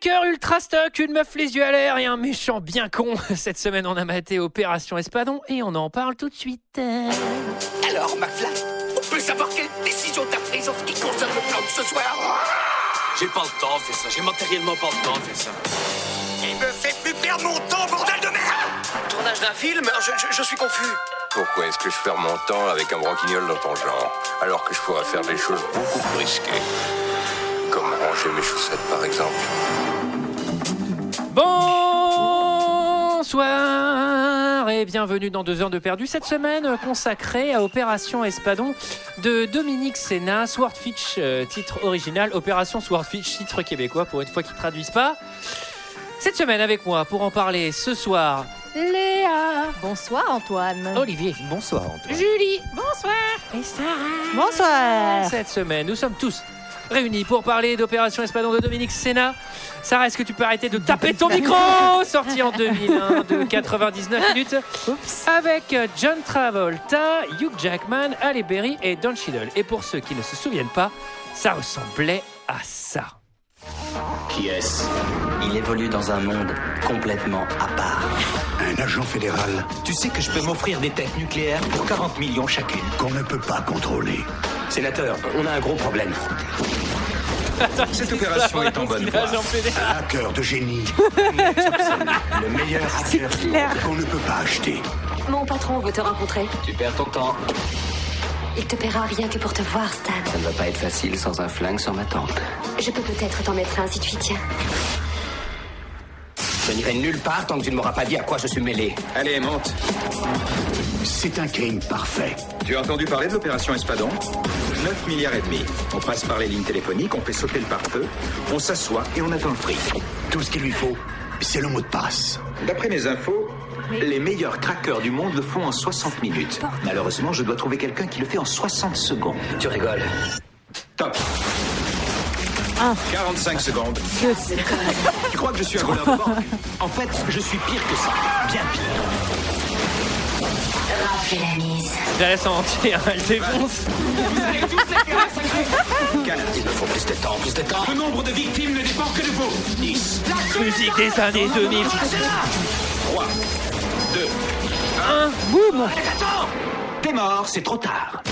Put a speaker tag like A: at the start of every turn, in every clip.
A: Cœur ultra stock, une meuf les yeux à l'air et un méchant bien con. Cette semaine, on a maté Opération Espadon et on en parle tout de suite.
B: Alors, McFly, on peut savoir quelle décision t'as prise en ce qui concerne le plan de ce soir
C: J'ai pas le temps de faire ça, j'ai matériellement pas le temps de faire ça.
B: Il me fait plus perdre mon temps, bordel de merde
D: Tournage d'un film je, je- je suis confus.
E: Pourquoi est-ce que je perds mon temps avec un broquignol dans ton genre, alors que je pourrais faire des choses beaucoup plus risquées Comme ranger mes chaussettes, par exemple.
A: Bonsoir et bienvenue dans deux heures de perdu. Cette semaine euh, consacrée à Opération Espadon de Dominique Sénat, Swordfish, euh, titre original, Opération Swordfish, titre québécois pour une fois qu'ils traduisent pas. Cette semaine avec moi pour en parler ce soir, Léa,
F: Bonsoir Antoine.
A: Olivier,
G: Bonsoir Antoine.
A: Oh, Julie, bonsoir et Sarah.
F: Bonsoir.
A: Cette semaine, nous sommes tous réunis pour parler d'Opération Espadon de Dominique Sénat. Sarah, est-ce que tu peux arrêter de taper ton micro Sorti en 2001 de 99 minutes avec John Travolta, Hugh Jackman, Halle Berry et Don Cheadle. Et pour ceux qui ne se souviennent pas, ça ressemblait à ça.
H: Qui est-ce Il évolue dans un monde complètement à part.
I: Un agent fédéral
H: Tu sais que je peux m'offrir des têtes nucléaires pour 40 millions chacune.
I: qu'on ne peut pas contrôler.
H: Sénateur, on a un gros problème.
E: Cette opération est en bonne voie.
I: Un hacker de génie. le meilleur hacker qu'on ne peut pas acheter.
J: Mon patron veut te rencontrer.
H: Tu perds ton temps.
J: Il te paiera rien que pour te voir, Stan.
H: Ça ne va pas être facile sans un flingue sur ma tempe.
J: Je peux peut-être t'en mettre un si tu y tiens.
H: Je n'irai nulle part tant que tu ne m'auras pas dit à quoi je suis mêlé.
E: Allez, monte.
I: C'est un crime parfait.
E: Tu as entendu parler de l'opération Espadon 9 milliards et demi. On passe par les lignes téléphoniques, on fait sauter le pare-feu, on s'assoit et on attend le fric.
I: Tout ce qu'il lui faut, c'est le mot de passe.
E: D'après mes infos,
H: Les meilleurs craqueurs du monde le font en 60 minutes. Malheureusement, je dois trouver quelqu'un qui le fait en 60 secondes. Tu rigoles.
E: top. 45 secondes.
H: Tu crois que je suis un voleur de banque En fait, je suis pire que ça. Bien pire.
J: Fais la mise.
A: Je la laisse en entier, hein, elle défonce.
H: Calme. Il me faut plus de temps, plus de temps.
C: Le nombre de victimes ne dépend que de vous 10,
A: Musique des années 2000.
C: 3, 2,
H: Attends T'es mort, c'est trop tard.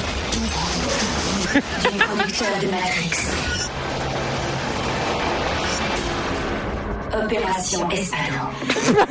J: Du conducteur de Matrix. Opération Espadon.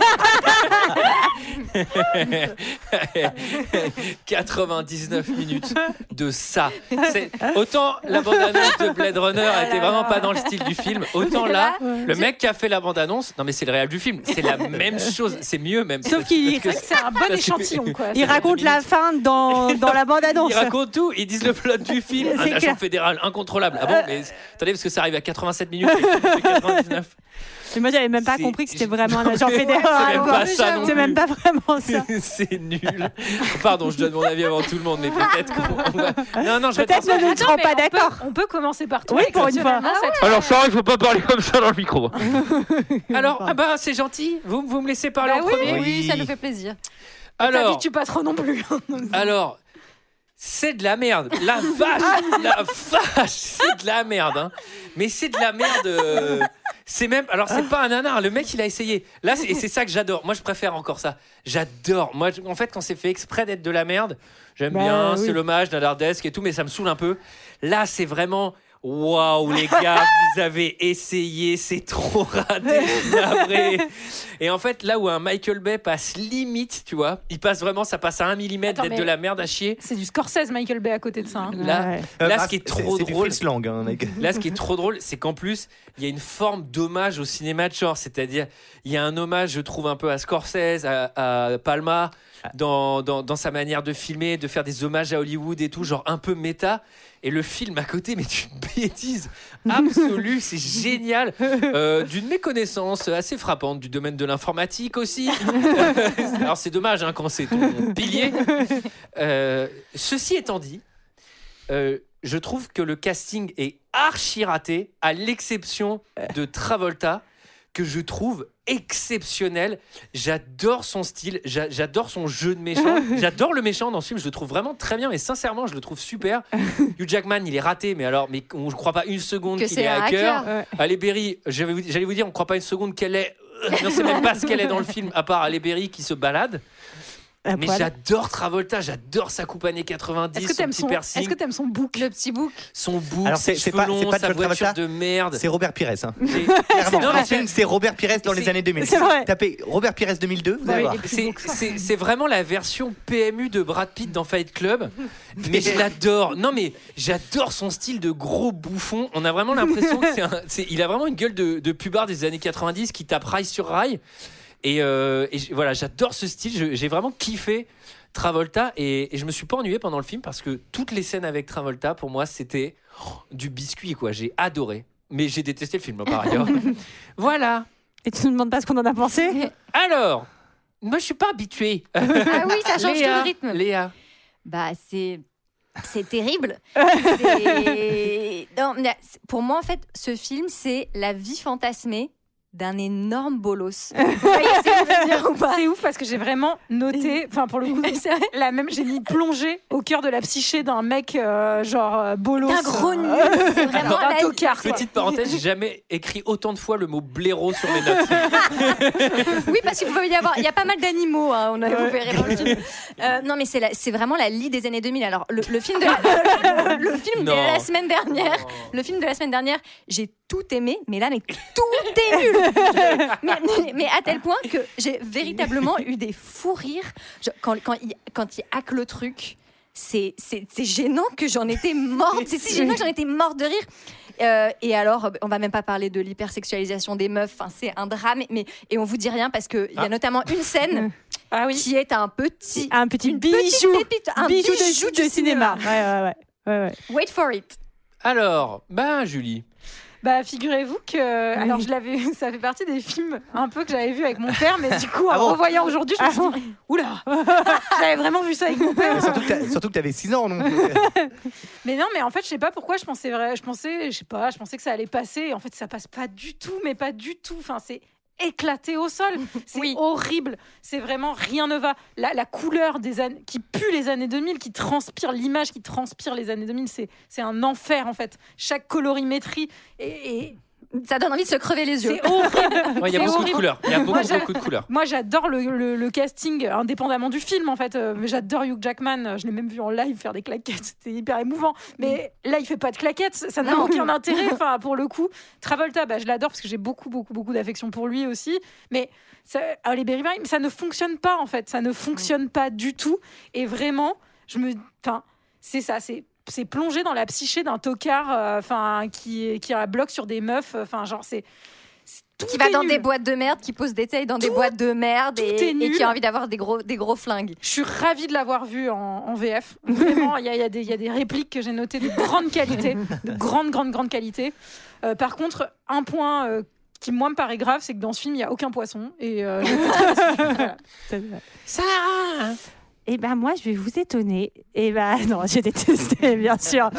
A: 99 minutes de ça. C'est- Autant la bande-annonce de Blade Runner était vraiment pas dans le style du film, autant là, le mec qui a fait la bande-annonce, non mais c'est le réel du film, c'est la même chose, c'est mieux même.
K: Sauf qu'il
A: Parce que
K: c'est un bon
A: parce que-
K: échantillon, quoi.
F: Il raconte la fin dans, dans la bande-annonce.
A: Ils racontent tout, ils disent le plot du film, un
F: C'est
A: agent
F: clair.
A: fédéral incontrôlable. Ah bon, mais attendez, parce que ça arrive à 87 minutes, et le film fait 99.
F: Mais Moi, j'avais même pas
A: C'est-
F: compris que c'était
A: je-
F: vraiment un agent
A: mais-
F: fédéral.
A: C'est même
F: quoi.
A: pas ça non
F: C'est même
A: plus.
F: pas vraiment ça.
A: c'est nul. Pardon, je donne mon avis avant tout le monde, mais peut-être qu'on va... Non, non, je
F: Peut-être
A: retiens ça.
F: ne nous
K: Attends,
F: serons
K: mais
F: pas
K: on peut-
F: d'accord.
K: On peut commencer par toi.
F: Oui, pour une fois.
K: exceptionnellement, cette
A: Alors Sarah, il faut pas parler comme ça dans le micro.
G: Euh,
A: Alors, ah bah c'est gentil, vous, vous me laissez parler
K: Bah
A: en
F: Ah
K: oui,
A: premier.
K: oui,
G: Oui.
K: ça nous fait plaisir.
A: Alors,
K: T'habitues pas trop non plus.
A: alors c'est de la merde. La vache, la vache, c'est de la merde. hein. Mais c'est de la merde. euh, C'est même, alors c'est pas un nanar, le mec il a essayé. Là, c'est- et c'est ça que j'adore. Moi, je préfère encore ça. J'adore. Moi, je- en fait, quand c'est fait exprès d'être de la merde, j'aime
F: Bah,
A: bien,
F: oui.
A: c'est l'hommage nanardesque et tout, mais ça me saoule un peu. Là, c'est vraiment. Waouh les gars, vous avez essayé, c'est trop raté, je suis navré. Et en fait, là où un Michael Bay passe limite, tu vois, il passe vraiment, ça passe à un millimètre
K: Attends,
A: d'être
K: mais-
A: de la merde à chier.
K: C'est du Scorsese, Michael Bay à côté de ça. hein.
A: Là,
F: Ouais.
A: là,
G: Euh,
A: ce qui est
G: c'est-
A: trop
G: c'est du
A: drôle,
G: Fritz Lang, hein, mec.
A: Là, ce qui est trop drôle, c'est qu'en plus, il y a une forme d'hommage au cinéma de genre. C'est-à-dire, il y a un hommage, je trouve, un peu à Scorsese, à, à Palma, dans, dans, dans sa manière de filmer, de faire des hommages à Hollywood et tout, genre un peu méta. Et le film à côté, mais d'une bêtise absolue, c'est génial. Euh, d'une méconnaissance assez frappante du domaine de l'informatique aussi. Alors, c'est dommage hein, quand c'est ton pilier. Euh, ceci étant dit, euh, je trouve que le casting est archi raté, à l'exception de Travolta, que je trouve exceptionnel. J'adore son style, j'a- j'adore son jeu de méchant, j'adore le méchant dans ce film. Je le trouve vraiment très bien, et sincèrement, je le trouve super. Hugh Jackman, il est raté, mais alors, mais on ne croit pas une seconde
J: Que
A: qu'il
J: c'est
A: est
J: un
A: hacker.
J: hacker.
A: Allez Berry, j'avais vous- j'allais vous dire, on ne croit pas une seconde qu'elle est. On ne sait même pas ce qu'elle est dans le film, à part Halle Berry qui se balade.
B: À
A: Mais
B: poil.
A: j'adore Travolta, j'adore sa coupe années 90,
F: Est-ce que
A: son
F: t'aimes
A: petit
F: son,
A: piercing,
F: est-ce que t'aimes son bouc Le petit bouc.
A: son bout,
G: Alors,
A: ses
G: c'est c'est
A: cheveux
G: pas, c'est
A: longs,
G: pas
A: sa
G: John
A: voiture
G: Travolta.
A: de merde.
G: C'est Robert Pires. hein.
A: Et-
G: Clairement,
A: Non, mais
G: le film, c'est Robert Pires dans les
A: c'est-
G: années 2000.
A: c'est vrai.
G: Tapez Robert Pires 2002, vous allez voir.
A: C'est- C'est c'est vraiment la version PMU de Brad Pitt dans Fight Club, mais je l'adore. Non, mais j'adore son style de gros bouffon. On a vraiment l'impression que c'est un- c'est- il a vraiment une gueule de, de pubard des années 90 qui tape rail sur rail. Et, euh, et j- voilà, j'adore ce style. Je- J'ai vraiment kiffé Travolta et, et je me suis pas ennuyé pendant le film parce que toutes les scènes avec Travolta, pour moi, c'était oh, du biscuit quoi. J'ai adoré, mais j'ai détesté le film hein, par ailleurs. voilà.
B: Et tu nous demandes pas ce qu'on en a pensé
A: Alors, moi, je suis pas habitué.
J: Ah oui, ça change
A: Léa,
F: euh,
J: tout le rythme.
A: Léa.
J: Bah, c'est. C'est terrible. C'est- non, mais c'est- pour moi, en fait, ce film, c'est la vie fantasmée d'un énorme bolos.
F: C'est ouf parce que j'ai vraiment noté, enfin pour le coup, la même, j'ai mis plongée au cœur de la psyché d'un mec euh, genre euh, bolos.
J: D'un gros nul. C'est vraiment
F: D'un
J: la-
F: tocard. quoi.
A: Petite parenthèse, j'ai jamais écrit autant de fois le mot blaireau sur mes notes.
J: Oui, parce qu'il peut y avoir, il y a pas mal d'animaux, hein, on a, vous verrez dans le film. Euh, non, mais c'est la- c'est vraiment la lie des années 2000. Alors, le, le film de la, le, le film de
A: Non.
J: la semaine dernière, le film de la semaine dernière, j'ai tout aimé, mais là, mais tout est nul. Je- mais, mais- mais à tel point que j'ai véritablement eu des fous rires Je- quand, quand il, quand il hack le truc. C'est c'est- c'est gênant que j'en étais morte. C'est si gênant que j'en étais morte de rire. Euh, et alors, on va même pas parler de l'hypersexualisation des meufs. Enfin, c'est un drame. Mais et on vous dit rien parce que il y a
A: Ah.
J: notamment une scène
F: Ah oui.
J: qui est un petit,
B: Un petit
J: une
B: bijou.
J: petite pépite, un
B: bijou
J: bijou,
B: de,
J: du
B: de cinéma. Ouais, ouais, ouais. ouais, ouais.
J: Wait for it.
A: Alors, ben Julie,
F: Bah figurez-vous que alors je l'avais ça fait partie des films un peu que j'avais vu avec mon père mais du coup en
G: Ah bon
F: revoyant aujourd'hui je me suis dit oula j'avais vraiment vu ça avec mon père
G: Mais Surtout que t'as- surtout que t'avais 6 ans, donc. euh,
F: mais non mais en fait je sais pas pourquoi je pensais vrai je pensais je sais pas je pensais que ça allait passer et en fait ça passe pas du tout mais pas du tout enfin c'est éclaté au sol c'est
J: Oui.
F: horrible c'est vraiment rien ne va la, la couleur des années qui pue les années 2000 qui transpire l'image qui transpire les années 2000 c'est c'est un enfer en fait chaque colorimétrie et- et
J: Ça donne envie de se crever les yeux.
F: c'est horrible
A: Ouais, il y a
F: C'est
A: beaucoup de
F: horrible.
A: couleurs. Il y a
F: Moi,
A: beaucoup,
F: j'a-
A: beaucoup de couleurs.
F: Moi, j'adore le, le- le casting, euh, indépendamment du film, en fait. Euh, mais j'adore Hugh Jackman. Euh, Je l'ai même vu en live faire des claquettes. C'était hyper émouvant. Mais là, il fait pas de claquettes. Ça ça n'a
J: Mm. Non.
F: aucun intérêt. Enfin, pour le coup, Travolta, bah, je l'adore parce que j'ai beaucoup, beaucoup, beaucoup d'affection pour lui aussi. Mais ça, Halle Berry, pareil, mais ça ne fonctionne pas, en fait. Ça ne fonctionne pas du tout. Et vraiment, je me. Enfin, c'est ça. C'est. C'est plongé dans la psyché d'un tocard, euh, enfin qui qui bloque sur des meufs, enfin genre c'est c'est- tout
J: Qui va
F: est
J: dans
F: nul.
J: des boîtes de merde, qui pose des tailles dans des
F: Tout-
J: boîtes de merde
F: tout
J: et,
F: est
J: et qui
F: nul.
J: a envie d'avoir des gros, des gros flingues.
F: Je suis ravie de l'avoir vu en, en VF. Vraiment, il y a, il y a des- il y a des répliques que j'ai notées de grande qualité, de grande, grande, grande qualité. Euh, par contre, un point euh, qui, moi, me paraît grave, c'est que dans ce film, il n'y a aucun poisson. Et euh, j'étais très déçue. Voilà.
B: Ça, ça-
A: Sarah
B: Eh ben moi, je vais vous étonner. Eh ben non, j'ai détesté, bien sûr.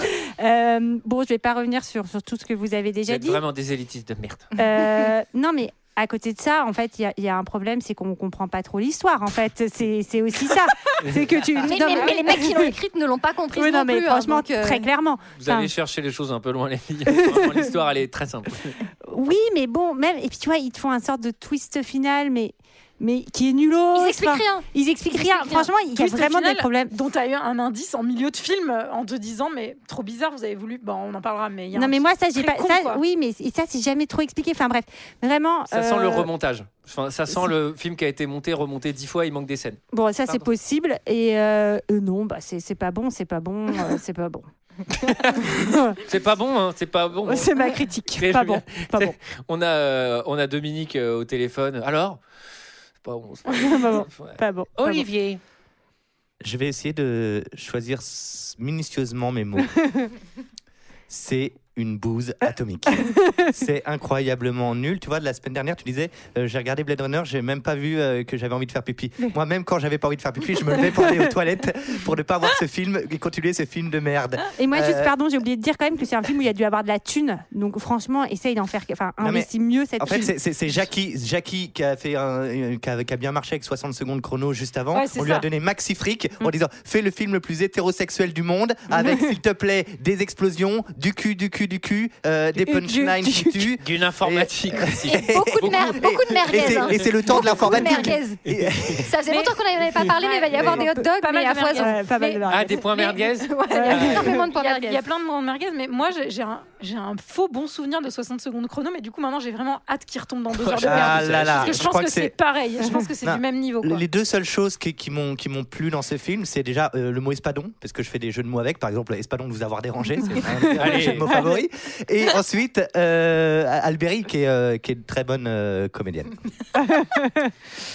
B: Euh, bon, je vais pas revenir sur, sur tout ce que vous avez
A: Vous
B: déjà
A: êtes
B: dit.
A: vraiment des élitistes de merde.
B: Euh, non, mais à côté de ça, en fait, il y a- il y, a un problème, c'est qu'on comprend pas trop l'histoire. En fait, c'est c'est aussi ça. c'est que tu.
J: Mais,
B: non,
J: mais- mais les mecs qui l'ont écrite ne l'ont pas compris
B: Oui,
J: non,
B: non, mais
J: plus. hein,
B: franchement,
J: donc, euh,
B: très clairement.
A: Vous allez chercher les choses un peu loin, les filles. Vraiment, L'histoire, elle est très simple.
B: Oui, mais bon, même. Et puis tu vois, ils te font un sorte de twist final, mais mais qui est nulot.
J: Ils expliquent rien.
B: Ils expliquent
J: Ils
B: rien.
J: expliquent rien.
B: Franchement, il y a
F: Twist au
B: vraiment
F: final,
B: des problèmes.
F: Dont tu as eu un indice en milieu de film euh, en te disant, mais trop bizarre, vous avez voulu. Bon, on en parlera, mais il y a
B: Non
F: un-
B: mais moi ça j'ai
F: très
B: pas
F: con,
B: ça
F: quoi.
B: oui mais et ça c'est jamais trop expliqué enfin bref vraiment
A: Ça sent le
B: euh,
A: remontage. Enfin, ça sent le film qui a été monté, remonté dix fois. Il manque des scènes.
B: Bon, ça c'est
A: Pardon.
B: possible. Et euh, euh, non, bah c'est c'est pas bon, c'est pas bon, euh, c'est pas bon.
A: C'est pas bon, hein. C'est pas bon.
B: C'est ma critique.
A: Mais
B: Pas
A: je
B: bon, pas bon.
A: On a, euh, on a Dominique euh, au téléphone. Alors C'est pas bon. c'est pas bon.
B: Pas bon,
A: Ouais.
B: pas bon. pas bon.
A: Olivier.
G: Je vais essayer de choisir s- minutieusement mes mots. C'est une bouse atomique. c'est incroyablement nul. Tu vois, de la semaine dernière, tu disais, euh, j'ai regardé Blade Runner, j'ai même pas vu euh, que j'avais envie de faire pipi. Moi, même quand j'avais pas envie de faire pipi, je me levais pour aller aux toilettes pour ne pas voir ce film et continuer ce film de merde.
B: Et moi, juste,
G: Euh,
B: pardon, j'ai oublié de dire quand même que c'est un film où il y a dû avoir de la thune. Donc, franchement, essaye d'en faire. Enfin,
G: Non, mais-
B: investis mieux cette
G: En fait,
B: thune.
G: c'est- c'est c'est Jackie, Jackie qui a fait un- euh, qui a, qui a bien marché avec 60 secondes chrono juste avant.
B: Ouais, c'est
G: on lui a
B: ça.
G: donné maxi fric en disant fais le film le plus hétérosexuel du monde avec s'il te plaît des explosions, du cul, du cul, du cul, euh, des
A: Du-
G: punchlines
A: du-
G: qui tuent.
A: D'une informatique aussi.
J: Et beaucoup de, mer- beaucoup de merguez.
G: Et c'est-
J: hein.
G: et c'est le temps de
J: Beaucoup
G: l'informatique.
J: merguez. Ça faisait longtemps qu'on n'avait pas parlé, mais il va y avoir des hot dogs,
F: Pas
J: mais
F: mal
J: à
F: de merguez.
J: foison.
B: pas mal de
A: Ah, des points merguez
J: Ouais, il y a énormément de points
F: Il y a-
J: merguez.
F: Il y a plein de moments de merguez, mais moi j'ai- j'ai un, j'ai un faux bon souvenir de 60 secondes chrono, mais du coup maintenant j'ai vraiment hâte qu'il retombe dans deux heures de
G: Ah
F: perdu.
G: là là,
F: Parce que
G: je
F: je pense
G: crois
F: que
G: que c'est-
F: c'est pareil, je pense que c'est
G: Non,
F: du même niveau. quoi.
G: Les deux seules choses qui, qui m'ont qui m'ont plu dans ce film, c'est déjà euh, le mot espadon, parce que je fais des jeux de mots avec. Par exemple, espadon de vous avoir dérangé, c'est un
A: Allez.
G: des jeux de mots favoris. Et ensuite, euh, Alberi, qui est, euh, qui est une très bonne euh, comédienne.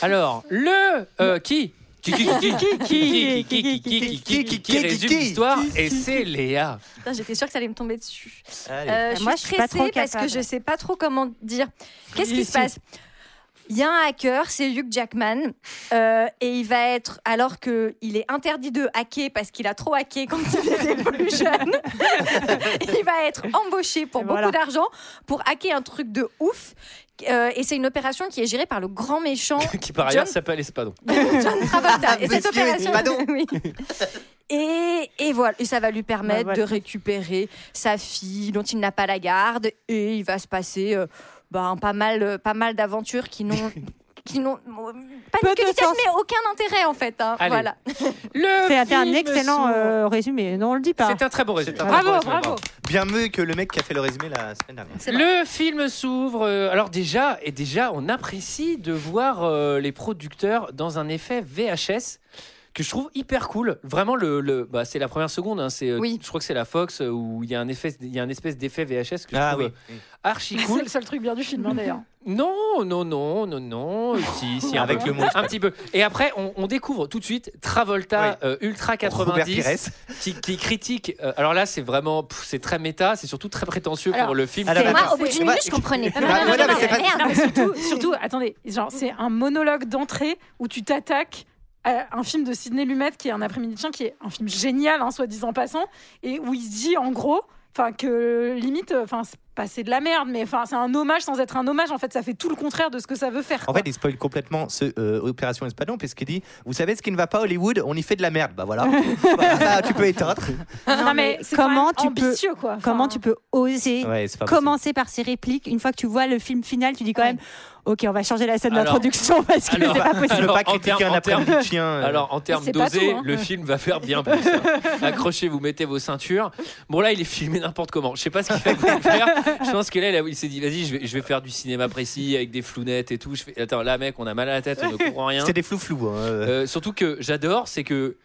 A: Alors, le euh, qui qui qui qui qui qui qui qui qui qui qui qui qui résume l'histoire et c'est Léa.
J: Putain, J'étais sûre que ça allait me tomber dessus.
G: Allez.
J: Euh, je suis
B: Moi, je suis pas
J: stressée
B: trop
J: parce que
B: capable.
J: je sais pas trop comment dire. Qu'est-ce
B: Oui,
J: qui se
B: si.
J: passe Il y a un hacker, c'est Hugh Jackman, euh, et il va être, alors que il est interdit de hacker parce qu'il a trop hacké quand il était plus jeune, il va être embauché pour
B: Et
J: beaucoup
B: voilà.
J: d'argent pour hacker un truc de ouf. Euh, et c'est une opération qui est gérée par le grand méchant
A: Qui par
J: John
A: ailleurs s'appelle Espadon.
J: John Travolta. Et cette
G: Monsieur
J: opération.
G: Espadon.
J: Oui. Et, et voilà, et ça va lui permettre
B: Bah, voilà.
J: de récupérer sa fille dont il n'a pas la garde et il va se passer euh, ben, pas mal, euh, pas mal d'aventures qui n'ont qui n'ont euh, pas
B: Peu
J: de
B: de
J: qualité
B: sens.
J: mais aucun intérêt en fait. hein.
A: Allez.
J: Voilà.
B: C'est
A: Le
B: un- un
A: film
B: excellent
A: s'ouvre.
B: euh, résumé. Non, on le dit pas.
A: C'est un très beau résumé.
G: C'est un
F: Bravo, bravo.
G: Bien mieux que le mec qui a fait le résumé la semaine dernière.
J: C'est vrai.
A: Le film s'ouvre. euh, alors déjà, et déjà, on apprécie de voir euh, les producteurs dans un effet VHS que je trouve hyper cool. Vraiment, le, le- bah, c'est la première seconde. hein, c'est, euh,
J: Oui.
A: Je crois que c'est la Fox euh, où il y a un effet, il y a un espèce d'effet VHS que je
G: Ah
A: trouve
G: oui.
A: euh, archi
F: C'est
A: cool.
F: le seul truc bien du film hein, d'ailleurs.
A: Non, non, non, non, non. Si, si, un
G: Avec
A: peu.
G: le mot,
A: Un petit peu. Et après, on, on découvre tout de suite Travolta euh, Ultra 90
G: Robert Pires.
A: qui, qui critique. euh, alors là, c'est vraiment, pff, c'est très méta, c'est surtout très prétentieux
F: Alors,
A: pour le film.
G: Ah, là,
J: Et
G: bah,
J: moi,
G: attends.
J: au bout d'une
G: Bah,
J: minute, je comprenais
B: Ah
J: pas.
G: Bah,
J: Non, non,
G: voilà,
J: non,
G: mais c'est
J: non,
G: pas-
J: merde.
F: Non, mais surtout, surtout, attendez, genre c'est un monologue d'entrée où tu t'attaques à un film de Sidney Lumet qui est un après-midi de chien, qui est un film génial, hein, soit disant passant, et où il dit en gros, enfin que limite, enfin c'est pas c'est de la merde, mais enfin c'est un hommage sans être un hommage. En fait, ça fait tout le contraire de ce que ça veut faire.
G: En fait, il spoil complètement ce euh, Opération Espadon, puisqu'il dit Vous savez ce qui ne va pas à Hollywood On y fait de la merde. Bah voilà. Bah, ça, tu peux éteindre.
F: quoi.
B: Non, mais comment tu peux-
F: ambitieux, quoi.
B: Comment tu peux oser
G: Ouais, c'est pas possible.
B: commencer par ces répliques Une fois que tu vois le film final, tu dis quand
J: Ouais.
B: même Ok, on va changer la scène
A: Alors-
B: d'introduction parce que
A: alors-
B: c'est pas
G: Je
B: possible.
G: ne veux
A: Alors,
G: pas
A: en
G: critiquer
A: termes-
G: un
A: en termes-
G: après-midi de chien. euh,
A: Alors en termes
F: c'est pas
A: d'osé,
F: tout, hein.
A: le film va faire bien plus. hein. Accrochez-vous, mettez vos ceintures. Bon là, il est filmé n'importe comment. Je sais pas ce qu'il va vouloir faire. Je pense que là, là, il s'est dit vas-y, je vais, je vais faire du cinéma précis avec des flounettes et tout. Je fais, Attends, là, mec, on a mal à la tête, on ne comprend rien.
G: C'était des flous-flous. hein, euh.
A: Euh, surtout que j'adore, c'est que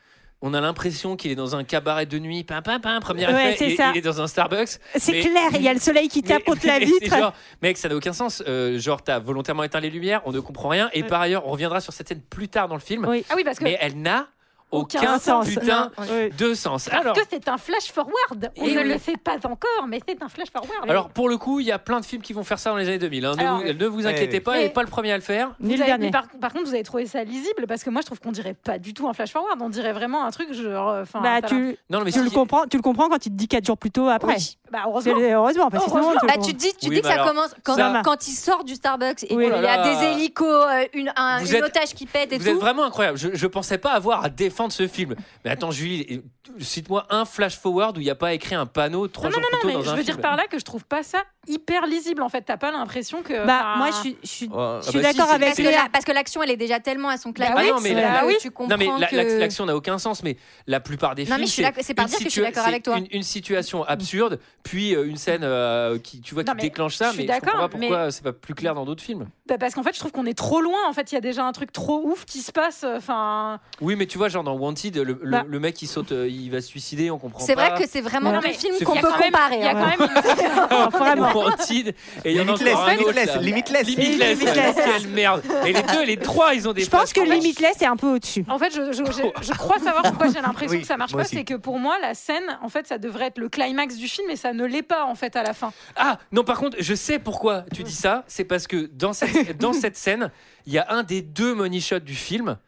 A: on a l'impression qu'il est dans un cabaret de nuit. Pim, pim, pim, premier
B: Ouais,
A: effet,
B: c'est
A: il,
B: ça.
A: il est dans un Starbucks.
B: C'est
A: mais-
B: clair, il y a le soleil qui tape
A: Mais-
B: contre la
A: mais
B: vitre.
A: c'est genre, mec, ça n'a aucun sens. Euh, genre, t'as volontairement éteint les lumières, on ne comprend rien. Et par ailleurs, on reviendra sur cette scène plus tard dans le film.
B: Oui.
F: Ah oui, parce que
A: Mais elle n'a aucun,
F: Aucun
B: sens.
A: putain
B: Oui.
A: de sens.
F: parce
A: Alors,
F: que c'est un flash forward. On
A: Et
F: ne
A: oui.
F: le fait pas encore, mais c'est un flash forward.
A: alors pour le coup, il y a plein de films qui vont faire ça dans les années 2000. hein. Ne,
F: Alors,
A: vous, ne vous inquiétez
G: oui.
A: pas, il
F: Mais-
A: n'est pas le premier à le faire.
F: Vous
B: Ni le
F: avez-
B: dernier.
F: mais par, par contre, vous avez trouvé ça lisible parce que moi, je trouve qu'on dirait pas du tout un flash forward. On dirait vraiment un truc genre. euh, enfin,
B: Bah,
F: t'as
B: tu,
A: Non, mais
B: tu
A: ce
B: le
A: qui-
B: comprends, tu le comprends quand il te dit 4 jours plus tôt après.
J: Oui.
F: l'imp- Bah,
B: C'est-
F: heureusement.
B: Heureusement, parce que sinon,
F: Heureusement.
B: tu le
J: Bah,
B: comprends.
J: tu te dis, tu
A: Oui,
J: dis que
A: mais
J: ça
A: alors,
J: commence quand,
A: ça-
J: quand il sort du Starbucks et
A: Oui.
J: qu'il
A: Oh
J: y
A: là
J: a
A: là.
J: des hélicos, euh, une, un-
A: Vous
J: une
A: êtes-
J: otage qui pète et
A: Vous
J: tout.
A: êtes vraiment incroyable. Je, je pensais pas avoir à défendre ce film. Mais attends, Julie, cite-moi un flash forward où il n'y a pas écrit un panneau trois
F: Non,
A: jours
F: non, non,
A: plus tôt
F: mais
A: dans
F: je
A: un
F: veux
A: film.
F: dire par là que je trouve pas ça hyper lisible en fait. T'as pas l'impression que.
B: Bah,
F: enfin,
B: moi, je suis, je suis-
A: Ah,
B: je suis
A: bah si,
B: d'accord
A: c'est-
B: avec
J: Parce que,
A: c'est-
B: Léa.
J: la- parce que l'action, elle est déjà tellement à son
F: Bah
J: climax.
A: oui, Ah non, mais
J: que
A: la-
F: oui.
J: tu comprends
A: Non mais la-
J: que...
A: la- l'action n'a aucun sens, mais la plupart des
J: Non, mais
A: films,
J: je suis d'accord- c'est par
A: une
J: dire que je suis d'accord
A: c'est
J: avec toi.
A: Une, une situation absurde, puis euh, une scène euh, qui, tu vois,
F: Non,
A: qui
F: mais
A: déclenche
F: je
A: ça,
F: suis
A: mais je
F: d'accord,
A: comprends pas pourquoi
F: mais-
A: euh, c'est pas plus clair dans d'autres films.
F: bah, parce qu'en fait, je trouve qu'on est trop loin. En fait, il y a déjà un truc trop ouf qui se passe. euh, Enfin,
A: Oui, mais tu vois, genre dans Wanted, le, le-
F: Bah.
A: le mec il saute, euh, il va se suicider, on comprend
J: C'est
A: pas.
J: vrai que c'est vraiment
A: Non,
J: deux
A: mais
J: films
A: ce
J: qu'on
A: film-
J: peut comparer.
F: il y a
J: hein.
F: quand même
B: Vraiment.
A: Wanted, et il y en a
G: Limitless,
A: encore un autre,
G: Limitless,
A: là.
G: Limitless.
A: Limitless.
G: Limitless.
A: Quelle merde. Et les deux, les trois, ils ont des
B: Je pense que
F: en fait,
B: Limitless est un peu au-dessus.
F: En fait, je, je- je- je crois savoir pourquoi j'ai l'impression
B: Oui,
F: que ça marche
B: moi
F: pas.
B: aussi.
F: C'est que pour moi, la scène, en fait, ça devrait être le climax du film et ça ne l'est pas, en fait, à la fin.
A: Ah non par contre je sais pourquoi tu dis ça c'est parce que dans cette, dans cette scène il y a un des deux money shots du film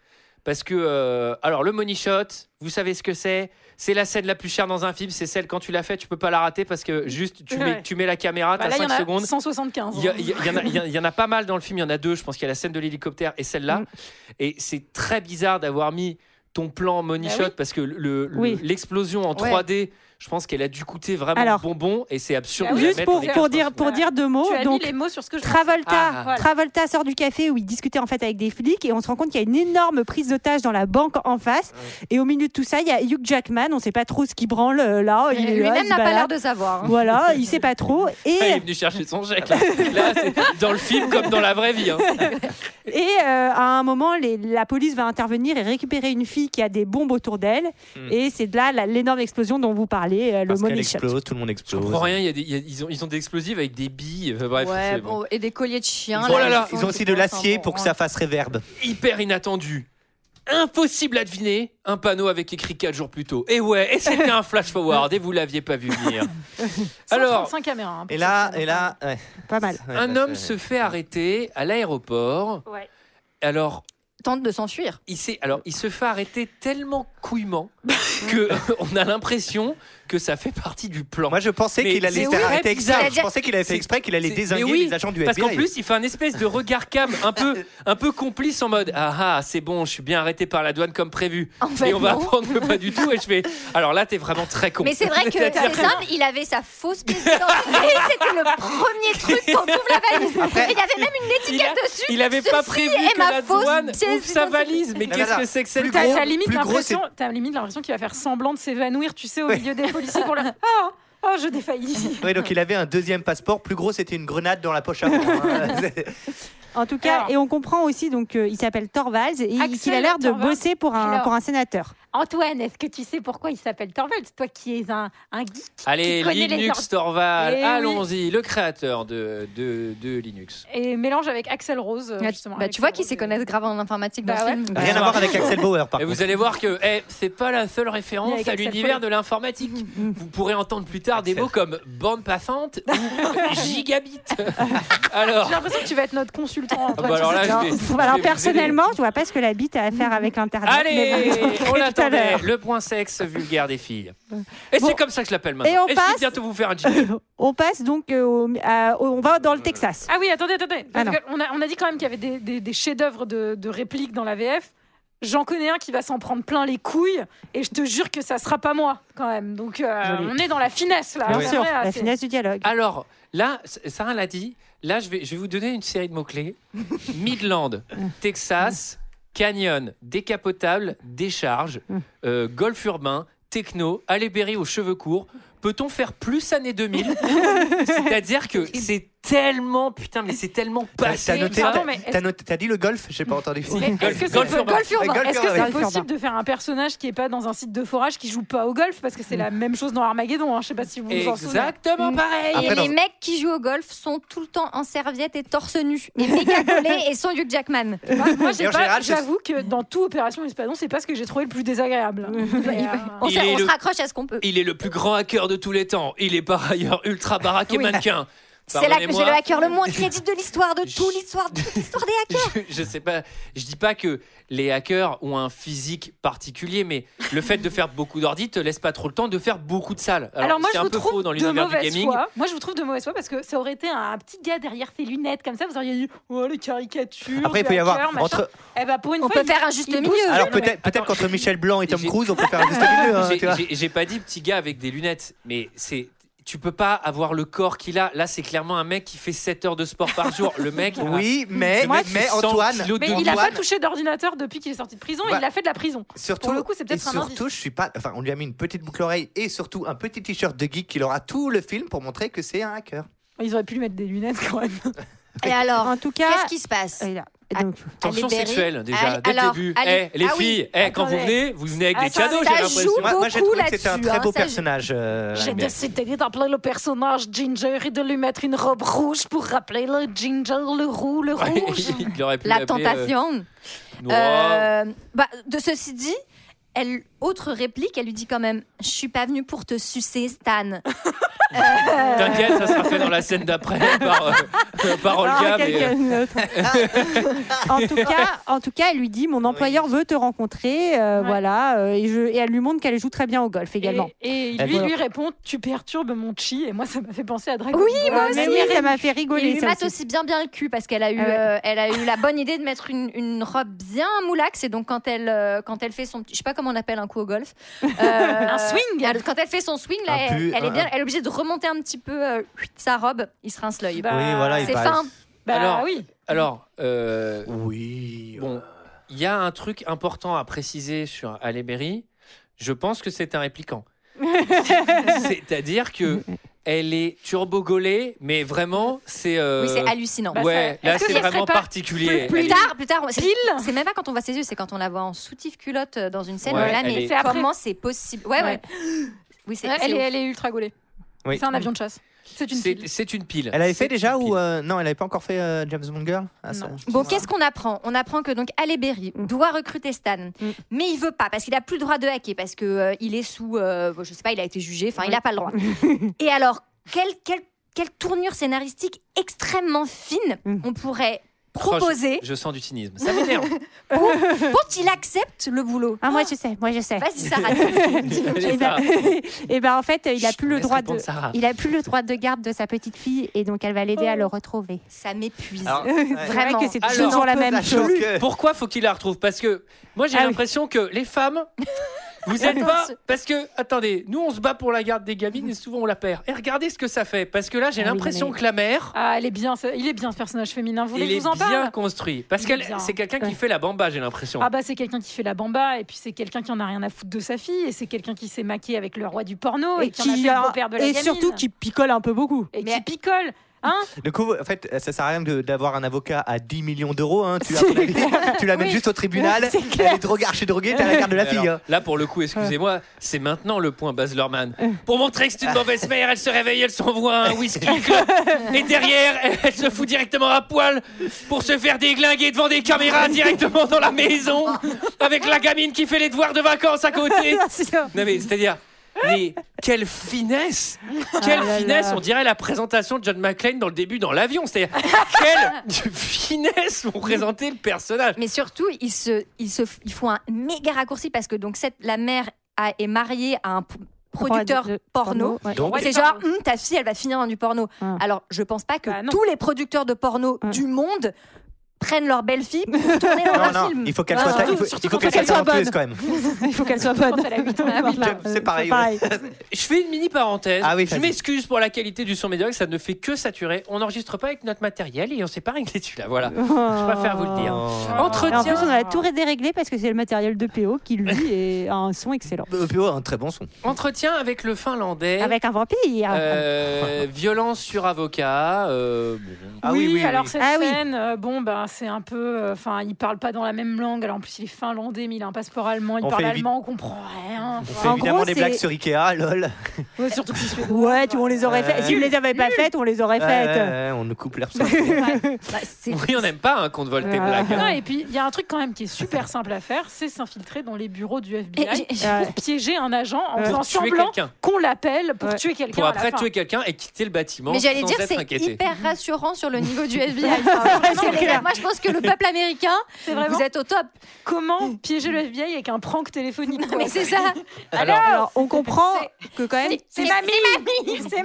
A: parce que euh, alors le money shot vous savez ce que c'est c'est la scène la plus chère dans un film c'est celle quand tu l'as fait tu peux pas la rater parce que juste tu mets,
F: Ouais.
A: tu mets la caméra
F: Bah,
A: t'as
F: là, il y
A: 5
F: en a
A: secondes
F: 175.
A: il y, a- il y a- il y en a- il y a- il y en a pas mal dans le film, il y en a deux. Je pense qu'il y a la scène de l'hélicoptère et
B: Mm.
A: celle-là. Et c'est très bizarre d'avoir mis ton plan money
B: Bah
A: shot
B: oui.
A: parce que le- le-
B: Oui.
A: l'explosion en
B: Ouais.
A: 3D, je pense qu'elle a dû coûter vraiment
B: Alors, bah
A: bonbon et c'est absurde. de la
B: Juste
A: mettre
B: pour,
A: en
B: pour
A: explosif.
B: dire, pour
F: Voilà.
B: dire deux mots.
F: Tu as mis
B: donc,
F: les mots sur ce que je
B: Travolta,
A: Ah, voilà.
B: Travolta sort du café où il discutait en fait avec des flics et on se rend compte qu'il y a une énorme prise d'otage dans la banque en face. Et au milieu de tout ça, il y a Hugh Jackman. On sait pas trop ce qui branle euh, là. Il est là, il
J: Lui-même
B: se
J: n'a pas
B: balade.
J: l'air de savoir. hein.
B: Voilà, il sait pas trop.
A: Ah, il est
B: Et,
A: venu chercher son chèque.
B: Ah
A: Là,
B: bah.
A: Là, c'est dans le film comme dans la vraie vie. hein.
B: et euh, à un moment, les- la police va intervenir et récupérer une fille qui a des bombes autour d'elle. Et c'est de là la- l'énorme explosion dont vous parlez, euh, le
G: Parce qu'elle
B: money shot.
G: explose, tout le monde
A: Je
G: explose.
A: comprends rien. il y a des- il y a- ils, ont, ils ont des explosifs avec des billes. Enfin, bref,
J: Ouais,
A: c'est bon.
J: bon, et des colliers de chiens.
A: Oh là là,
G: Ils ont aussi de l'acier pour que ça fasse réverb.
A: hyper inattendu. Impossible à deviner, un panneau avec écrit 4 jours plus tôt. Et ouais, et c'était un flash forward et vous l'aviez pas vu venir. Alors,
F: 135 caméras. hein,
G: Et
F: pour
G: là,
F: cette scène.
G: et là, ouais.
B: Pas mal.
G: Ouais,
A: un
G: bah,
A: homme
G: c'est-
A: se fait arrêter à l'aéroport.
B: Ouais.
A: Alors,
J: Tente de s'enfuir.
A: il s'est- alors, il se fait arrêter tellement couillement que euh, on a l'impression que ça fait partie du plan.
G: Moi, je pensais
A: Mais
G: qu'il
A: c'est
G: allait se faire
A: oui,
G: arrêter
A: bizarre.
G: exprès. Je pensais qu'il avait fait
A: C'est-
G: exprès qu'il allait
A: c'est-
G: désinguer
A: mais oui,
G: les agents du
A: Parce
G: FBI.
A: qu'en plus, il fait un espèce de regard cam un peu, un peu complice en mode Ah ah, c'est bon, je suis bien arrêté par la douane comme prévu.
J: En fait,
A: et on va
J: non.
A: apprendre que pas du tout. Et je fais Alors là, t'es vraiment très con.
J: Mais c'est vrai que c'est
A: C'est-à-dire
J: simple, il avait sa fausse pièce d'identité. C'était le premier truc quand ouvre la valise.
G: Après-
J: il y avait même une
A: il, a-
J: étiquette dessus.
A: il avait pas
J: Ceci
A: prévu
J: est
A: que
J: ma
A: la
J: fausse
A: douane
J: pièce
A: ouvre sa
J: d'identité.
A: valise. Mais
G: Mais
A: qu'est-ce
G: voilà,
A: que c'est que cette
G: plus
F: T'as
G: gros,
F: t'as limite
G: plus gros,
F: l'impression, t'as limite l'impression qu'il va faire semblant de s'évanouir, tu sais, au milieu des policiers pour le. Ah, ah, je défaillis.
G: Oui, donc il avait un deuxième passeport. Plus gros, c'était une grenade dans la poche avant. hein. C'est-
A: Ah,
B: En tout cas,
F: Alors.
B: et on comprend aussi donc euh, il s'appelle Torvalds et il- qu'il
F: Axel
B: a l'air de
F: Torvalds.
B: bosser pour un
F: Alors.
B: pour un sénateur.
F: Antoine, est-ce que tu sais pourquoi il s'appelle Torvald Toi qui es un, un geek.
A: Allez,
F: qui connaît les
A: Linux
F: ordres.
A: Torval,
F: Eh oui.
A: allons-y, le créateur de, de, de Linux.
F: Et mélange avec Axel Rose, euh, justement.
J: Bah,
F: avec
J: tu vois
F: Axl
J: qu'ils
F: Rose,
J: se
F: euh,
J: connaissent grave en informatique dans
F: Bah
J: le
F: ouais.
J: film.
G: Rien à voir avec Axel Bauer, par
A: Et vous
G: contre.
A: allez voir que eh, c'est pas la seule
F: Il y a
A: référence
F: avec
A: à
F: Axel
A: l'univers
F: Foley.
A: de l'informatique.
B: Mm,
A: Vous pourrez entendre plus tard des
G: Axel.
A: mots comme bande passante ou gigabit. Alors,
F: J'ai l'impression que tu vas être notre consultant.
A: Ah
F: Antoine,
A: bah alors
F: sur
A: là,
F: cette
A: je
B: Alors,
A: vais-
B: pff,
A: je
B: alors,
A: vais vous
B: personnellement, je vois pas ce que la bite a à faire avec l'internet. Ah, mais
A: allez,
B: bon, tout
A: on
B: à
A: l'attendait,
B: l'heure.
A: le point sexe vulgaire des filles. Et
B: Bon.
A: c'est comme ça que je l'appelle maintenant.
B: Et on
A: je vais
B: passe-
A: bientôt vous faire un jingle.
B: On passe donc euh, au- à- au- on va dans le Texas.
F: Ah oui, attendez, attendez.
B: Ah
F: Parce que on, a, on a dit quand même qu'il y avait des, des- des chefs-d'œuvre de, de répliques dans la VF. J'en connais un qui va s'en prendre plein les couilles et je te jure que ça sera pas moi quand même. Donc euh,
B: Joli.
F: on est dans la finesse là.
B: Bien
F: Ouais,
B: sûr,
F: ouais,
B: la
F: c'est-
B: finesse du dialogue.
A: Alors, là, S- Sarah l'a dit, là, je vais, je vais vous donner une série de mots-clés. Midland, Texas, Canyon, décapotable, décharge, euh, golf urbain, techno, Halle Berry aux cheveux courts. Peut-on faire plus années 2000 C'est-à-dire que c'est tellement, putain, mais c'est
J: Bah,
A: tellement passé.
G: T'as noté,
F: Pardon,
G: t'as-
F: mais est-ce-
G: t'as noté- t'as dit le golf J'ai pas entendu.
F: Mais
A: golf-
F: Est-ce que c'est
A: golf urbain.
F: golf urbain.
G: Ouais, golf
F: Est-ce que
G: urbain,
F: c'est
B: ouais.
F: possible de faire un personnage qui est pas dans un site de forage qui joue pas au golf parce que c'est
B: Mm.
F: la même chose dans Armageddon. hein. Je sais pas si vous vous en souvenez.
A: Exactement pareil.
J: Et
G: Après,
J: les
G: dans-
J: mecs qui jouent au golf sont tout le temps en serviette et torse nu, et méga collés et sont Hugh Jackman. Tu vois
F: Moi, moi,
G: Et
F: j'ai
G: en
F: pas-
G: général, c'est-
F: j'avoue que dans tout Opération Espadon, c'est pas ce que j'ai trouvé le plus désagréable. Mais, euh,
J: On,
A: Il
J: se-
A: est
J: on
A: le-
J: se raccroche à ce qu'on peut.
A: Il est le plus grand hacker de tous les temps. Il est par ailleurs ultra baraque et
J: Oui.
A: mannequin.
J: C'est là que j'ai
A: Pardonnez-moi.
J: le hacker le moins crédible de l'histoire, de toute l'histoire, de toute l'histoire des hackers.
A: je, je sais pas, je dis pas que les hackers ont un physique particulier, mais le fait de faire beaucoup d'ordi te laisse pas trop le temps de faire beaucoup de salles.
F: Alors, moi,
A: c'est
F: je
A: un
F: vous
A: peu
F: trouve
A: faux dans
F: de
A: l'univers du
F: mauvaise
A: gaming.
F: foi. Moi, je vous trouve de mauvaise foi parce que ça aurait été un petit gars derrière ses lunettes comme ça. Vous auriez dit oh les caricatures.
G: Après, il
F: du
G: peut y avoir
F: hacker, machin.
G: entre.
F: Eh ben, pour une
J: On
F: fois,
J: peut
F: il-
J: faire un juste
F: il
J: milieu.
F: pousse le
G: Alors
F: jeune, ouais.
G: peut-être peut-être qu'entre Michel Blanc et Tom
A: J'ai-
G: Cruise, on peut faire un juste milieu. hein,
A: J'ai-
G: tu vois.
A: j'ai- J'ai pas dit petit gars avec des lunettes, mais c'est. Tu peux pas avoir le corps qu'il a. Là, c'est clairement un mec qui fait 7 heures de sport par jour. Le mec. a-
G: Oui, mais,
A: le mec
G: mais
A: fait 100
G: Antoine,
A: kilos de
F: Mais
A: lourd.
F: il a pas
G: Antoine.
F: touché d'ordinateur depuis qu'il est sorti de prison.
G: Bah,
F: il a fait de la prison.
G: surtout,
F: Pour le coup, c'est peut-être
G: et
F: un
G: surtout, je suis pas. Enfin, on lui a mis une petite boucle oreille et surtout un petit t-shirt de geek qu'il aura tout le film pour montrer que c'est un hacker.
F: Ils auraient pu lui mettre des lunettes quand même.
J: Et alors,
B: En tout cas-
J: qu'est-ce qui se passe
B: Donc,
A: ah, Tension
J: Halle Berry.
A: sexuelle déjà
J: Halle-
A: dès
J: alors,
A: le début.
J: Halle-
A: Eh, les
J: Ah oui,
A: filles, eh, quand vous
F: attendez.
A: venez, vous venez avec des
F: Attends,
A: cadeaux, j'ai
F: ça
A: l'impression.
F: joue
G: Moi, moi, j'ai trouvé que
F: beaucoup
G: c'était un
F: là-dessus,
G: très
F: hein,
G: beau
F: ça,
G: personnage. euh,
F: J'ai
G: Amber.
F: décidé d'appeler le personnage Ginger et de lui mettre une robe rouge pour rappeler le Ginger, le roux, le
A: Ouais,
F: rouge.
A: il aurait pu
J: La
A: l'appeler,
J: tentation.
A: euh, Noah.
J: Euh, bah, de ceci dit, elle, autre réplique, elle lui dit quand même Je suis pas venue pour te sucer, Stan.
A: T'inquiète, ça sera fait dans la scène d'après par, euh, par Olga.
B: Ah,
A: mais, euh,
B: quelqu'un d'autre. en tout cas, en tout cas, elle lui dit mon employeur veut te rencontrer, euh, voilà, euh, et, je- et elle lui montre qu'elle joue très bien au golf également.
F: Et, et
B: Elle
F: lui,
B: veut-
F: lui répond Tu perturbes mon chi. Et moi, ça m'a fait penser à Dragon
J: Oui,
A: Ah,
F: Ball.
J: moi
B: Mais
J: aussi.
B: oui, Euh, ça m'a fait
J: Il
B: rigoler.
J: lui
B: ça
J: mate
B: aussi.
J: aussi bien bien le cul parce qu'elle a eu,
B: Ah ouais.
J: euh, elle a eu la bonne idée de mettre une, une robe bien moulax et donc quand elle, euh, quand elle fait son, petit- je sais pas comment on appelle un coup au golf, Euh,
F: Un swing.
J: elle- Quand elle fait son swing là,
G: Un
J: elle,
G: pu-
J: elle est
G: un-
J: bien, elle est obligée de remonter un petit peu euh, sa robe, il se rince
A: Euh.
J: l'œil.
F: Bah,
G: Oui, voilà, il
J: c'est
G: paraît-
J: fin.
F: Bah
A: Alors-
F: oui.
A: alors, euh,
G: Oui.
A: bon, il y a un truc important à préciser sur Halle Berry. Je pense que c'est un répliquant. C'est-à-dire que elle est turbo-gaulée, mais vraiment, c'est. euh,
J: Oui, c'est hallucinant.
A: Ouais,
F: Bah, ça-
A: là,
F: est-ce que
A: c'est
F: ça serait
A: vraiment
F: pas
A: particulier.
J: Plus
A: Elle-
J: tard, plus tard, c'est-
F: Pile
J: c'est même pas quand on voit ses yeux, c'est quand on la voit en soutif culotte euh, dans une scène.
A: Ouais,
J: là,
A: elle
J: mais
A: est-
F: C'est après.
J: comment c'est possible Ouais, ouais.
F: Ouais.
J: Oui, c'est.
F: Elle,
J: c'est
F: est,
J: ouf.
F: elle est ultra gaulée.
G: Oui.
F: C'est un avion de chasse. C'est une
A: C'est
F: pile.
A: c'est une pile.
G: Elle avait
A: C'est
G: fait déjà
A: une
G: ou
A: pile.
G: euh, non, elle avait pas encore fait euh, James Bond Girl Ah, ça-
F: Non.
J: Bon, qu'est-ce qu'on apprend On apprend que donc Halle Berry doit recruter Stan,
F: Mm.
J: mais il veut pas parce qu'il a plus le droit de hacker parce que euh, il est sous, euh, je sais pas, il a été jugé, enfin il a pas le droit. Et alors quelle quelle quelle tournure scénaristique extrêmement fine
B: Mm.
J: on pourrait
A: Proche-
J: proposer
A: Je sens du cynisme. Ça m'énerve.
J: pour, pour qu'il accepte le boulot
B: Ah, moi je sais, moi je sais.
J: Vas-y Sarah. dis-moi.
F: Eh
A: Allez,
B: Et ben,
A: Sarah.
B: et ben, en fait, il a
A: Chut,
B: plus
A: on
B: le
A: laisse
B: droit de,
A: répondre Sarah. Oh.
B: il a plus le droit de garde de sa petite fille, et donc elle va l'aider à le retrouver.
J: Ça m'épuise.
G: Alors,
B: C'est
G: ouais.
B: vrai
J: Vraiment.
B: que c'est
A: Alors,
B: toujours la même
G: La chose
B: chose.
G: que-
A: Pourquoi faut qu'il la retrouve Parce que moi j'ai
B: Ah oui.
A: l'impression que les femmes, vous êtes
J: Attends,
A: pas.
J: ce-
A: Parce que, attendez, nous on se bat pour la garde des gamines et souvent on la perd. Et regardez ce que ça fait. Parce que là j'ai
B: Ah oui,
A: l'impression
B: mais-
A: que la mère,
F: Ah, elle est bien. ce- Il est bien ce personnage féminin. Vous voulez
A: il
F: que
A: est
F: je vous en
A: bien
F: parle
A: construit. Parce
F: Il
A: que
F: est bien.
A: c'est quelqu'un qui
B: Ouais.
A: fait la bamba, j'ai l'impression.
F: Ah bah c'est quelqu'un qui fait la bamba et puis c'est quelqu'un qui en a rien à foutre de sa fille et c'est quelqu'un qui s'est maqué avec le roi du porno et, qui, en a fait le beau-père de la
B: et
F: gamine.
B: surtout qui picole un peu beaucoup.
F: et
J: Mais-
F: qui picole. Hein
G: Du coup, en fait, ça sert à rien de- d'avoir un avocat à 10 millions d'euros. hein. Tu, l'amènes tu l'amènes juste au tribunal.
B: C'est
G: Elle est droguée, archi droguée, t'as la garde de la
A: Mais
G: fille.
A: alors,
G: hein.
A: là, pour le coup, excusez-moi, c'est maintenant le point Baz Luhrmann. Pour montrer que c'est une mauvaise mère, elle se réveille, elle s'envoie un whisky club, et derrière, elle, elle se fout directement à poil pour se faire déglinguer devant des caméras directement dans la maison, avec la gamine qui fait les devoirs de vacances à côté.
F: Ah,
A: Non mais c'est-à-dire, mais quelle finesse, quelle
B: Ah là
A: finesse
B: là.
A: On dirait la présentation de John McClane dans le début dans l'avion. C'est-à-dire quelle finesse ont présenté le personnage.
J: Mais surtout, ils, se, ils, se, ils font un méga raccourci parce que donc cette, la mère a- est mariée à un p- producteur
B: Pro- de-
J: porno.
B: ouais.
G: Donc,
F: Ouais,
J: C'est
F: du
J: genre,
F: porno.
J: Hum, ta fille, elle va finir dans du porno.
B: Ah.
J: Alors, je pense pas que
F: Bah, non.
J: tous les producteurs de porno
B: Ah.
J: du monde prennent leur belle-fille pour tourner dans
G: non,
J: un
G: non,
J: film.
G: il faut qu'elle
J: Non,
G: soit,
J: surtout-
G: il faut,
F: surtout
G: il faut
F: quand
G: qu'elle
F: elle
G: soit
B: soit bonne.
G: talentueuse quand même.
B: Il faut qu'elle soit bonne.
F: Quand elle a huit ans.
B: Ah oui,
F: Voilà.
G: c'est pareil,
B: C'est
G: ouais.
B: pareil.
A: Je fais une mini parenthèse.
G: Ah oui,
A: je
G: vas-y.
A: m'excuse pour la qualité du son médiocre, ça ne fait que saturer. On n'enregistre pas avec notre matériel et on s'est pas réglé celui-là. Voilà.
B: Je
A: préfère vous le dire.
G: Oh.
B: Et en plus, on
A: Entretien,
B: a tout déréglé parce que c'est le matériel de PO qui, lui, est- a un son excellent.
G: Euh, puis ouais, un très bon son.
A: entretien avec le Finlandais.
B: Avec un vampire.
A: Euh, violence sur avocat. euh, bon.
G: Ah oui,
F: oui,
G: oui, oui,
F: alors
G: oui.
F: cette
B: Ah oui.
F: scène, euh, bon, ben c'est un peu. Enfin, il parle pas dans la même langue. Alors en plus, il est finlandais, mais il a un passeport allemand. Il
G: On
F: parle
G: fait vite-
F: allemand, on comprend rien.
G: On
F: Enfin,
G: fait
B: En
G: évidemment
B: gros,
G: des
B: c'est-
G: blagues sur Ikea, lol.
F: ouais, surtout que c'est suédois.
B: Ouais, tu, on les aurait fait.
G: Euh,
B: Si on les avait pas faites, on les aurait
G: Ouais, ouais,
B: faites.
G: ouais, on nous coupe l'air. sur-
J: Bah, c'est-
A: Oui, on n'aime pas hein, qu'on te vole tes
B: Ah.
A: blagues.
F: Non, et puis il y a un truc quand même qui est super simple à faire, c'est s'infiltrer dans les bureaux du
J: Et
F: FBI
J: j'ai-
B: Ouais.
F: pour piéger un agent en
B: Pour
F: faisant
A: Pour tuer
F: semblant
A: quelqu'un.
F: qu'on l'appelle pour
B: Ouais.
F: tuer quelqu'un.
A: Pour
F: à la
A: après
F: fin.
A: tuer quelqu'un et quitter le bâtiment.
J: Mais j'allais
A: sans
J: dire,
A: être
J: c'est
A: inquiété.
J: hyper rassurant sur le niveau du FBI. Enfin,
B: C'est
J: vraiment, les
B: clair.
J: gars, Moi, je pense que le peuple américain,
F: C'est vraiment
J: vous êtes au top.
F: comment piéger le FBI avec un prank téléphonique. quoi.
J: Mais c'est ça.
A: Alors,
B: Alors, on comprend que quand même,
F: C'est mamie, c'est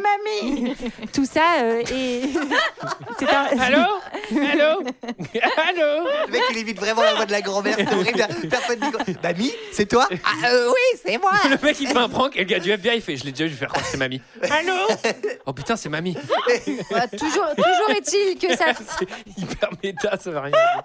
F: mamie.
B: tout ça euh, est. c'est un-
A: allô Allô Allô
G: Le mec, il évite vraiment la voix de la grand-mère. C'est horrible. Personne dit quoi. Mamie, Bah, c'est toi Ah, euh, Oui, c'est moi.
A: Le mec il fait un prank et le gars du FBI il fait Je l'ai déjà vu faire croire que c'est mamie. Allô Oh putain, c'est mamie.
J: Bah, toujours toujours est-il que ça,
A: C'est hyper méta, ça va rien dire.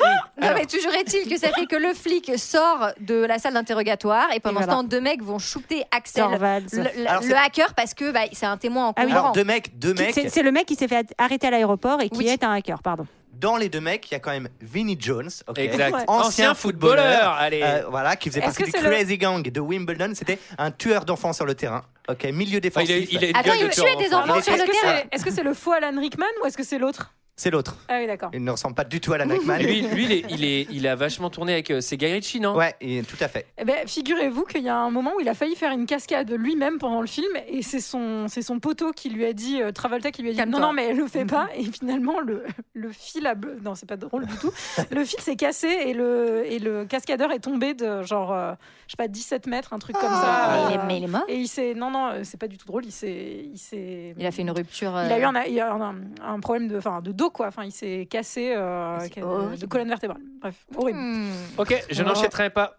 A: Oui,
J: Non, Ah, mais toujours est-il que ça fait que le flic sort de la salle d'interrogatoire et pendant
B: Et voilà.
J: ce temps, deux mecs vont shooter Axel,
B: Torvalds.
J: le, le-
B: Alors,
J: le
B: c'est-
J: hacker, parce que bah, c'est un témoin en
B: Ah oui.
J: concurrent.
B: Alors,
G: deux mecs, deux
B: Qui-
G: mecs.
B: C'est c'est le mec qui s'est fait at- arrêter à l'aéroport et qui est un hacker, pardon.
G: Dans les deux mecs, il y a quand même Vinnie Jones, ok,
A: Exact. Ouais. Ancien
G: ancien footballeur,
A: footballeur, allez.
G: euh, voilà, qui faisait
J: Est-ce
G: partie
J: que
G: du
J: c'est le-
G: Crazy Gang de Wimbledon. C'était un tueur d'enfants sur le terrain, ok, milieu défensif.
A: il a une
F: Attends,
A: gueule
F: il
A: de
F: tuait
A: tueur
F: des
A: d'enfant.
F: enfants
G: Il
F: sur le
G: était-
F: terrain.
G: Voilà.
F: Est-ce que c'est le faux Alan Rickman ou est-ce que c'est l'autre
G: C'est l'autre.
F: Ah oui, d'accord.
G: Il ne ressemble pas du tout à Alan Rickman.
A: Mais Lui, lui, il, est- il, est- il a vachement tourné avec. euh, C'est Guy Ritchie, non
G: Ouais, et- tout à fait.
F: Eh ben, figurez-vous qu'il y a un moment où il a failli faire une cascade lui-même pendant le film et c'est son, c'est son poteau qui lui a dit, euh, Travolta qui lui a dit
J: Calme-toi.
F: non, non, mais le fais pas. Et finalement, le, le fil a. bleu- Non, c'est pas drôle du tout. Le fil s'est cassé et le, et le cascadeur est tombé de genre, euh, je sais pas, 17 mètres, un truc comme ça.
J: Mais il est-
F: Euh,
J: mais il est mort
F: Et il s'est. Non, non, euh, c'est pas du tout drôle. Il s'est. Il, s'est-
J: Il a fait une rupture.
F: il a eu
J: euh,
F: un, il a eu un, un problème de, enfin, de dos, quoi. Enfin, il s'est cassé euh,
J: horrible.
F: de colonne vertébrale. Bref, horrible.
J: Hmm.
A: Ok, je
F: Oh.
A: n'enchaînerai pas.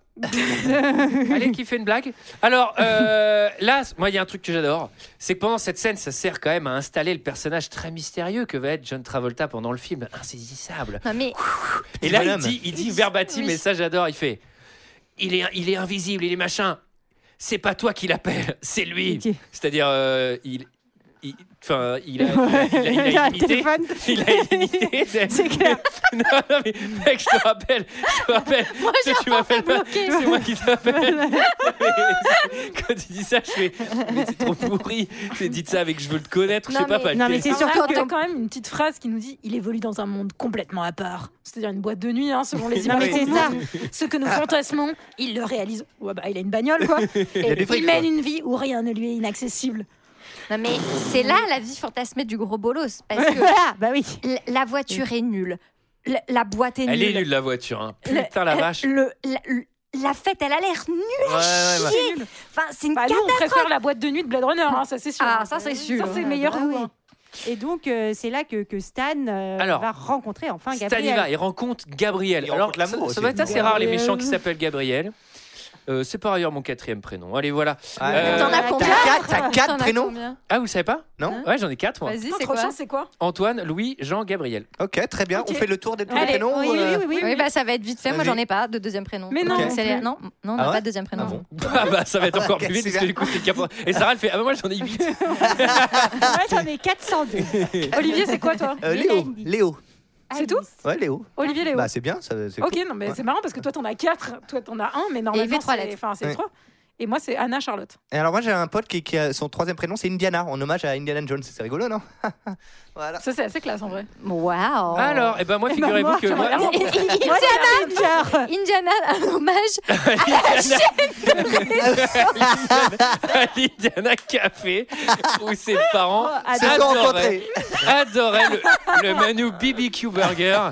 A: Allez, qui fait une blague Alors euh, là, c- moi, il y a un truc que j'adore, c'est que pendant cette scène, ça sert quand même à installer le personnage très mystérieux que va être John Travolta pendant le film, insaisissable.
J: Non, mais
A: Et là, il
G: bonhomme.
A: dit, il dit verbatim,
J: Oui.
A: et ça j'adore, il fait il est, il est invisible, il est machin. C'est pas toi qui l'appelle, c'est lui.
B: Ok.
A: C'est-à-dire, euh, il. il- Enfin, il a,
B: Ouais.
A: il a- il a- il a
B: un
A: imité.
B: téléphone.
A: Il a imité.
B: C'est clair.
A: non, non, mais mec, je te rappelle. Je te rappelle.
J: Moi,
A: Tu sais,
J: j'ai
A: tu
J: un
A: m'appelles pas.
J: portable bloqué.
A: C'est moi qui t'appelle. Quand tu dis ça, je fais. Mais c'est trop pourri. C'est- Dites ça avec je veux te connaître. je
J: Non,
A: sais pas,
J: mais-
A: pas le
B: non, mais
A: téléphone.
B: C'est
F: Alors,
B: surtout
F: attends,
B: que-
F: t'as quand même une petite phrase qui nous dit il évolue dans un monde complètement à part, c'est-à-dire une boîte de nuit, hein, selon les
B: Non,
F: images.
B: mais c'est
F: qu'on
B: ça.
F: montre. Ce que nous fantasmons, il le réalise. Ouais, bah, il a une bagnole, quoi. Et il,
G: a du fric,
F: mène
G: quoi.
F: une vie où rien ne lui est inaccessible.
J: Non mais c'est là la vie fantasmée du gros bolos parce que
B: Voilà, bah oui.
J: l- la voiture est nulle, l- la boîte est
A: Elle
J: nulle.
A: est nulle la voiture. hein.
J: Le-
A: Putain la
J: euh,
A: vache.
J: le- la, le- la fête, elle a l'air nulle.
A: Ouais, ouais, ouais.
J: chier. Enfin, c'est une
F: Bah, nous,
J: cata-
F: on préfère la boîte de nuit de Blade Runner, hein, ça c'est sûr.
J: Ah, ça, c'est sûr.
F: Ça c'est le meilleur
B: Ah
F: goût,
B: oui.
F: hein.
B: Et donc, euh, c'est là que, que Stan euh,
A: Alors,
B: va rencontrer enfin
A: Stan y
B: Gabriel.
A: va, il rencontre Gabriel.
G: Il
A: Alors,
G: rencontre l'amour
A: ça, ça
G: aussi.
A: doit être assez rare les
F: Gabriel.
A: méchants qui s'appellent Gabriel. Euh, c'est par ailleurs mon quatrième prénom. Allez, voilà.
G: Ah,
A: Euh,
J: T'en as
B: t'as
J: combien
G: quatre- t'as quatre
J: T'en as
G: prénoms
J: combien
A: Ah, vous savez pas
B: Hein
G: Non
A: Ouais, j'en ai quatre, moi.
J: Vas-y,
F: Ton
J: c'est
F: prochain,
J: quoi
F: c'est quoi
A: Antoine, Louis, Jean, Gabriel.
G: Ok, très bien.
F: Ok.
G: On fait le tour des tous les
F: Allez,
G: prénoms.
B: Oui,
G: ou,
B: oui,
G: euh,
B: oui, oui,
J: Oui, bah ça va être vite fait. Moi,
G: Vas-y.
J: j'en ai pas de deuxième prénom.
F: Mais non,
J: Donc,
F: non
J: c'est
F: plus.
J: les- non, non, on
G: Ah
J: n'a
G: ouais
J: pas de deuxième prénom.
G: Ah bon
A: Ah bah, ça va être encore plus vite
G: Qu'est-ce
A: parce que du coup, c'est quatre. Et Sarah, elle fait Ah bah, moi, j'en ai huit.
B: Moi, j'en ai 402.
F: Olivier, c'est quoi toi
G: Euh, Léo.
B: Mélanie.
G: Léo.
F: C'est tout
G: Ouais, Léo.
F: Olivier Léo.
G: Bah, c'est bien. Ça, c'est
F: ok,
G: cool.
F: non mais
G: Ouais.
F: c'est marrant parce que toi t'en as quatre, toi t'en as un, mais
J: il fait
F: normalement
J: trois
F: c'est
J: lettres.
F: enfin, c'est
G: Ouais.
F: trois. Et moi c'est Anna Charlotte.
G: Et alors, moi, j'ai un pote qui, qui a son troisième prénom, c'est Indiana, en hommage à Indiana Jones. C'est rigolo, non Voilà.
F: Ça c'est assez classe en vrai.
J: Waouh.
A: Alors, et ben moi,
B: ben,
A: figurez-vous
B: moi,
A: que.
B: j'en ai
A: moi-
B: vraiment- Moi, c'est Ginger.
J: Indiana, un hommage.
B: Ah,
A: Indiana Café, où ses parents
B: Oh,
G: Ils se sont
A: adoraient,
G: rencontrés.
A: adoraient le, le menu BBQ Burger.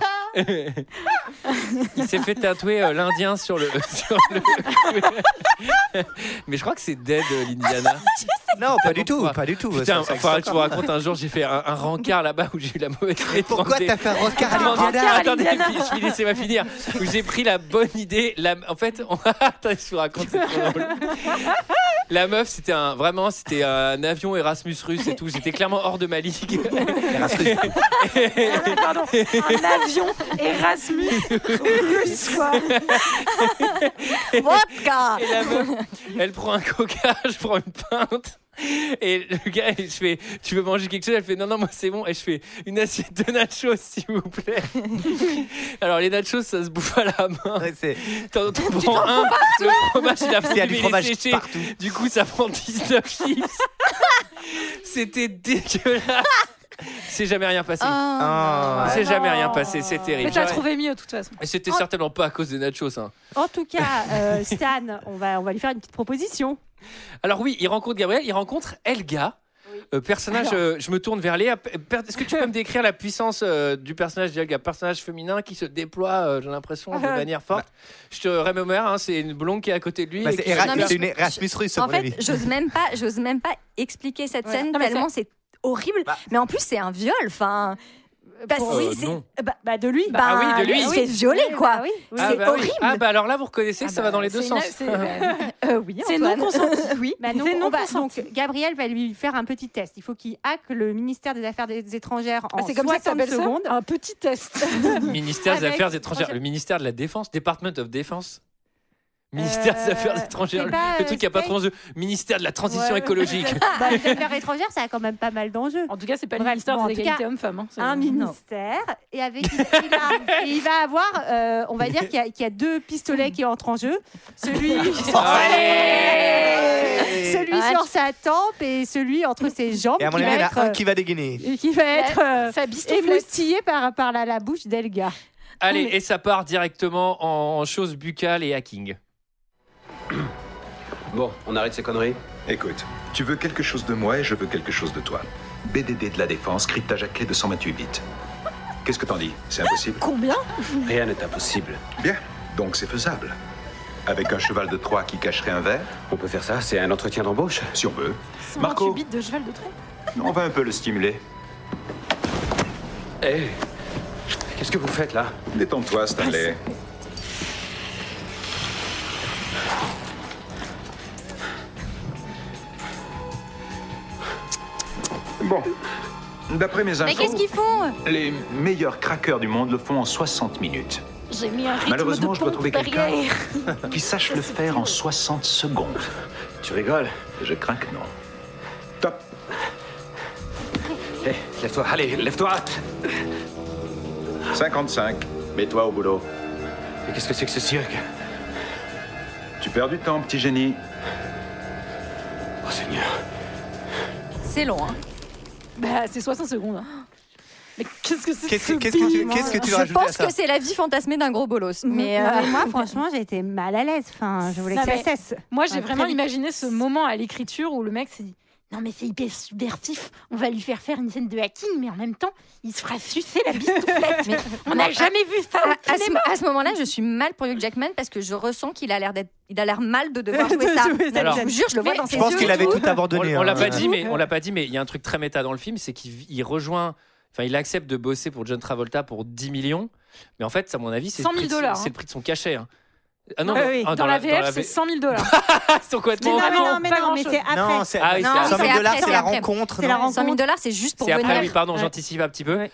A: Il s'est fait tatouer euh, l'Indien sur le, sur le- Mais je crois que c'est dead euh, l'Indiana.
G: Non, pas du tout.
A: Pourquoi
G: Pas du tout.
A: Putain,
G: Ça, ça
A: faudra que
G: existe
A: je vous raconte un jour, j'ai fait un, un rencard là-bas où j'ai eu la mauvaise idée. de
G: Pourquoi
A: demander-
G: t'as fait un rencard à
A: Attendez,
G: l'Indiana
A: attendez,
F: Indiana.
A: fi- fi- laissez-moi finir. Où j'ai pris la bonne idée. La... En fait, on... Attends, je vous raconte, c'est trop drôle. La meuf, c'était un vraiment, c'était un avion Erasmus russe et tout. J'étais clairement hors de ma ligue.
F: Ah, Pardon, un avion Erasmus russe, quoi.
J: Vodka.
A: Et la meuf, elle prend un coca, je prends une pinte. Et le gars, je fais, tu veux manger quelque chose Elle fait, non, non, moi c'est bon. Et je fais, une assiette de nachos, s'il vous plaît. Alors, les nachos, ça se bouffe à la main.
G: Ouais, c'est-
A: T'en t'en prends un, le fromage, il a
G: Il y a
A: mais il
G: du
A: est
G: fromage
A: séché.
G: partout.
A: Du coup, ça prend 19 chips. C'était dégueulasse. C'est jamais rien passé.
G: Ah, ouais.
A: C'est jamais rien
F: non.
A: passé, c'est terrible.
F: Mais t'as trouvé mieux de toute façon.
A: Et c'était certainement pas à cause des nachos. hein.
B: En tout cas, euh, Stan, on va, on va lui faire une petite proposition.
A: Alors oui, il rencontre Gabriel, il rencontre Elga. Euh, personnage, euh, je me tourne vers Léa. Pe- per- Est-ce que tu peux me décrire la puissance euh, du personnage d'Elga Personnage féminin qui se déploie, euh, j'ai l'impression, de
B: Ah.
A: manière forte. Je te rémomère, hein, c'est une blonde qui est à côté de lui.
G: Bah,
A: et
G: c'est
A: qui-
G: Erasmus-
J: Non, mais-
G: c'est une Erasmus russe, à
J: En
G: mon
J: fait,
G: avis.
J: j'ose même pas, j'ose même pas expliquer cette
F: Ouais.
J: scène
F: Non, mais
J: tellement c'est horrible.
G: Bah.
J: Mais en plus, c'est un viol. Enfin,
B: Bah,
A: pour-
B: si,
A: Euh,
B: c'est-
A: non.
B: bah- bah, de lui.
J: Bah, Ah oui, de lui. il se fait violer, quoi.
A: Ah
J: C'est
A: bah oui.
J: horrible.
A: Ah bah alors là, vous reconnaissez que ça va
B: bah,
A: dans les deux sens.
F: bah,
J: Euh, oui,
B: C'est
J: Antoine.
B: non consenti.
J: Oui,
B: Bah, donc,
J: c'est non
B: on va-
J: consenti.
B: donc, Gabriel va lui faire un petit test. Il faut qu'il hacke le ministère des Affaires des étrangères en
F: Ah, c'est comme ça que
B: 60
F: t'appelles ça
B: secondes.
F: Un petit test.
A: ministère des
B: Avec-
A: Affaires étrangères, le ministère de la Défense, Department of Defense. Ministère des
B: Euh,
A: Affaires étrangères,
B: c'est pas,
A: le truc qui a
B: euh,
A: pas trop d'enjeux. Ministère de la Transition
B: Ouais.
A: écologique.
B: Bah, les affaires étrangères, ça a quand même pas mal d'enjeux.
F: En tout cas, c'est pas
B: Bref,
F: le ministère
B: bon, en
F: des
B: tout
F: égalités
B: cas,
F: hommes-femmes. hein, c'est-
B: un ministère et avec il, il a- et il va avoir euh, on va dire qu'il y, a- qu'il y a deux pistolets qui entrent en jeu celui sur,
G: Allez
B: celui
F: Ouais.
B: sur sa tempe et celui entre ses jambes
G: Et à mon
B: qui
G: avis,
B: va
G: il y en
B: être,
G: a
B: euh,
G: un qui va dégainer.
B: et qui va être euh,
F: Sa bistouflette.
B: émoustillé par, par la, la bouche d'Elga
A: Allez, et ça part directement en, choses buccales et hacking.
L: Bon, on arrête ces conneries.
I: Écoute, tu veux quelque chose de moi et je veux quelque chose de toi.
L: BDD de la défense, cryptage à clé de 128 bits.
I: Qu'est-ce que t'en dis C'est impossible
F: Combien
L: Rien n'est impossible.
I: Bien, donc c'est faisable. Avec un cheval de Troie qui cacherait un verre
L: On peut faire ça, c'est un entretien d'embauche.
I: Si on veut.
F: 128 bits de cheval de trait.
I: On va un peu le stimuler.
L: Hé Eh, Qu'est-ce que vous faites là
I: Détends-toi, Stanley.
F: Ah,
I: Bon. D'après mes infos,
J: Mais qu'est-ce qu'ils font
I: les meilleurs craqueurs du monde le font en 60 minutes.
F: J'ai mis un rythme
I: Malheureusement,
F: de
I: je dois
F: pompe
I: trouver quelqu'un
F: derrière.
I: qui sache le faire en 60 secondes.
L: Tu rigoles
I: Je crains que non. Top.
L: Hé, lève-toi, allez, lève-toi
I: 55. Mets-toi au boulot.
L: Mais qu'est-ce que c'est que ce cirque
I: Tu perds du temps, petit génie.
L: Oh Seigneur
J: C'est long. hein.
F: Bah, c'est 60 secondes. hein. Mais qu'est-ce que c'est
G: Qu'est-ce
F: que
G: que- qu'est-ce que tu-
F: bim hein
G: qu'est-ce que tu veux
J: Je
G: rajouter à
J: pense
G: ça
J: que c'est la vie fantasmée d'un gros bolos. Mais
B: mais,
J: euh,
B: moi franchement j'ai été mal à l'aise enfin Hein, je voulais
F: Non,
B: que ça
F: mais
B: cesse
F: Moi, j'ai
B: Enfin,
F: vraiment
B: très vite.
F: imaginé ce moment à l'écriture où le mec s'est dit Non, mais c'est hyper subversif, on va lui faire faire une scène de hacking, mais en même temps, il se fera sucer la bistouflette.
J: Mais-
F: on n'a jamais vu ça
J: à,
F: au
J: à ce,
F: cinéma.
J: euh, à ce moment-là, je suis mal pour Hugh Jackman parce que je ressens qu'il a l'air d'être, il a l'air mal de devoir jouer
B: De
J: ça.
B: jouer ça,
A: Alors,
J: je vous jure, je le vois
F: Mais
J: dans ses
G: Je
J: yeux.
G: pense qu'il
J: et
G: avait
J: tout.
G: tout
A: On,
G: abandonné.
A: on l'a
G: hein.
A: pas dit, mais on l'a pas dit, mais il y a un truc très méta dans le film, c'est qu'il il rejoint, enfin, il accepte de bosser pour John Travolta pour 10 millions, mais en fait, à mon avis, c'est le
F: 100 000
A: prix de-
F: dollars, hein.
A: c'est le prix de son cachet. hein. Ah non,
B: Ah
A: mais-
B: oui,
A: ah,
F: Dans, la
A: dans Ah,
F: VF, c'est 100 000 dollars.
A: Son
B: mais non
A: complètement-
F: C'était
B: mais
F: vraiment
B: non mais,
F: pas
B: non, mais c'est
F: grand-chose.
B: après
G: Non, c'est
A: Ah oui, c'est
J: Non,
A: après.
G: 100
J: c'est
G: 000 dollars,
J: après,
G: c'est la
J: c'est après.
G: rencontre.
B: C'est la
G: non
J: 100 000 dollars, c'est juste pour
A: C'est après,
J: venir.
A: oui, pardon,
B: Ouais.
A: j'anticipe un petit peu.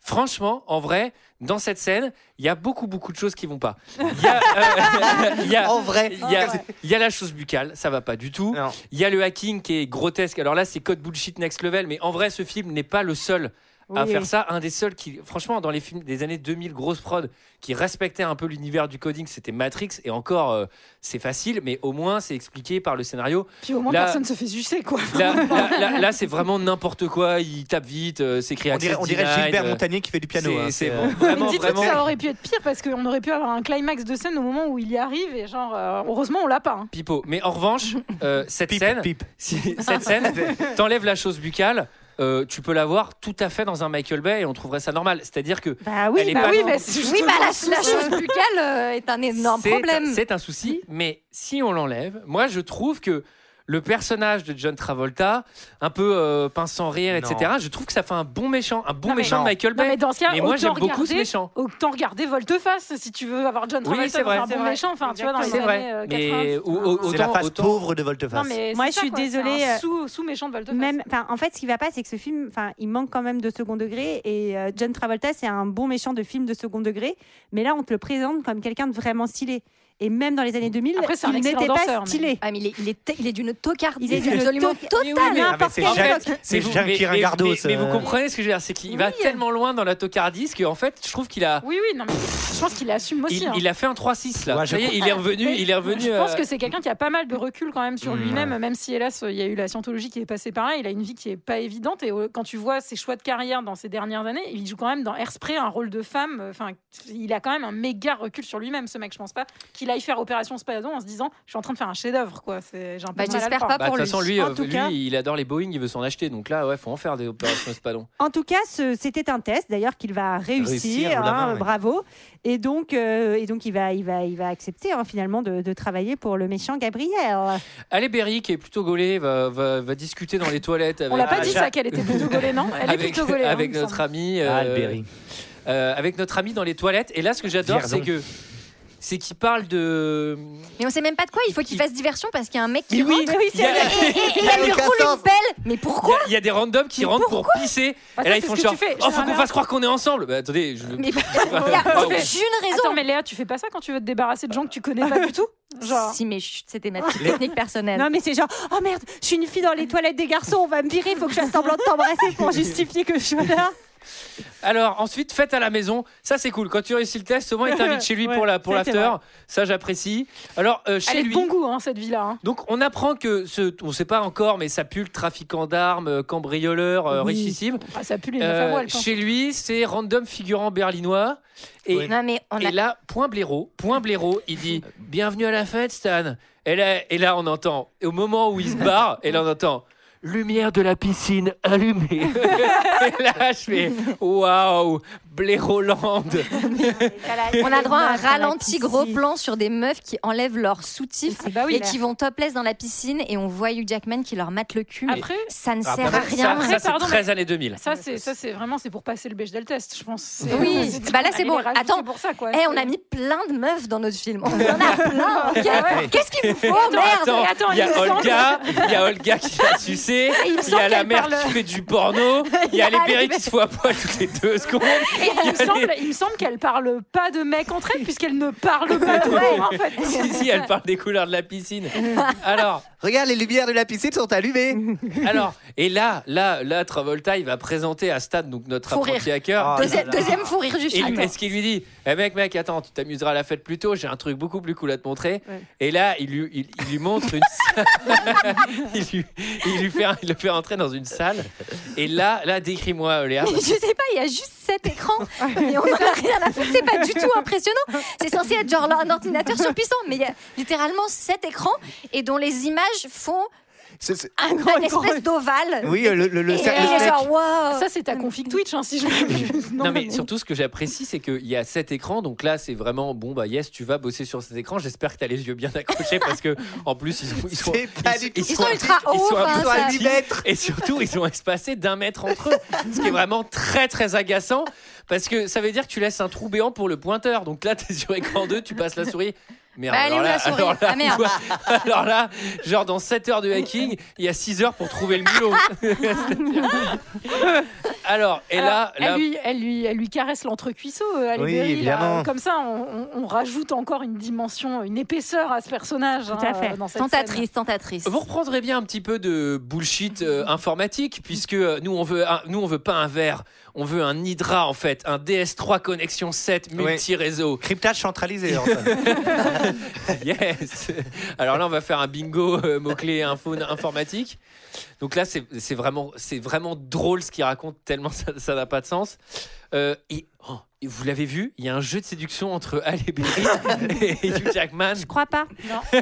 A: Franchement, en vrai, dans cette scène, il y a beaucoup, beaucoup de choses qui vont pas. Il y a, euh, il y a-
G: En vrai.
A: il y a- il y a la chose buccale, ça va pas du tout.
G: Non.
A: Il y a le hacking qui est grotesque. Alors là, c'est code bullshit next level, mais en vrai, ce film n'est pas le seul à
B: Oui.
A: faire ça. Un des seuls qui, franchement, dans les films des années 2000, grosse prod, qui respectait un peu l'univers du coding, c'était Matrix. Et encore, euh, c'est facile, mais au moins, c'est expliqué par le scénario.
F: Puis au moins,
A: Là-
F: personne se fait sucer, quoi.
A: Là, là, là- là, c'est vraiment n'importe quoi. Il tape vite, euh, c'est écrit
G: On dirait,
A: Access
G: on dirait
A: Denied,
G: Gilbert
A: euh,
G: Montagnier qui fait du piano.
A: c'est-
G: hein,
A: c'est
G: c'est,
A: bon,
G: euh,
F: Mais
A: vraiment,
F: dites-vous que
A: vraiment.
F: ça aurait pu être pire parce qu'on aurait pu avoir un climax de scène au moment où il y arrive et genre, euh, heureusement, on l'a pas. hein.
A: Pipo. Mais en revanche, euh, cette
G: Pipe,
A: scène,
G: pipe.
A: si- cette scène, t'enlèves la chose buccale. euh, tu peux la voir tout à fait dans un Michael Bay et on trouverait ça normal. C'est-à-dire que
B: bah oui
A: Elle est
B: bah
A: pas
B: oui
A: dans-
B: mais
F: c'est
J: Oui,
F: justement
J: bah la,
F: ça.
J: la chose buccale euh, est un énorme
A: c'est-
J: problème.
A: c'est un souci, mais si on l'enlève, moi je trouve que le personnage de John Travolta, un peu euh, pince sans rire,
G: Non.
A: etc., je trouve que ça fait un bon méchant, un bon
F: Non, mais-
A: méchant
G: Non.
A: de Michael
F: Non,
A: Bay.
F: mais dans ce cas,
A: Mais moi,
F: autant
A: j'aime beaucoup ce
F: regarder-
A: méchant.
F: Autant regarder Volte-Face si tu veux avoir John
A: Oui, c'est
F: Travolta dans
A: vrai,
F: un
A: c'est
F: bon
A: vrai.
F: méchant. Enfin, tu vois, dans les
A: C'est vrai.
F: années euh,
A: mais
F: 90.
A: au- au-
G: c'est la
A: autant-
G: face
A: autant-
G: pauvre de Volte-face.
F: Non, mais
B: Moi,
F: c'est
B: je
F: ça,
B: suis
F: quoi, c'est
B: désolée,
F: un
B: euh,
F: Sous, sous méchant de Volte-Face.
B: même enfin en fait ce qui va pas c'est que ce film enfin il manque quand même de second degré et euh, John Travolta c'est un bon méchant de film de second degré mais là on te le présente comme quelqu'un de vraiment stylé et même dans les années 2000
F: Après, c'est un
B: il
F: excellent
B: n'était
F: danseur,
B: pas
F: mais-
B: stylé
J: Ah, mais il est, il est, il est d'une tocardie
B: Il est d'une
J: absolument
B: toca-
J: totale.
A: Ah, mais-
B: n'importe
G: Ah, c'est
B: quelle
A: Jacques-
B: époque.
G: C'est
A: Mais vous-
G: Jean
A: mais-
G: qui
A: mais-
G: regarde euh.
A: mais- Mais vous comprenez ce que je veux dire, c'est qu'il va
F: Oui.
A: tellement loin dans la tocardise qu'en fait, je trouve qu'il a,
F: Oui, oui, non, mais je pense qu'il assume aussi.
A: il,
F: hein.
A: il a fait un 3-6 là.
G: Ouais, je
A: Ça y est, il est revenu,
F: Mais
A: il est revenu.
F: Je pense
A: euh,
F: que c'est quelqu'un qui a pas mal de recul quand même sur
G: Mmh.
F: lui-même, même si hélas il y a eu la scientologie qui est passée par là. Il a une vie qui est pas évidente et euh, quand tu vois ses choix de carrière dans ces dernières années, il Euh, joue quand même dans Airspray un rôle de femme. Enfin, il a quand même un méga recul sur lui-même, ce mec. Je pense pas qu'il qu'il aille faire Opération Spadon en se disant je suis en train de faire un chef-d'œuvre quoi. C'est, j'ai un peu
J: Bah,
F: de mal à le
J: j'espère
F: croire.
J: pas
A: Bah, De toute façon, lui,
B: En
A: euh,
B: tout
A: lui,
B: cas-
A: il adore les Boeing, il veut s'en acheter. Donc là, ouais, faut en faire des opérations Spadon.
B: En tout cas, ce- c'était un test d'ailleurs qu'il va réussir.
A: Réussir, oh la
B: hein,
A: main, ouais.
B: Bravo. Et donc, euh, et donc il va, il va, il va accepter hein, finalement de, de travailler pour le méchant Gabriel.
A: Allez, Berry, qui est plutôt gaulé, va, va, va discuter dans les toilettes. Avec...
F: On l'a pas
A: Ah,
F: dit
A: Jacques.
F: ça qu'elle était plutôt gaulée non Elle est
A: avec,
F: plutôt gaulée. hein,
A: avec
F: il me
A: notre
F: semble.
A: ami euh,
G: Ah, le Berry.
A: euh, avec notre ami dans les toilettes et là ce que j'adore
G: Viardon.
A: c'est que c'est qu'il parle de
J: Mais on sait même pas de quoi, il faut qu'il fasse diversion parce qu'il y a un mec qui
A: Mais oui,
J: rentre
A: mais oui,
J: et
A: c'est vrai.
J: et- et
A: Ça a
J: elle lui
A: aucun
J: roule
A: sens.
J: une pelle. Mais pourquoi
A: il y, a des randoms qui
J: Mais
A: rentrent pour
J: pourquoi
A: pisser et
F: Bah, ça,
A: là ils
F: c'est
A: font
F: ce que
A: genre
F: tu fais,
A: oh faut qu'on
F: généralement.
A: fasse croire qu'on est ensemble Bah, attendez je...
J: Mais
F: Il y a
A: Pardon.
F: aucune
J: raison.
F: Attends, mais Léa, tu fais pas ça quand tu veux te débarrasser de gens que tu connais pas du tout Genre.
J: Si mais chut, c'était ma petite technique personnelle.
B: Non mais c'est genre oh merde, je suis une fille dans les toilettes des garçons, on va me virer, il faut que je fasse semblant de t'embrasser pour justifier que je suis là.
A: alors ensuite faites à la maison ça c'est cool quand tu réussis le test au moins il t'invite chez lui pour la pour
B: ça, c'est
A: l'after
B: vrai.
A: ça j'apprécie alors euh,
F: Elle
A: chez
F: est de
A: lui
F: bon goût hein, cette vie là.
A: Donc on apprend que ce, on sait pas encore, mais ça pue le trafiquant d'armes, euh, cambrioleur, euh,
F: Oui.
A: richissime.
F: Ah, ça pue les meufs à
A: Euh,
F: moi, elle pense.
A: chez lui, c'est random figurant berlinois. Et,
J: Non mais on
A: et
J: a
A: là, point blaireau, point blaireau, il dit Bienvenue à la fête, Stan. Et là, et là on entend, et au moment où il se barre, et là, on entend Lumière de la piscine allumée. et là, je fais Waouh, blaireauland.
J: on a droit à un ralenti gros plan sur des meufs qui enlèvent leur soutif
F: Bah oui,
J: et qui vont topless dans la piscine et on voit Hugh Jackman qui leur mate le cul. mais
F: Après,
J: ça ne
A: Ah,
J: sert à
A: bah,
J: rien.
A: Ça, ça, c'est
F: pardon,
A: 13 années 2000.
F: ça c'est ça c'est vraiment c'est pour passer le Bechdel test, je pense. C'est-
J: Oui,
F: c'est-
J: bah là c'est
F: elle
J: bon.
F: est rajoutée
J: Attends,
F: pour ça quoi.
J: Eh, on a mis plein de meufs dans notre film. On en a plein. ok
F: Ouais.
J: Qu'est-ce qu'il vous faut
F: Attends,
J: merde
A: Attends,
F: attends,
A: il y
F: il me
A: a
F: semble-
A: Olga, il y a Olga qui a sucé,
J: Il me
A: il y a
J: semble
A: la
J: qu'elle
A: mère
J: parle-
A: qui fait du porno, il y a les périls qui se font à poil toutes les deux secondes.
F: Et il, me semble, il me semble qu'elle parle pas de mec entre elles puisqu'elle ne parle pas de mec en fait.
A: si, si, elle parle des couleurs de la piscine. Alors,
G: Regarde, les lumières de la piscine sont allumées.
A: alors, et là, là, là, Travolta, il va présenter à Stan, donc notre
J: Fou rire.
A: apprenti hacker.
G: Ah,
J: Deuxième, deuxième fou rire du
A: Et
J: film.
A: lui, est-ce qu'il lui dit Eh mec, mec, attends, tu t'amuseras à la fête plus tôt, j'ai un truc beaucoup plus cool à te montrer.
B: Ouais.
A: Et là, il lui, il, il lui montre une salle. il, lui, il lui fait, il le fait entrer dans une salle. Et là, là, décris-moi, Léa.
J: Je sais pas, il y a juste sept écrans et on en a rien à foutre. C'est pas du tout impressionnant. C'est censé être genre un ordinateur surpuissant, mais il y a littéralement sept écrans et dont les images font
G: C'est- c'est-
J: un, un espèce d'ovale.
G: Oui, euh, le, le, le,
J: Et
G: cer- le
J: il est
G: steak.
J: genre, waouh.
F: Ça c'est ta config Twitch hein, si je m'abuse.
A: Non, mais, surtout ce que j'apprécie c'est qu'il y a sept écrans donc là c'est vraiment bon bah yes tu vas bosser sur cet écran j'espère que t'as les yeux bien accrochés parce que en plus ils sont ils sont,
G: C'est pas du tout-
J: Ils sont ultra hauts,
A: un
J: enfin,
A: peu
G: Soit à
J: ça-
A: petits,
G: 10 mètres.
A: et surtout ils sont espacés d'un mètre entre eux ce qui est vraiment très très agaçant parce que ça veut dire que tu laisses un trou béant pour le pointeur donc là t'es sur écran 2 tu passes la souris Merde,
J: Bah, elle est
A: alors,
J: où,
A: là,
J: la souris
A: alors là,
J: Ah, merde.
A: quoi Alors là, genre dans 7 heures de hacking, il y a 6 heures pour trouver le boulot. C'est-à-dire- alors, et là,
F: elle,
A: Ah, là
F: lui, elle, lui, elle lui caresse l'entrecuisseau, euh, Halle
G: Oui,
F: Berry, là.
G: évidemment.
F: Comme ça, on, on- on rajoute encore une dimension, une épaisseur à ce personnage.
B: Tout à fait.
F: euh, dans cette scène.
J: Tentatrice, tentatrice.
A: Vous reprendrez bien un petit peu de bullshit euh, informatique puisque euh, nous on veut un- nous on veut pas un verre, on veut un Hydra en fait, un DS3 connexion 7
G: Ouais.
A: multi-réseau.
G: Cryptage centralisé. Antoine.
A: Yes. Alors là on va faire un bingo euh, mot-clé info informatique. Donc là c'est c'est vraiment c'est vraiment drôle ce qu'il raconte tellement ça ça n'a pas de sens. Euh, et, oh, et vous l'avez vu, il y a un jeu de séduction entre Halle Berry et Hugh Jackman.
B: Je crois pas.
F: Non.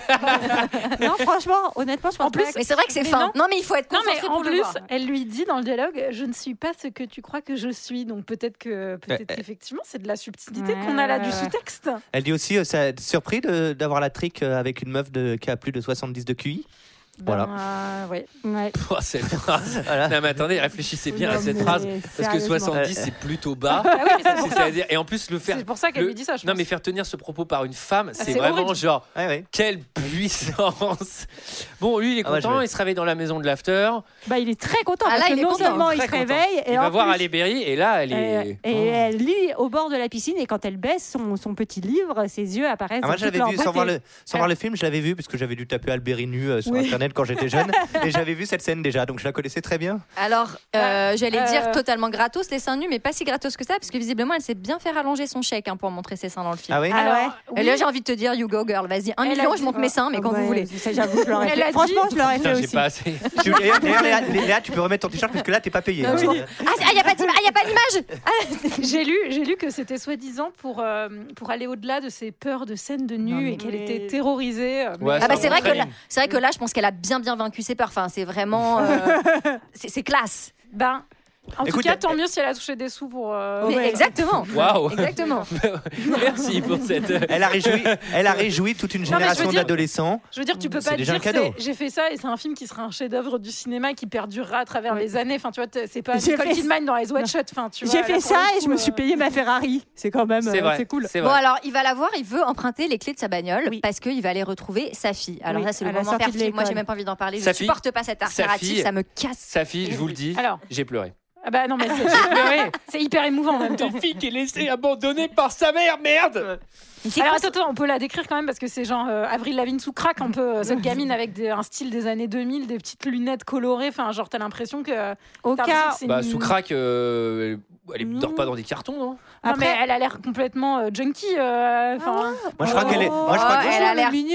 B: non, franchement, honnêtement, je pense
F: En plus,
B: pas.
J: Mais c'est vrai que c'est
F: Mais
J: fin.
F: non.
J: Non, mais il faut être
F: Non,
J: concentré
F: mais en
J: pour le
F: plus,
J: voir.
F: elle lui dit dans le dialogue Je ne suis pas ce que tu crois que je suis. Donc peut-être
A: Euh,
F: que, peut-être qu'effectivement, c'est de la subtilité
B: Ouais,
F: qu'on a là
B: ouais,
F: du
B: ouais.
F: sous-texte.
G: Elle dit aussi, euh, ça surpris de- d'avoir la trique euh, avec une meuf de, qui a plus de 70 de QI. Voilà.
F: Ben, euh, ouais.
B: Ouais.
A: Oh, cette phrase.
G: Voilà.
A: Non mais attendez, réfléchissez bien à
B: Non,
A: cette
B: mais
A: phrase. Parce que
B: sérieusement.
A: 70, c'est plutôt bas.
F: Ah oui, mais c'est pour ça.
A: C'est-à-dire, et en plus, le faire.
F: C'est pour ça qu'elle
A: le-
F: lui dit ça. Je
A: non,
F: pense. Ah,
A: mais faire tenir ce propos par une femme, c'est
F: c'est
A: vraiment
F: horrible.
A: genre,
G: Ouais, ouais.
A: quelle puissance Bon, lui, il est
G: Ah ouais,
A: content,
G: je vais.
A: il se réveille dans la maison de l'after,
B: Bah, il est très content.
J: Ah,
B: parce
J: là,
B: que
J: il est
B: non
J: content.
B: seulement il
A: Très
B: se
A: content.
B: réveille, et
A: il
B: en
A: va voir
B: plus,
A: Halle Berry, et là, elle
B: euh,
A: est. Oh,
B: Et
G: oh.
B: elle lit au bord de la piscine, et quand elle baisse son, son petit livre, ses yeux apparaissent.
G: Ah, moi,
B: dans
G: je l'avais
B: toute leur
G: vu, sans
B: beauté.
G: voir, le, sans
B: Ah.
G: voir le film, je l'avais vu parce que j'avais dû taper Albéry nu euh, sur
F: Oui.
G: Internet internet quand j'étais jeune et j'avais vu cette scène déjà, donc je la connaissais très bien.
J: Alors, euh,
B: Ah,
J: j'allais
F: euh,
J: dire totalement gratos les seins nus, mais pas si gratos que ça, parce que visiblement, elle s'est bien fait rallonger son chèque hein, pour montrer ses seins dans le film.
G: Ah oui
F: Alors,
J: Et là,
F: oui.
J: j'ai envie de te dire, you go girl, vas-y, un
F: Elle a
J: million,
F: dit-
J: je monte mes seins, mais quand
B: Ouais,
J: vous voulez.
B: ça, j'avoue, je l'aurais
F: Elle
B: fait.
F: a dit-
B: Franchement, je l'aurais fait
A: Putain, j'ai
B: aussi.
A: pas assez.
G: Tu- et d'ailleurs, Léa, Léa, tu peux remettre ton t-shirt parce que là, t'es pas payé. hein.
J: Ah, il n'y a pas d'im- ah, y a pas d'image
F: J'ai lu, j'ai lu que c'était soi-disant pour, euh, pour aller au-delà de ses peurs de scène de
B: Non,
F: nu
B: mais-
F: et qu'elle était terrorisée. euh,
A: Ouais,
F: mais-
J: Ah bah,
A: Ça
J: c'est vrai, que
A: montre
J: là,
A: une-
J: c'est vrai que là, je pense qu'elle a bien bien vaincu ses peurs. Enfin, c'est vraiment. euh, c'est c'est classe.
F: Ben, en
G: Écoute,
F: tout cas,
G: elle-
F: tant mieux si elle a touché des sous pour. euh,
J: Mais
F: ouais.
J: Exactement.
A: Waouh.
J: Exactement.
A: Merci pour cette.
G: Elle a réjoui, elle a réjoui toute une
F: mais je veux
G: génération
F: dire-
G: d'adolescents.
F: Je veux dire, tu peux
G: C'est
F: pas
G: déjà
F: dire
G: un cadeau.
F: c'est- j'ai fait ça et c'est un film qui sera un chef-d'œuvre du cinéma qui perdurera à travers les années. Enfin, tu vois, t'es- c'est pas
B: J'ai
F: Nicole
B: fait-
F: Kidman dans les Watch Shot. Enfin, tu vois,
B: J'ai
F: là,
B: fait
F: pour
B: ça
F: le
B: et
F: coup,
B: je me suis
F: euh,
B: payé ma Ferrari. C'est quand même,
A: C'est
B: euh,
A: vrai.
B: c'est cool.
A: C'est
J: Bon,
A: vrai.
J: alors, il va la voir, il veut emprunter les clés de sa bagnole
B: Oui.
J: parce qu'il va aller retrouver sa fille. Alors,
B: Oui,
J: là, c'est le
B: à la
J: moment
B: sortie de
J: perfide. Moi, j'ai
B: l'école.
J: même pas envie d'en parler. Je
A: Sa fille-
J: supporte pas cette
A: sa
J: alternative,
A: fille-
J: ça me casse.
A: Sa fille, je vous le dis,
F: Alors,
A: j'ai pleuré.
F: ah bah non, mais c'est- j'ai pleuré. c'est hyper émouvant en même temps.
A: Une fille qui est laissée abandonnée par sa mère, merde
F: Alors attends, attends, on peut la décrire quand même parce que c'est genre euh, Avril Lavigne sous crack un peu euh, cette gamine avec des- un style des années 2000, des petites lunettes colorées. Enfin, genre t'as l'impression que t'as
B: Au
F: l'impression
B: cas.
F: que c'est
A: Bah,
F: une-
A: sous crack, euh, elle elle
B: Mmh.
A: dort pas dans des cartons, hein. non
F: Non,
B: Après-
F: mais elle a l'air complètement euh, junkie. euh,
J: Ah
F: Enfin,
G: Moi, je crois
B: Oh.
G: qu'elle est, moi, je crois que-
B: Elle
J: elle, a l'air,
B: est
J: elle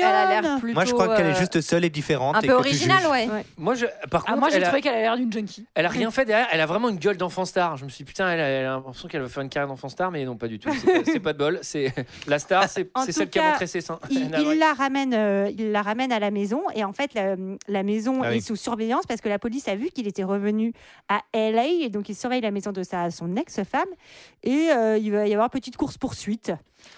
J: a l'air
B: mignonne.
J: plutôt.
G: moi, je crois qu'elle est
J: euh,
G: juste seule et différente.
J: Un
G: et
J: peu
G: que tu
J: originale,
G: juges.
J: ouais.
A: Moi, je, par
F: ah,
A: contre,
F: moi j'ai
A: elle, a,
F: trouvé qu'elle a l'air d'une junkie.
A: elle a rien fait derrière. Elle a vraiment une gueule d'enfant star. Je me suis dit, putain, elle a, elle a l'impression qu'elle veut faire une carrière d'enfant star, mais non, pas du tout. C'est pas- C'est pas de bol. C'est la star, c'est
B: En
A: c'est
B: tout
A: celle qui a
B: cas,
A: montré ses seins.
B: il,
A: Anna
B: il
A: Wright.
B: la ramène, euh, il la ramène à la maison et en fait la, la maison
G: Ah
B: est
G: oui.
B: sous surveillance parce que la police a vu qu'il était revenu à LA et donc il surveille la maison de sa son ex-femme et euh, il va y avoir petite course poursuite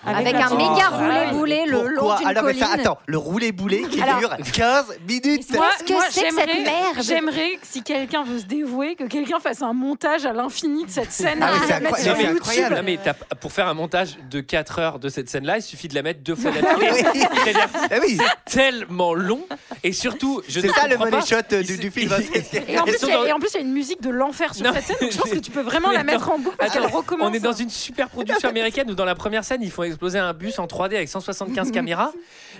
J: Avec
B: la
J: un
B: petite-
J: méga
G: Oh.
J: roulé-boulé le long
G: Pourquoi
J: d'une
G: Alors, mais ça,
J: colline.
G: attends, le roulé-boulé qui
J: Alors-
G: dure 15 minutes.
J: Mais Qu'est-ce que c'est que cette
F: j'aimerais-
J: merde
F: J'aimerais que si quelqu'un veut se dévouer, que quelqu'un fasse un montage à l'infini de cette scène.
G: Ah oui,
F: et
G: c'est
F: la mette
G: incroyable.
F: sur
G: Non, mais
F: YouTube.
G: incroyable.
A: Non, mais t'as- pour faire un montage de 4 heures de cette scène-là, il suffit de la mettre deux fois d'affilée.
G: Oui.
A: C'est-à-dire
G: Eh oui,
A: tellement long. Et surtout, je
G: c'est
A: ne
G: ça le
A: comprends
G: money
A: pas.
G: shot euh,
A: Ils
G: du,
A: se-
G: du film.
F: Et en,
A: Elles
F: plus,
A: sont
F: il y a-
A: dans-
F: et en plus, il y a une musique de l'enfer sur
A: Non,
F: cette scène. donc je pense
A: mais-
F: que tu peux vraiment la
A: mais
F: mettre en boucle parce qu'elle
A: Attends,
F: recommence. hein.
A: On est dans une super production américaine où dans la première scène, ils font exploser un bus en 3D avec 175 caméras.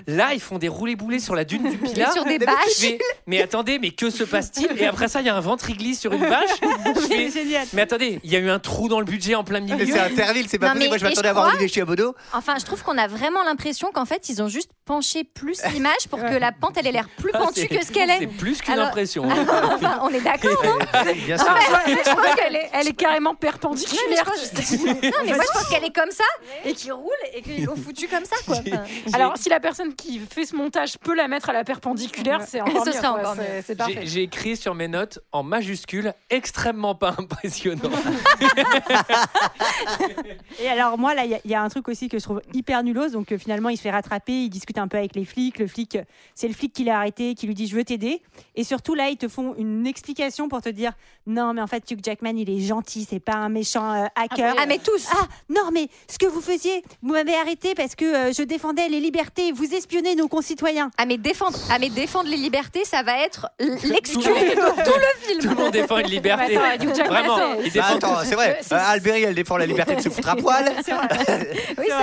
A: Là, ils font des roulés-boulés sur la dune du Pilat.
J: sur des bâches.
A: Mais, mais attendez, mais que se passe-t-il Et après ça, il y a un ventriglisse sur une bâche. Je fais,
B: génial.
A: mais attendez, il y a eu un trou dans le budget en plein
G: Mais
A: milieu.
G: c'est un Terville, c'est pas
J: Non, mais-
G: possible. Moi, je
J: et
G: m'attendais
J: je
G: à avoir
J: crois-
G: Olivier Chiabodo.
J: Enfin, je trouve qu'on a vraiment l'impression qu'en fait, ils ont juste penché plus l'image pour que la pente, elle ait l'air plus
A: Ah,
J: pentue
A: c'est-
J: que ce qu'elle
A: C'est
J: est.
A: plus qu'une
J: Alors- ah,
A: impression.
J: Enfin, on est d'accord, non
G: Bien
F: Ah,
G: sûr.
F: ouais, je pense qu'elle est, elle est carrément perpendiculaire.
J: Non, mais je pense- Non, mais moi, je pense qu'elle est comme ça et qu'il roule et qu'ils l'ont foutu comme ça, quoi. Enfin,
F: Alors, si la personne qui fait ce montage peut la mettre à la perpendiculaire, c'est encore
J: Ce
F: mieux,
J: serait
F: quoi.
J: encore
F: C'est-
J: mieux.
F: C'est
A: J'ai-
F: parfait.
A: J'ai écrit sur mes notes en majuscule extrêmement pas impressionnant.
B: Et alors moi là, il y a- il y, a un truc aussi que je trouve hyper nulos. Donc euh, finalement, il se fait rattraper, il discute un peu avec les flics. Le flic, euh, c'est le flic qui l'a arrêté, qui lui dit je veux t'aider. Et surtout là, ils te font une explication pour te dire non mais en fait, Hugh Jackman, il est gentil, c'est pas un méchant euh, hacker.
J: Ah, mais tous
B: Ah non mais ce que vous faisiez, vous m'avez arrêté parce que euh, je défendais les libertés, vous espionnez nos concitoyens.
J: Ah mais défendre, ah mais défendre les libertés, ça va être l- l'excuse
A: Tout le
J: de
A: monde-
J: tout le film.
A: Tout le monde défend une liberté.
F: Mais attends, Hugh Jackman,
A: Vraiment,
F: c'est-
A: il
G: Bah,
A: défend
G: attends, c'est vrai.
F: c'est-
G: Euh, Alberi, elle défend la liberté de se foutre à poil.
J: Oui, c'est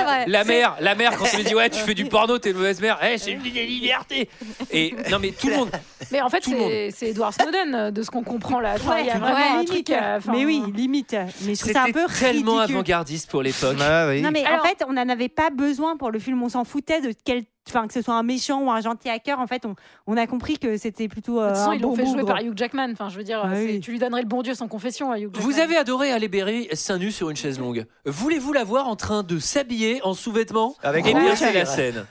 J: vrai.
A: La mère, la mère, quand on lui dit ouais, tu fais du porno, t'es une mauvaise mère. Eh, c'est une des libertés. Et non, mais tout le monde.
F: Mais en fait,
A: Tout le monde.
F: c'est- c'est Edward Snowden euh, de ce qu'on comprend là. Enfin, Il y a
B: Ouais,
F: vraiment un
B: limite.
F: truc. euh, enfin,
B: mais oui,
D: hein.
B: limite. Mais je trouve
A: C'était
B: ça un peu
A: tellement
B: ridicule.
A: avant-gardiste pour l'époque.
G: Ah, oui.
B: Non mais
F: Alors-
B: en fait, on n'en avait pas besoin pour le film. On s'en foutait de quel, enfin que ce soit un méchant ou un gentil hacker. En fait, on, on a compris que c'était plutôt.
F: De
B: euh,
F: toute façon,
B: un
F: ils l'ont
B: bon
F: fait jouer
B: bougre.
F: par Hugh Jackman. Enfin, je veux dire,
B: Ah
F: c'est-
B: oui.
F: tu lui donnerais le bon Dieu sans confession à Hugh Jackman.
A: Vous avez adoré Halle Berry seins nus sur une chaise longue. Voulez-vous la voir en train de s'habiller en sous-vêtements
G: Avec
A: Eh
G: une
A: bien,
G: bouche
A: c'est la
G: à rire.
A: scène.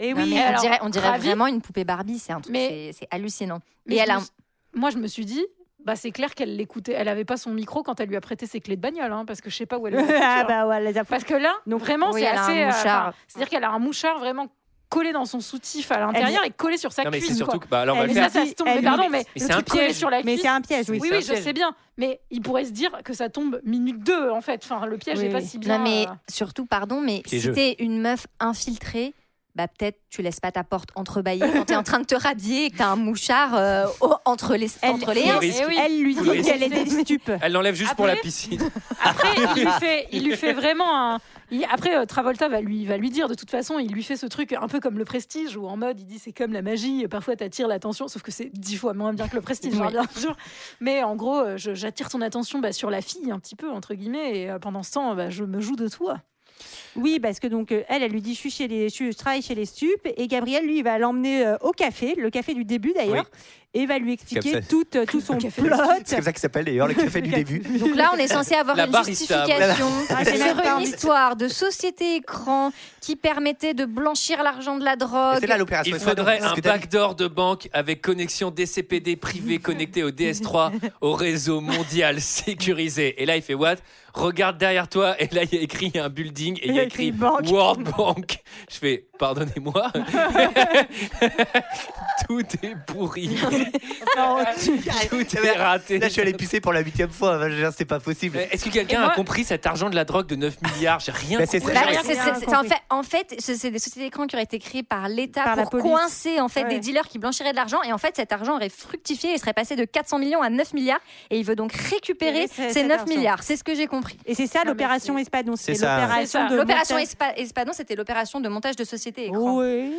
B: Et
J: Non,
B: oui.
J: mais on
F: alors,
J: dirait, on dirait
F: ravi.
J: vraiment une poupée Barbie, c'est un truc,
F: Mais-
J: c'est- c'est hallucinant.
F: Mais
J: Et
F: je
J: elle a,
F: me suis- Moi, je me suis dit, bah, c'est clair qu'elle l'écoutait. Elle avait pas son micro quand elle lui a prêté ses clés de bagnole, hein, parce que je sais pas où elle les a foutues,
B: ah
F: hein.
B: bah ouais, les applaudissements.
F: Parce que là,
B: Donc,
F: vraiment,
J: oui,
F: c'est
J: elle a un
F: assez. euh,
J: mouchard.
F: enfin, C'est-à-dire qu'elle a un mouchard vraiment collé dans son soutif à l'intérieur et collé sur sa
A: Non, mais c'est
F: cuisse.
A: surtout
F: quoi.
A: que bah, là, on va
B: Elle
A: le
F: Mais
B: est
F: ça,
A: faire.
F: ça se tombe.
B: Elle
F: Mais
B: lui
F: pardon,
A: met-
F: mais,
A: mais
F: le
A: c'est un
F: truc collé
A: piège.
F: sur la
B: Mais
F: cuisse.
B: c'est un piège, oui.
F: Oui,
A: c'est un
F: oui, je
A: piège.
F: sais bien. Mais il pourrait se dire que ça tombe minute 2, en fait. Enfin, le piège
B: Oui,
F: n'est pas
B: oui.
F: si
J: non
F: bien.
J: mais
F: euh,
J: surtout, pardon, mais si
G: Piégeux.
J: t'es une meuf infiltrée, bah peut-être tu laisses pas ta porte entrebâillée quand t'es en train de te radier et que t'as un mouchard euh, au- entre les
B: Elle-
J: entre les
A: Full
J: hanches.
A: risque.
B: Eh oui. Elle lui
A: Full
B: dit
A: risque.
B: qu'elle est des stupes.
A: Elle l'enlève juste pour la
F: Après-
A: piscine.
F: Après, il lui fait, il lui fait vraiment un. il- Après, euh, Travolta va lui, va lui dire, de toute façon, il lui fait ce truc un peu comme le prestige, où en mode, il dit c'est comme la magie, parfois t'attires l'attention, sauf que c'est dix fois moins bien que le prestige, hein,
J: Oui.
F: bien sûr. Mais en gros, euh, je- j'attire ton attention bah, sur la fille, un petit peu, entre guillemets, et euh, pendant ce temps, bah, je me joue de toi.
B: Oui, parce que donc euh, elle, elle lui dit je, suis chez les, je, suis- je travaille chez les stupes et Gabriel lui il va l'emmener euh, au café, le café du début d'ailleurs, et va lui expliquer
G: ça.
B: tout, euh, tout son plot.
G: C'est comme ça qu'il s'appelle d'ailleurs le café du début.
J: Donc là, on est censé avoir
A: La
J: une
A: barista,
J: justification
B: Ah, j'ai même pas
J: sur une
B: envie.
J: histoire de société écran qui permettait de blanchir l'argent de la drogue.
G: C'est là l'opération.
A: Il
G: Sodome,
A: faudrait
G: parce
A: un
G: que t'as dit-
A: backdoor de banque avec connexion DCPD privé connecté au DS3 au réseau mondial sécurisé. Et là, il fait what Regarde derrière toi et là, il y a écrit un building et il y a écrit
B: banque.
A: World Bank. Je fais pardonnez-moi. Tout est pourri. Tout est raté.
G: Là, je suis allé pisser pour la huitième fois. Enfin, je veux dire, C'est pas possible.
A: Euh, Est-ce que quelqu'un
F: Et moi-
A: a compris cet argent de la drogue de 9 milliards J'ai rien
G: Bah, c'est
A: compris.
J: Bah,
G: J'ai
J: c'est-
B: rien
J: c'est- c'est- en
B: compris.
J: fait, en fait, c'est c'est des sociétés d'écran qui auraient été créées par l'État
B: Par la
J: pour
B: police.
J: coincer en fait
B: Ouais.
J: des dealers qui blanchiraient de l'argent. Et en fait, cet argent aurait fructifié et serait passé de 400 millions à 9 milliards. Et il veut donc récupérer
B: Et c'est-
J: ces
B: cet
J: 9
B: argent.
J: milliards. C'est ce que j'ai compris.
B: Et c'est ça
F: mais
B: l'opération
F: c'est-
B: Espadon, c'est
G: C'est ça.
F: C'est
B: l'opération
F: ça.
B: de
J: L'opération
B: montage- Oh,
J: Espa- Espadon, c'était l'opération de montage de société écran.
B: Oui.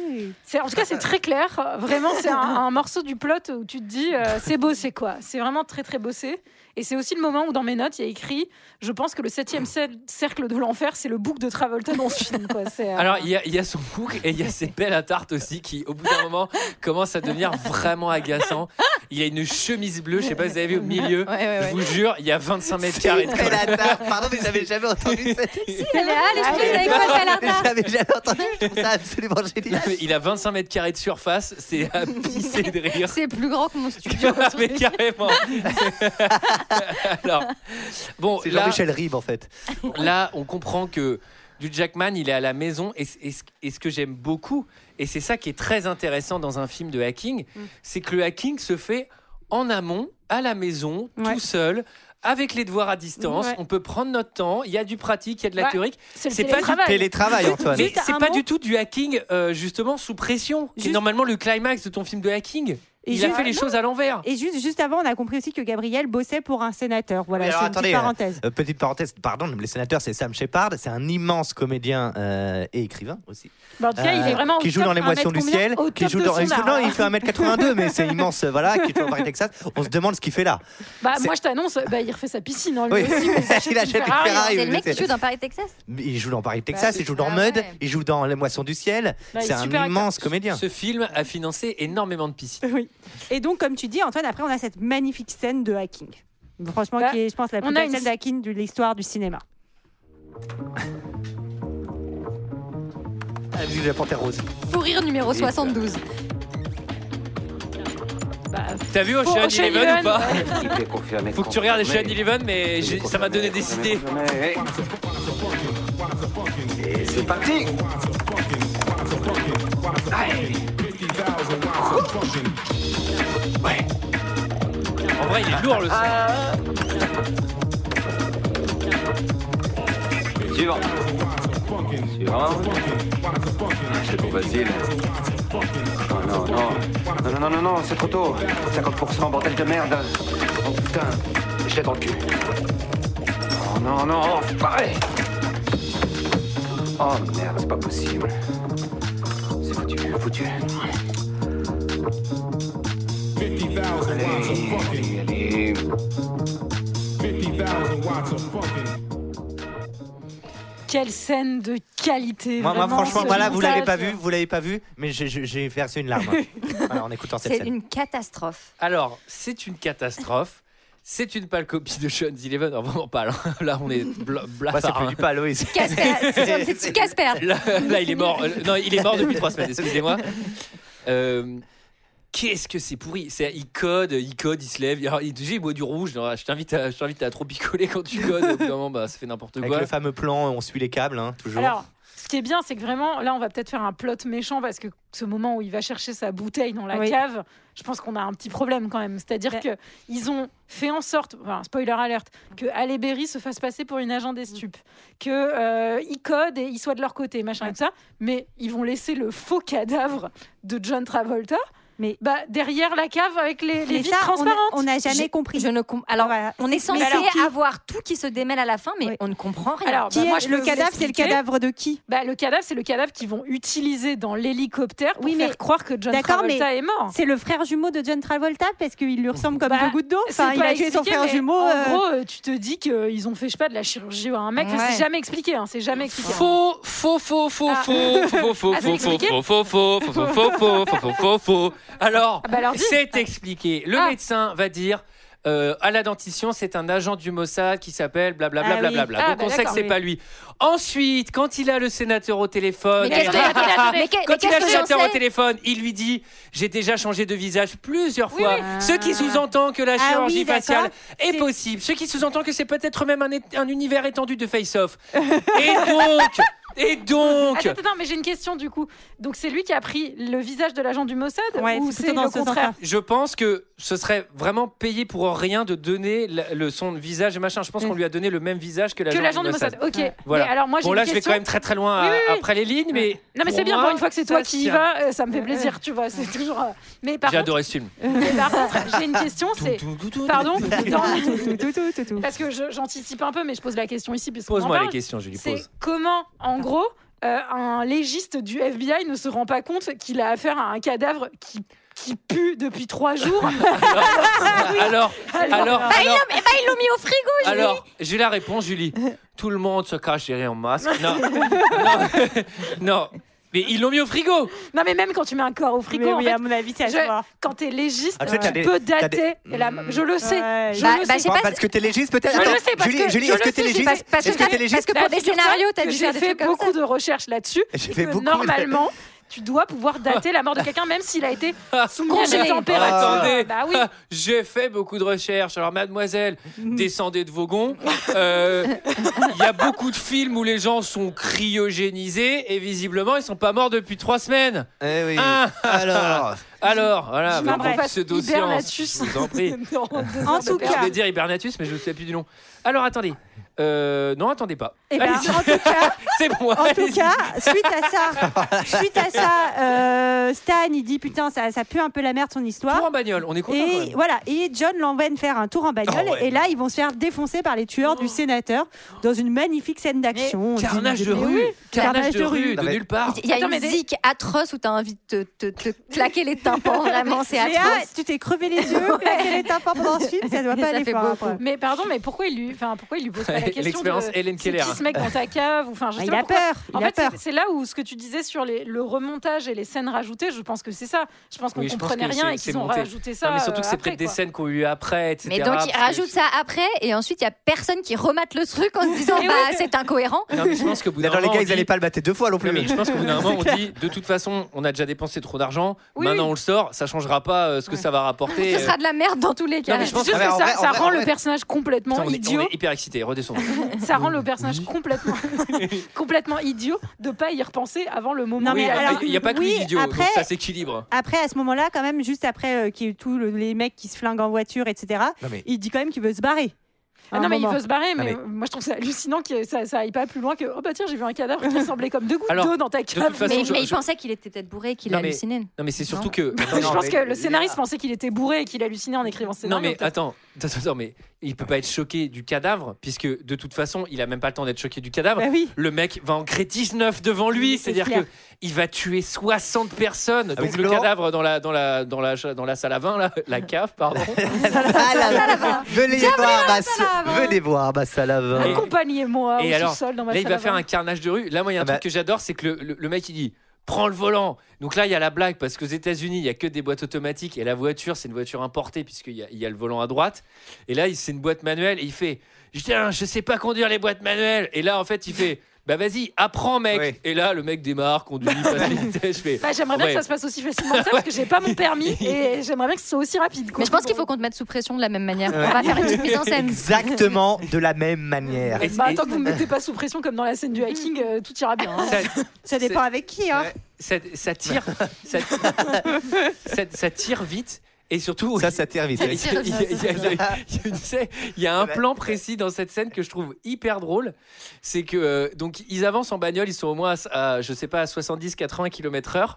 F: C'est- En tout cas, c'est très clair. Euh, Vraiment, c'est un, un morceau du plot où tu te dis, euh, c'est bossé quoi. C'est vraiment très très bossé. Et c'est aussi le moment où dans mes notes, il y a écrit, je pense que le septième cer- cercle de l'enfer, c'est le bouc de Travolta dans ce film. Quoi. C'est, euh,
A: Alors, il y, a- il y a son bouc et il y a ses belles à tarte aussi qui, au bout d'un moment, commencent à devenir vraiment agaçants. Il a une chemise bleue, je sais pas si vous avez vu au milieu.
J: Ouais, ouais,
A: Je
J: ouais.
A: vous jure, il y a 25 mètres
G: C'est
A: carrés. de
G: une pélatard. Pardon, mais j'avais jamais entendu cette.
J: Elle est- ah, les cheveux avec Paul Calata.
G: J'avais jamais entendu. Je trouve ça absolument génial.
A: colle. Il a 25 mètres carrés de surface, c'est à pisser de rire.
J: C'est plus grand que mon studio.
A: Mais carrément. Alors, bon,
G: C'est
A: là,
G: Jean-Michel Ribes en fait.
A: là, on comprend que du Jackman, il est à la maison. Et, c- et ce- et ce que j'aime beaucoup, et c'est ça qui est très intéressant dans un film de hacking,
B: Mm.
A: c'est que le hacking se fait en amont, à la maison,
B: Ouais.
A: tout seul. Avec les devoirs à distance,
B: Ouais.
A: on peut prendre notre temps. Il y a du pratique, il y a de la
F: Ouais.
A: théorique,
F: c'est le
A: c'est pas du
F: télétravail.
G: Télétravail, Antoine.
A: mais
B: Juste
A: c'est
B: un
A: pas
B: mot.
A: du tout du hacking euh, justement sous pression. qui est
B: Juste-
A: normalement le climax de ton film de hacking. il
B: Et
A: a
B: juste- Ah,
A: fait les choses à l'envers.
B: Et juste, juste avant, on a compris aussi que Gabriel bossait pour un sénateur.
F: Ah
B: Voilà,
F: bah,
G: Mais
B: c'est
G: alors,
B: une petite
G: attendez, euh,
B: parenthèse.
G: Euh, petite parenthèse, pardon, les sénateurs, c'est Sam Shepard, c'est un immense comédien euh, et écrivain aussi.
F: Bah, en tout cas, il
G: Euh,
F: est vraiment au
G: qui joue
F: top,
G: dans Les
F: un
G: Moissons
F: mètre
G: du
F: combien
G: Ciel,
F: Au
G: qui
F: top
G: joue
F: de
G: dans.
F: son
G: il joue-
F: art.
G: non, il fait 1m82, mais c'est immense, euh, voilà, qui joue au Paris, Texas. On se demande ce qu'il fait là.
F: Bah,
G: c'est-
F: moi, je t'annonce, bah, il refait sa piscine. hein,
G: Oui,
F: lui aussi, mais
G: il achète une
F: Ferrari.
G: Ferrari.
J: C'est le
G: oui,
J: mec
G: c'est-
J: qui joue dans Paris, Texas.
G: Il joue dans Paris,
J: Bah,
G: Texas,
J: c'est-
G: il joue dans
J: ah
G: Mud,
J: ouais.
G: il joue dans Les Moissons du Ciel.
F: Bah, il est
G: c'est un
F: super acteur.
G: immense comédien.
A: Ce film a financé énormément de piscines.
B: Oui. Et donc, comme tu dis, Antoine, après, on a cette magnifique scène de hacking. Franchement,
F: Bah,
B: qui est, je pense, la
F: on
B: plus
F: a
B: belle
F: une
B: scène de
F: s-
B: hacking de l'histoire du cinéma.
G: Ah, La musique de la Panthère Rose.
J: Pourrir numéro 72.
F: Bah,
A: T'as vu Ocean
F: Ocean
A: Eleven ou
F: Eleven,
A: pas
L: confirmé.
A: Faut que tu regardes les Ocean Eleven, mais j'ai- ça m'a donné des idées.
L: Et c'est parti
A: En vrai, il est lourd le son.
L: Suivant. Suivant.
E: C'est trop facile.
L: Oh non, non. Non, non, non, non, non, c'est trop tôt. 50%, bordel de merde. Oh putain, je l'ai dans le cul. Oh non, non, oh, pareil. Oh merde, c'est pas possible. C'est foutu, foutu. Allez, allez, allez.
F: Quelle scène de qualité.
G: Moi, moi,
F: vraiment,
G: franchement,
F: ce
G: voilà, vous l'avez pas
F: montage.
G: vu, vous l'avez pas vu, mais j'ai- j'ai j'ai versé une larme hein. Voilà, en écoutant cette
J: C'est
G: scène.
J: une catastrophe.
A: Alors, c'est une catastrophe. C'est une pâle copie de Sean Eleven. Non, vraiment pas. Là, Là, on est bla-
G: Moi, c'est
A: blafard.
G: plus
A: hein.
G: du palo, ici.
J: Casper, c'est un petit Casper.
A: Là, là, il est mort. Euh, Non, il est mort depuis trois semaines, excusez-moi. Euh, Qu'est-ce que c'est pourri C'est- Il code, il code, il se lève. Alors, il, déjà, il boit du rouge. Non, je t'invite à, je t'invite à trop picoler quand tu codes. Au bout d'un moment, bah, ça fait n'importe
G: Avec
A: quoi.
G: le fameux plan, on suit les câbles, hein, toujours.
F: Alors, ce qui est bien, c'est que vraiment, là, on va peut-être faire un plot méchant parce que ce moment où il va chercher sa bouteille dans la
B: Oui.
F: cave, je pense qu'on a un petit problème quand même. C'est-à-dire
J: Ben.
F: que ils ont fait en sorte, enfin, spoiler alerte, que Halle Berry se fasse passer pour une agent des
J: Mm.
F: stupes, que euh, ils codent et ils soient de leur côté, machin et tout ça, mais ils vont laisser le faux cadavre de John Travolta.
B: Mais
F: bah, derrière la cave avec les, les
J: Mais
F: vitres
J: ça, on a-
F: transparentes.
J: on n'a jamais
F: J'ai-
J: compris. Je ne com- alors, on est
F: c'est- mais
J: censé
F: alors, qui-
J: avoir tout qui se démêle à la fin, mais on ne comprend rien.
F: Alors, bah, moi, je peux vous expliquer.
B: de qui
F: bah, Le cadavre, c'est le cadavre qu'ils vont utiliser dans l'hélicoptère pour faire croire que John
B: D'accord,
F: Travolta
B: mais
F: est mort.
B: C'est le frère jumeau de John Travolta parce qu'il lui ressemble comme
F: Bah,
B: deux gouttes d'eau.
F: c'est
B: Enfin, il
F: pas
B: a tué son
F: expliqué,
B: frère
F: mais
B: jumeau.
F: En
B: euh,
F: gros, euh, tu te dis qu'ils ont fait, je sais pas, de la chirurgie à un mec. Enfin,
B: Ouais.
F: C'est jamais expliqué. hein, c'est jamais expliqué.
A: Faux, faux, faux, faux,
F: Ah.
A: faux, faux, faux,
F: Ah,
A: faux,
F: c'est
A: faux,
F: expliqué
A: faux, faux, faux, faux, faux, faux, faux, faux, faux, faux. Alors,
F: Ah bah alors dis.
A: c'est expliqué. Le
F: Ah.
A: médecin va dire. euh, à la dentition, c'est un agent du Mossad qui s'appelle blablabla.
F: Ah oui.
A: blablabla.
F: Ah,
A: Donc
F: bah
A: on sait que
F: d'accord,
A: c'est
F: oui.
A: pas lui. Ensuite, quand il a le sénateur au téléphone, eh ben,
J: Mais qu'est-ce que-
A: et-
J: attendez, attendez, mais
F: Eh,
J: qu'est- mais
A: quand il a
J: qu'est-ce
A: le
J: que j'en
A: sénateur au
J: sais
A: téléphone, il lui dit J'ai déjà changé de visage plusieurs
J: Oui,
A: fois.
J: oui.
A: Ce qui sous-entend que la
B: Ah
A: chirurgie
B: oui, d'accord.
A: faciale est
B: C'est-
A: possible. Ce qui sous-entend que c'est peut-être même un, é- un univers étendu de face-off. Et donc, et donc,
F: Attends, attends, attends, mais j'ai une question du coup. Donc c'est lui qui a pris le visage de l'agent du Mossad
B: Ouais,
F: ou
B: c'est
F: c'est
B: plutôt dans
F: le
B: ce
F: contraire
B: sens-là.
A: je pense que ce serait vraiment payé pour rien de donner la- le son de visage et machin. Je pense qu'on lui a donné le même visage que
F: Mm. Que l'agent
A: l'agent
F: du
A: de
F: Mossad.
A: Mossad.
F: Ok.
A: Voilà.
F: Mais alors moi j'ai
A: bon là,
F: une
A: je vais
F: question.
A: quand même très très loin à-
F: Oui, oui, oui.
A: après les lignes, mais
F: Non mais c'est bien
A: moi,
F: pour une fois que c'est toi
A: ça se
F: qui y
A: tient.
F: vas, euh, ça me fait plaisir, tu vois. C'est toujours. euh, Mais par
A: J'ai
F: contre,
A: adoré ce film.
F: mais par contre, j'ai une question. C'est pardon. dans- Parce que je- j'anticipe un peu, mais je pose la question ici. puisqu'on en
A: Pose-moi
F: parle.
A: les questions, Julie,
F: C'est
A: pose.
F: comment, en gros, euh, un légiste du FBI ne se rend pas compte qu'il a affaire à un cadavre qui, qui pue depuis trois jours Ah
A: Alors, alors,
J: Bah, ils
A: alors,
J: l'ont- eh ben, ils l'ont mis au frigo, Julie.
A: alors, j'ai la réponse, Julie. Tout le monde se cache derrière un masque. Non, non, non. mais ils l'ont mis au frigo.
F: Non, mais même quand tu mets un corps au frigo,
B: Mais
F: en
B: oui,
F: fait,
B: à mon avis, c'est à
F: je-
B: savoir.
F: quand t'es légiste,
G: Ah, tu sais, t'as
F: tu
G: des- Mm.
F: peux
G: t'as
F: dater. la- Je le sais.
B: Ouais.
F: Je
J: Bah,
F: le
J: bah,
F: sais.
J: j'ai pas-
G: parce que t'es légiste peut-être.
F: Je le
G: Attends,
F: sais parce
G: Julie,
F: que
G: Julie,
F: je
G: est-ce
F: le
G: que t'es
F: sais,
G: légiste
J: parce- parce que
G: Est-ce que
J: t'as-
G: t'es
J: parce
G: légiste
J: que pour
F: Bah,
J: des
F: figure-toi
J: scénarios, t'as
F: que
J: dû
F: j'ai
J: faire des
F: fait
J: trucs comme ça.
F: beaucoup de recherches là-dessus.
G: J'ai
F: et
G: fait
F: que
G: beaucoup de-
F: Normalement, tu dois pouvoir dater la mort de quelqu'un, même s'il a été
A: Ah,
F: soumis à des
J: Congelé.
F: températures.
A: Attendez,
F: Bah oui.
A: j'ai fait beaucoup de recherches. Alors, mademoiselle, descendez de vos gonds. Euh, Il y a beaucoup de films où les gens sont cryogénisés et visiblement, ils sont pas morts depuis trois semaines.
G: Eh oui.
A: Ah.
G: Alors,
A: Alors, voilà,
F: Je veux
A: avec
F: qu'on fasse
A: Ah, pseudo-science,
F: Hibernatus.
A: je vous en prie.
F: Non, deux
B: En
F: heures de
B: tout
F: perdu.
A: Je voulais dire Hibernatus, mais je ne sais plus du nom. Alors, attendez. Euh, non, attendez pas.
B: Eh ben,
A: Allez-y.
B: en tout cas,
A: C'est bon.
B: En tout
A: allez-y.
B: cas, suite à ça, suite à ça, euh, Stan il dit putain ça, ça pue un peu la merde son
A: Tour
B: histoire.
A: en bagnole, on est content. quand
B: Et
A: même.
B: voilà, et John l'emmène faire un tour en bagnole
A: Oh ouais.
B: et là ils vont se faire défoncer par les tueurs
A: Oh.
B: du sénateur dans une magnifique scène d'action.
A: Carnage de
B: Mais
A: rue,
B: oui,
A: carnage de rue, de
G: Non, mais-
A: nulle part.
J: Il y a
F: Attends,
J: une
F: mais des-
J: zik atroce où t'as envie de te, te- te claquer les tympans. Vraiment, c'est
B: Léa,
J: atroce.
B: tu t'es crevé les yeux, claqué les tympans pendant ce film, ça doit pas
J: Ça
B: aller
J: fait
B: fort.
J: beaucoup.
B: après.
F: Mais pardon, mais pourquoi il lui, enfin pourquoi il lui pose pas la question
A: L'expérience
F: de-
A: Hélène
F: c'est
A: Keller.
F: qui ce mec dans ta cave ou enfin je
B: Bah,
F: sais
B: il
F: pas
B: a
F: pourquoi.
B: peur, il
F: En
B: a
F: fait, c'est-
B: peur.
F: c'est là où ce que tu disais sur les, le remontage et les scènes rajoutées, je pense que c'est ça. Je pense qu'on
A: Oui, je pense
F: comprenait
A: que
F: rien
A: c'est-
F: et
A: c'est
F: qu'ils ont
A: monté.
F: rajouté ça.
A: Non, mais surtout que c'est
F: euh, après,
A: peut-être des
F: quoi.
A: scènes qu'on eu après, etc.
J: Mais donc,
A: parce
J: il
A: que-
J: rajoute ça après, et ensuite, il y a personne qui remate le truc en se disant
F: Mais
J: bah,
F: oui.
J: c'est incohérent.
A: Non, mais je pense que bout d'un
G: D'ailleurs, les
A: moment,
G: gars,
A: on
G: ils n'allaient
A: dit-
G: pas le battre deux fois non plus.
A: Non, mais je pense qu'au bout d'un moment, on dit de toute façon, on a déjà dépensé trop d'argent.
F: Oui,
A: Maintenant,
F: oui.
A: on le sort. Ça changera pas euh, ce que ça va rapporter.
J: Ce sera de la merde dans tous les cas.
A: Non, mais je pense
F: Juste
G: Ah, mais
F: que
G: en
F: ça,
G: vrai- en
F: ça
G: vrai-
F: rend
G: en
F: le
G: vrai-
F: personnage complètement
A: Putain, on, est, on
F: idiot.
A: est hyper excité. Redescendons.
F: Ça rend le personnage complètement, complètement idiot de pas y repenser avant le moment.
B: Non,
F: où
B: mais
F: il a-
B: alors-
A: il n'y a pas que
B: oui,
A: lui, idiot.
B: après-
A: Donc ça s'équilibre.
B: Après, à ce moment-là, quand même, juste après euh, qu'il y ait tous le- les mecs qui se flinguent en voiture, etc.,
G: Non, mais-
B: il dit quand même qu'il veut se barrer.
F: Ah
B: À un
F: non, mais il
B: moment.
F: veut se barrer, mais,
G: mais-
F: euh, moi je trouve ça hallucinant que ça, ça aille pas plus loin que oh bah tiens, j'ai vu un cadavre qui ressemblait comme deux gouttes
A: Alors,
F: d'eau dans ta
A: toute
F: cave.
A: façon,
J: mais,
A: je-
J: mais il
A: je-
J: pensait qu'il était peut-être bourré, qu'il
A: Non, mais-
J: hallucinait.
A: Non, mais c'est surtout que.
F: je
A: Attends,
F: pense
G: mais-
F: que le scénariste pensait qu'il était bourré et qu'il hallucinait en écrivant ce
A: Non
F: scénario.
A: mais
F: peut-être.
A: attends, attends, attends, mais il peut pas être choqué du cadavre puisque de toute façon il a même pas le temps d'être choqué du cadavre.
B: Bah oui.
A: Le mec va en créer 19 devant lui,
B: Oui, c'est
A: c'est-à-dire
B: clair.
A: que il va tuer 60 personnes.
G: Ah oui,
A: Donc le
G: Laurent-
A: cadavre dans la dans la dans la dans la salle à vin là, la cave pardon.
F: Ah,
G: Salava. Venez voir ma
J: Salava.
G: Venez voir ma Salava.
A: Et-
F: Accompagnez-moi
A: Et
F: au
A: alors,
F: sous-sol dans ma
A: Là il
F: salle
A: va
F: à
A: faire
F: bain.
A: un carnage de rue. Là moi il y a un
G: Ah bah-
A: truc que j'adore c'est que le, le- le mec il dit prends le volant. Donc là il y a la blague parce qu'aux États-Unis il y a que des boîtes automatiques et la voiture c'est une voiture importée puisqu'il y, a- il y a le volant à droite et là il- c'est une boîte manuelle et il fait Putain, je sais pas conduire les boîtes manuelles. Et là, en fait, il fait. bah vas-y, apprends, mec. Et là, le mec démarre, conduit, passe les tests, je fais,
F: Bah, j'aimerais bien
A: ouais.
F: que ça se passe aussi facilement que ça parce que j'ai pas mon permis et j'aimerais bien que ce soit aussi rapide.
J: Mais je pense qu'il faut qu'on te mette sous pression de la même manière. On va
G: Ouais.
J: faire une petite mise en scène.
G: Exactement de la même manière.
F: Bah, tant que vous me mettez pas sous pression comme dans la
J: Mm.
F: scène du hiking, euh, tout ira bien. hein.
A: Ça-
B: Ça dépend
A: c'est-
B: avec qui, hein.
A: ça, ça tire, ça, ça- ça tire vite. Et surtout,
G: Ça, ça tire vite.
A: il y a- il y a- il y a- il y a- il y a- tu sais, il y a un plan précis dans cette scène que je trouve hyper drôle. C'est que euh, donc ils avancent en bagnole, ils sont au moins à, à, je sais pas à 70-80 km/h.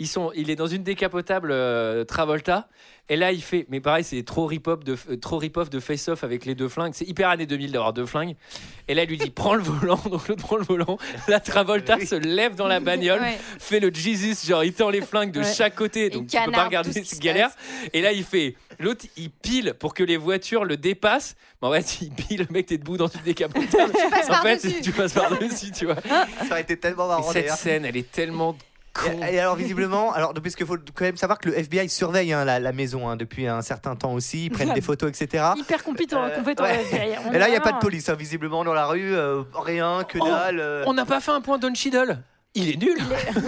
A: Ils sont, il est dans une décapotable euh, Travolta. Et là, il fait, mais pareil, c'est trop rip-off de, euh, trop rip-off de face-off avec les deux flingues. C'est hyper année 2000 d'avoir deux flingues. Et là, il lui dit, prends le volant. Donc, l'autre prend le volant. La Travolta se lève dans la bagnole,
J: Ouais.
A: fait le Jesus, genre, il tend les flingues de
J: Ouais.
A: chaque côté.
J: Et
A: Donc, tu peux
J: canarde
A: pas regarder
J: tout ce qui
A: cette
J: se
A: galère.
J: passe.
A: Et là, il fait, l'autre, il pile pour que les voitures le dépassent. Mais en fait, il pile, le mec, t'es debout dans une décapotable.
J: Tu passes
A: en fait,
J: par-dessus.
A: tu passes par-dessus, tu vois.
G: Ça aurait été tellement
A: Et
G: marrant.
A: cette
G: d'ailleurs.
A: scène, elle est tellement con.
G: Et, et alors visiblement, alors parce qu'il faut quand même savoir que le FBI surveille hein, la, la maison hein, depuis un certain temps aussi, ils prennent des photos, etc.
F: Hyper compétent,
G: Euh,
F: compétent.
G: ouais.
F: euh, derrière. On
G: Et là, il
F: est
G: n'y a pas de
F: vraiment-
G: police, hein, visiblement, dans la rue. euh, rien, que
A: Oh,
G: dalle. euh.
A: On n'a pas fait un point Don Cheadle. Il est nul.
G: Oh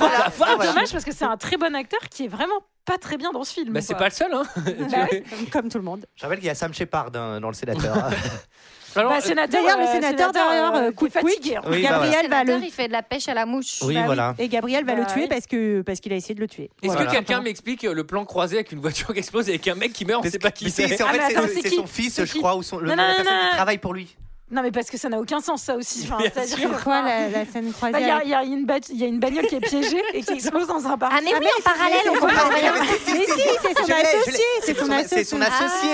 G: la
F: Ah,
G: vache.
F: dommage parce que c'est un très bon acteur qui est vraiment pas très bien dans ce film.
A: Bah, c'est
F: quoi.
A: pas le seul, hein.
F: Bah ouais.
B: Comme tout le monde.
G: Je rappelle qu'il y a Sam Shepard hein, dans le sénateur.
A: Alors,
F: Bah,
A: euh,
F: sénateur,
B: D'ailleurs, le
F: euh,
B: sénateur, derrière,
F: euh,
B: euh, coup de
F: qui est fatigué.
B: quick.
F: hein.
G: Oui, bah,
B: Gabriel
G: voilà.
J: Ah, Le
B: va le.
J: sénateur, il fait de la pêche à la mouche.
G: Oui,
B: Bah oui.
G: voilà.
B: Et Gabriel va
F: Bah
B: le tuer
F: oui.
B: parce que parce qu'il a essayé de le tuer.
A: Est-ce
G: Voilà.
A: que quelqu'un m'explique euh, le plan croisé avec une voiture qui explose et avec un mec qui meurt On
G: Parce
A: sait pas
G: que-
A: qui
G: mais c'est-
A: c'est.
G: c'est- en
F: Ah,
G: fait,
F: mais
G: c'est
F: attends,
G: le-
F: c'est
G: c'est
F: qui
G: son fils,
F: C'est
G: je
F: qui
G: crois, ou son, le nom
F: Non,
G: de la
F: non,
G: personne
F: non.
G: qui travaille pour lui.
F: Non, mais parce que ça n'a aucun sens, ça aussi. Enfin,
A: Bien
F: c'est-à-dire-
B: C'est quoi la, la scène
F: Bah,
B: croisée
F: Il y, a-
B: avec-
F: il y a une bat- il y a une bagnole qui est piégée et qui explose dans un bar.
J: Ah, mais oui, en parallèle, on
G: Ah,
B: c'est-
J: comprend rien.
B: Mais si, c'est son
G: Je l'ai, je l'ai.
B: associé, c'est son
G: C'est
B: associé.
G: son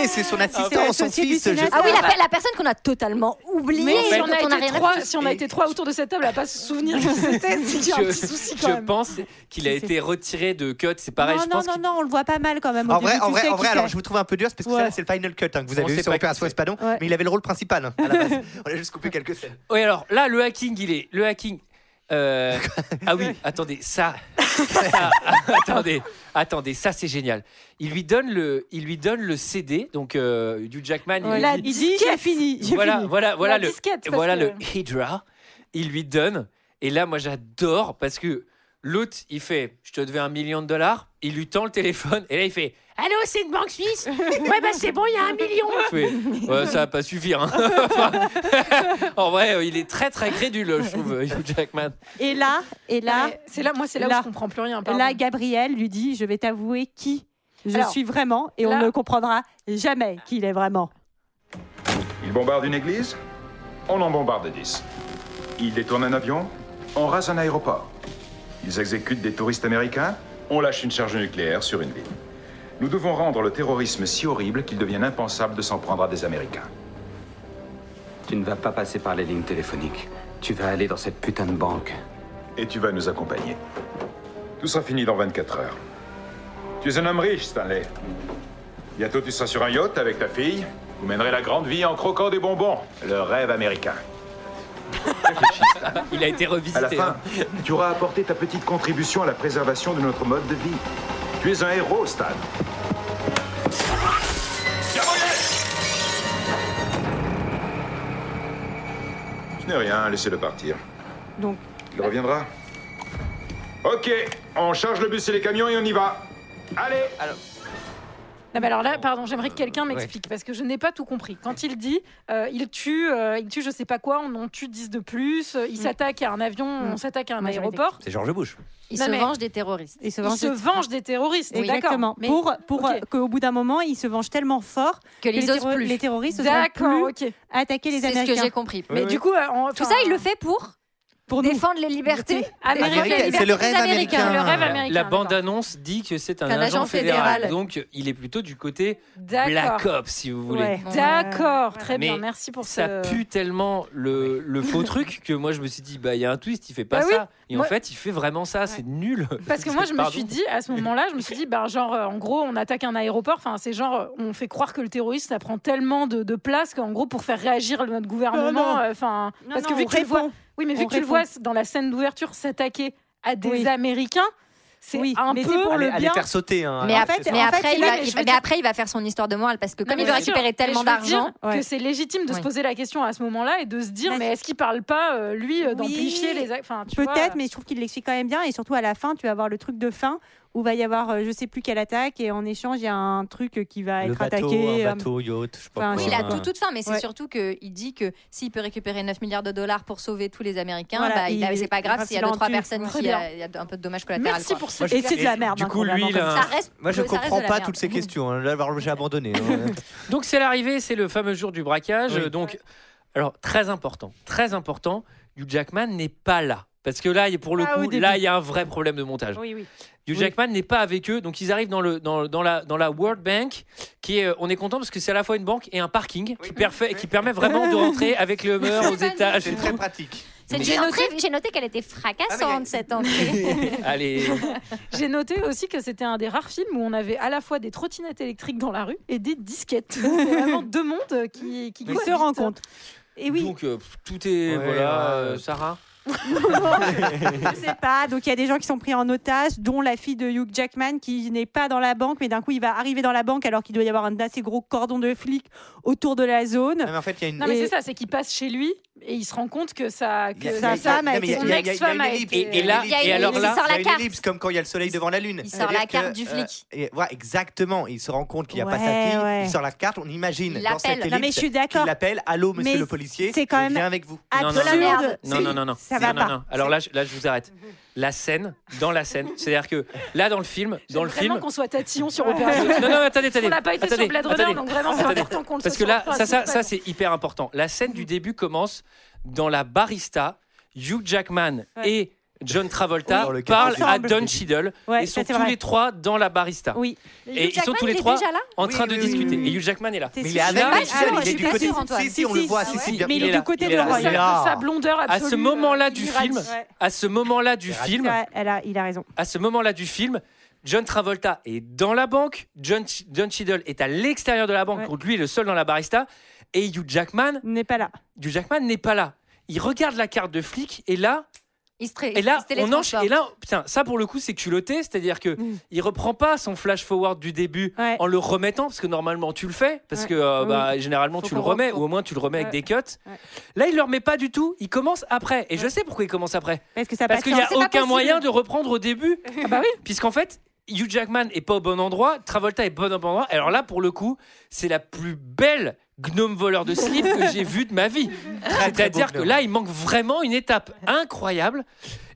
G: associé, c'est son assistant, son
B: l'associé du
G: fils. je-
B: sénateur.
J: Ah oui, la, la personne qu'on a totalement oubliée.
F: Mais si
J: dont
F: on, a
J: on a
F: été
J: rien à
F: trois,
J: foutre.
F: si on a été trois autour de cette table à pas se souvenir qui c'était, c'est qu'il y a un
A: Je-
F: petit souci quand
A: Je
F: même.
A: pense qu'il a
B: Qui c'est
A: été retiré de cut. C'est pareil,
B: Non,
A: je
B: non,
A: pense.
B: non,
A: qu'il-
B: non, on le voit pas mal quand même. Au
G: En vrai,
B: début,
G: en
B: tu
G: vrai,
B: sais
G: en
B: qui
G: vrai,
B: c'est.
G: alors je vous trouve un peu dur c'est parce que
B: Ouais.
G: ça, c'est le final cut hein, que vous
A: On
G: avez
A: sait
G: vu sur
A: pas
G: Opération
A: qui c'est.
G: Espadon,
B: Ouais.
G: mais il avait le rôle principal hein, à la base. On a juste coupé quelques scènes.
A: Oui, alors là, le hacking, il est. Le hacking. euh, Ah oui, attendez, ça. ça- attendez, attendez, ça c'est génial. Il lui donne le, il lui donne le CD, donc euh, du Jackman. il
F: Ouais.
A: lui
F: La
A: dit-
B: Il dit j'ai fini, j'ai
A: voilà,
B: fini.
A: voilà, voilà le,
F: La disquette, parce
A: voilà
F: que-
A: le Hydra. Il lui donne. Et là, moi, j'adore parce que l'autre, il fait, je te devais un million de dollars. Il lui tend le téléphone et là, il fait, allô, c'est une banque suisse. Ouais, bah c'est bon, il y a un million. Je fais, Ouais, ça va pas suffire. hein. Enfin, en vrai, euh, il est très très crédule, je trouve, euh, Hugh Jackman.
B: Et là, et là,
F: Ouais, c'est là, moi, c'est là,
B: là.
F: où je comprends plus rien. pardon.
B: là, Gabriel lui dit je vais t'avouer qui je
F: Alors,
B: suis vraiment et
F: là-
B: on ne comprendra jamais qui il est vraiment.
H: Il bombarde une église, on en bombarde 10. Il détourne un avion, on rase un aéroport. Ils exécutent des touristes américains, on lâche une charge nucléaire sur une ville. Nous devons rendre le terrorisme si horrible qu'il devienne impensable de s'en prendre à des Américains.
M: Tu ne vas pas passer par les lignes téléphoniques. Tu vas aller dans cette putain de banque.
H: Et tu vas nous accompagner. Tout sera fini dans 24 heures. Tu es un homme riche, Stanley. Bientôt tu seras sur un yacht avec ta fille. Vous mènerez la grande vie en croquant des bonbons. Le rêve américain.
A: Il a été
H: À la
A: revisité.
H: fin,
A: hein.
H: tu auras apporté ta petite contribution à la préservation de notre mode de vie. Tu es un héros, Stan. Ce n'est rien, laissez-le partir.
B: Donc
H: Il reviendra. Ok, on charge le bus et les camions et on y va. Allez
F: Non, mais alors là, pardon, j'aimerais que quelqu'un m'explique parce que je n'ai pas tout compris. Quand il dit, euh, il tue, euh, il tue, je sais pas quoi, on en tue 10 de plus, euh, il s'attaque à un avion, on s'attaque à un
J: Moi, j'aurais
F: aéroport.
G: C'est George Bush.
J: Il
F: Non,
J: se
F: mais-
J: venge des terroristes.
B: il se
F: Il
B: venge.
F: se venge des terroristes,
J: Oui.
F: d'accord.
B: Exactement.
F: Mais-
B: Pour pour
F: ok.
B: euh, qu'au bout d'un moment, il se venge tellement fort
J: Que les osent
B: terro-
J: plus.
B: les terroristes osent
F: D'accord,
B: plus
F: ok.
B: attaquer les
J: C'est ce que
B: Américains.
J: j'ai compris.
F: Mais du coup, euh, on-
J: Tout
F: enfin,
J: ça, il le fait pour
B: Pour nous.
J: défendre les libertés
F: Américain,
J: défendre les
F: c'est
G: le
J: libertés des
G: rêve
J: Américains.
G: américain.
F: le rêve
G: La-
F: américain.
A: La
F: d'accord.
A: bande-annonce dit que c'est un,
J: Qu'un agent
A: agent fédéral.
J: fédéral.
A: Donc, il est plutôt du côté
F: D'accord.
A: Black Ops, si vous voulez.
B: Ouais.
F: D'accord, très
A: Mais
F: bien, merci pour
A: ça
F: ce-
A: pue tellement le, le faux truc que moi je me suis dit bah il y a un twist il fait pas
F: Bah oui.
A: ça et
F: Moi-
A: en fait il fait vraiment ça c'est nul
F: Parce que moi, je me
A: Pardon.
F: suis dit, à ce moment-là, je me suis dit, ben, genre, euh, en gros, on attaque un aéroport. Enfin, c'est genre, euh, on fait croire que le terroriste, ça prend tellement de, de place qu'en gros, pour faire réagir le- notre gouvernement.
B: Non, non.
F: euh, Enfin,
B: Non,
F: parce que
B: non,
F: vu
B: on
F: que tu le vois,
B: répond.
F: oui, mais vu
B: On
F: que tu le
B: répond.
F: vois dans la scène d'ouverture s'attaquer à des
B: Oui.
F: Américains, C'est un peu pour
G: Allez- allez faire sauter. hein.
J: Mais,
G: Alors,
J: après,
G: c'est-
J: mais après,
F: fait,
J: il
F: là,
J: va,
F: mais
J: il
F: je
J: va-
F: veux
J: mais
F: dire-
J: après, il va faire son histoire de morale parce que comme
F: Non, mais
J: il doit
F: bien sûr.
J: récupérer
F: Mais je
J: tellement
F: veux
J: d'argent.
F: dire que c'est légitime de se
J: Oui.
F: poser la question à ce moment-là et de se dire mais est-ce qu'il parle pas euh, lui euh, d'amplifier les a- enfin, tu vois,
B: Peut-être, mais je trouve qu'il l'explique quand même bien. Et surtout, à la fin, tu vas avoir le truc de fin où va y avoir euh, je sais plus quelle attaque. Et en échange, il y a un truc qui va
G: Le
B: être
G: bateau,
B: attaqué.
G: un
B: euh,
G: bateau, yacht, je sais pas
B: enfin,
G: quoi.
J: Oui, il a tout, toute fin, mais c'est
B: Ouais.
J: surtout qu'il dit que s'il peut récupérer 9 milliards de dollars pour sauver tous les Américains,
B: Voilà,
J: bah, il-
B: il-
J: c'est pas grave
B: grave,
J: s'il y a
B: il en
J: deux trois
B: tue.
J: personnes
B: Très
J: qui
B: bien.
J: a, il y a un peu de dommages collatéraux.
F: euh, Merci
J: quoi.
F: pour ce
G: Moi, je-
B: Et c'est de la merde.
G: Du
B: hein,
G: coup, lui,
B: globalement,
G: il
B: comme
G: a-
F: Ah,
J: ça reste-
G: Moi, je
J: ça reste
G: comprends
J: de la
G: pas
J: merde.
B: Mmh.
G: toutes ces questions. hein. Là, alors, j'ai abandonné. hein.
A: Donc c'est l'arrivée, c'est le fameux jour du braquage. Euh, Donc, alors très important, très important, Hugh Jackman n'est pas là. Parce que là, il- pour le
B: Ah, au
A: coup,
B: début.
A: là, il y a un vrai problème de montage.
B: Oui, oui.
A: Hugh
B: Oui.
A: Jackman n'est pas avec eux, donc ils arrivent dans, le, dans, dans la, dans la World Bank, qui est, euh, on est content parce que c'est à la fois une banque et un parking qui, perfait- qui permet vraiment de rentrer avec le mur aux étages.
G: C'est très pratique.
B: Mmh.
J: Cette
A: J'ai
J: entrée- J'ai noté qu'elle était fracassante cette entrée.
A: Allez,
F: j'ai noté aussi que c'était un des rares films où on avait à la fois des trottinettes électriques dans la rue et des disquettes c'est vraiment deux mondes qui, qui
B: Ils se
F: cohabitent.
B: rencontrent. Et oui,
A: donc euh, pff, tout est
G: Ouais,
A: voilà,
G: ouais.
A: euh, Sarah.
B: je sais pas. Donc il y a des gens qui sont pris en otage, dont la fille de Hugh Jackman qui n'est pas dans la banque, mais d'un coup il va arriver dans la banque alors qu'il doit y avoir un assez gros cordon de flics autour de la zone.
G: Non, mais en fait, il y a une.
F: non mais
B: Et-
F: c'est ça c'est qu'il passe chez lui et il se rend compte que ça
G: il y a-
F: que
B: Sa
G: il y a-
B: femme a
G: non, mais il y a-
F: été-
G: il y a- il y a-
F: son ex-femme
G: il y a
F: a
G: une ellipse,
F: été-
A: Et- et là-
G: il y a
A: et
G: une
A: alors
G: ellipse,
A: là-
J: il sort
G: il
J: la
G: y a une
J: carte.
G: ellipse comme quand il y a le soleil devant la lune.
J: Il sort
G: C'est-à-dire
J: la carte
G: que,
J: du
G: euh,
J: flic.
G: et, voilà, exactement. Il se rend compte qu'il n'y a pas sa
B: Ouais,
G: fille.
B: ouais.
G: Il sort la carte. On imagine
J: Il
G: dans cette
J: l'appelle.
G: ellipse.
B: Non, mais je suis d'accord.
G: Il l'appelle. Allô, monsieur
B: Mais
G: le policier.
B: c'est quand
G: je
B: même-
G: viens avec vous.
A: Non,
B: Absurde.
A: non,
J: non. Ah, Merde.
A: Non, non, non, non.
B: Ça va
A: non,
B: pas.
A: non, non. Alors là, je- là, je vous arrête. La scène, dans la scène, c'est-à-dire que là, dans le film, dans le
F: Vraiment
A: film.
F: qu'on soit tatillon sur
A: Non,
F: Opération.
A: non, mais attendez, attendez.
F: On n'a pas été
A: Attendez,
F: sur Blade Runner,
A: attendez.
F: donc vraiment c'est
A: Attendez.
F: important qu'on le
A: Parce que
F: soit
A: là,
F: sur
A: ça, ça,
F: Opération.
A: ça, c'est hyper important. La scène du début commence dans la barista. Hugh Jackman
B: Ouais.
A: et John Travolta
G: Dans le cas
A: parlent à
B: ensemble.
A: Don Cheadle
B: Ouais,
A: et sont
B: ça, c'est
A: tous
B: vrai.
A: les trois dans la barista.
B: Oui.
A: Et
J: Hugh
A: ils sont tous
J: Jackman,
A: les
J: il est
A: trois
J: déjà là
A: en
G: Oui,
A: train
G: oui,
A: de
G: oui,
A: discuter.
G: oui.
A: Et Hugh Jackman est là.
B: T'es
G: Mais il est
B: sûr
G: avec
B: Ah,
G: lui
B: je suis
G: seul,
B: pas
G: il est
B: sûre, je
G: du
B: suis
G: côté.
B: pas sûre, Antoine.
G: Si, si, on le voit, si, si, bien
B: Mais
A: Il
B: il est
A: est
B: du
A: là,
B: côté
A: il
B: de
A: est là.
G: Il est
B: Roy.
G: là.
F: sa blondeur
A: À
F: absolue.
A: ce moment-là
F: euh,
A: du
F: irradiante.
A: film,
B: Ouais.
A: à ce moment-là du
G: C'est
A: film,
B: Ouais, elle a- il a raison.
A: à ce moment-là du film, John Travolta est dans la banque, John, Ch- John Cheadle est à l'extérieur de la banque,
B: Ouais.
A: donc lui est le seul dans la barista, et Hugh Jackman,
B: Il n'est pas là.
A: Hugh Jackman n'est pas là. Il regarde la carte de flic et là,
J: Il se tré-
A: et
J: il
A: là,
J: se
A: on enchaîne.
J: télétransporte.
A: Et là, putain, ça pour le coup, c'est culotté, c'est-à-dire que
B: Mm.
A: il reprend pas son flash forward du début
B: Ouais.
A: en le remettant, parce que normalement tu le fais, parce
B: Ouais.
A: que euh,
B: Oui.
A: bah, généralement
B: Faut
A: tu le
B: qu'on
A: remets,
B: reprend.
A: ou au moins tu le remets
B: Ouais.
A: avec des cuts.
B: Ouais.
A: Là, il le remet pas du tout. Il commence après, et je sais pourquoi il commence après.
B: Parce
F: Ah
B: que ça
A: Parce
B: passe
A: qu'il n'y a
J: c'est pas
A: aucun
J: possible.
A: moyen de reprendre au début.
F: bah oui.
A: Puisqu'en fait, Hugh Jackman est pas au bon endroit, Travolta est pas au bon endroit. Alors là, pour le coup, c'est la plus belle gnome voleur de slip que j'ai vue de ma vie. C'est-à-dire que
G: gnome.
A: là, il manque vraiment une étape incroyable.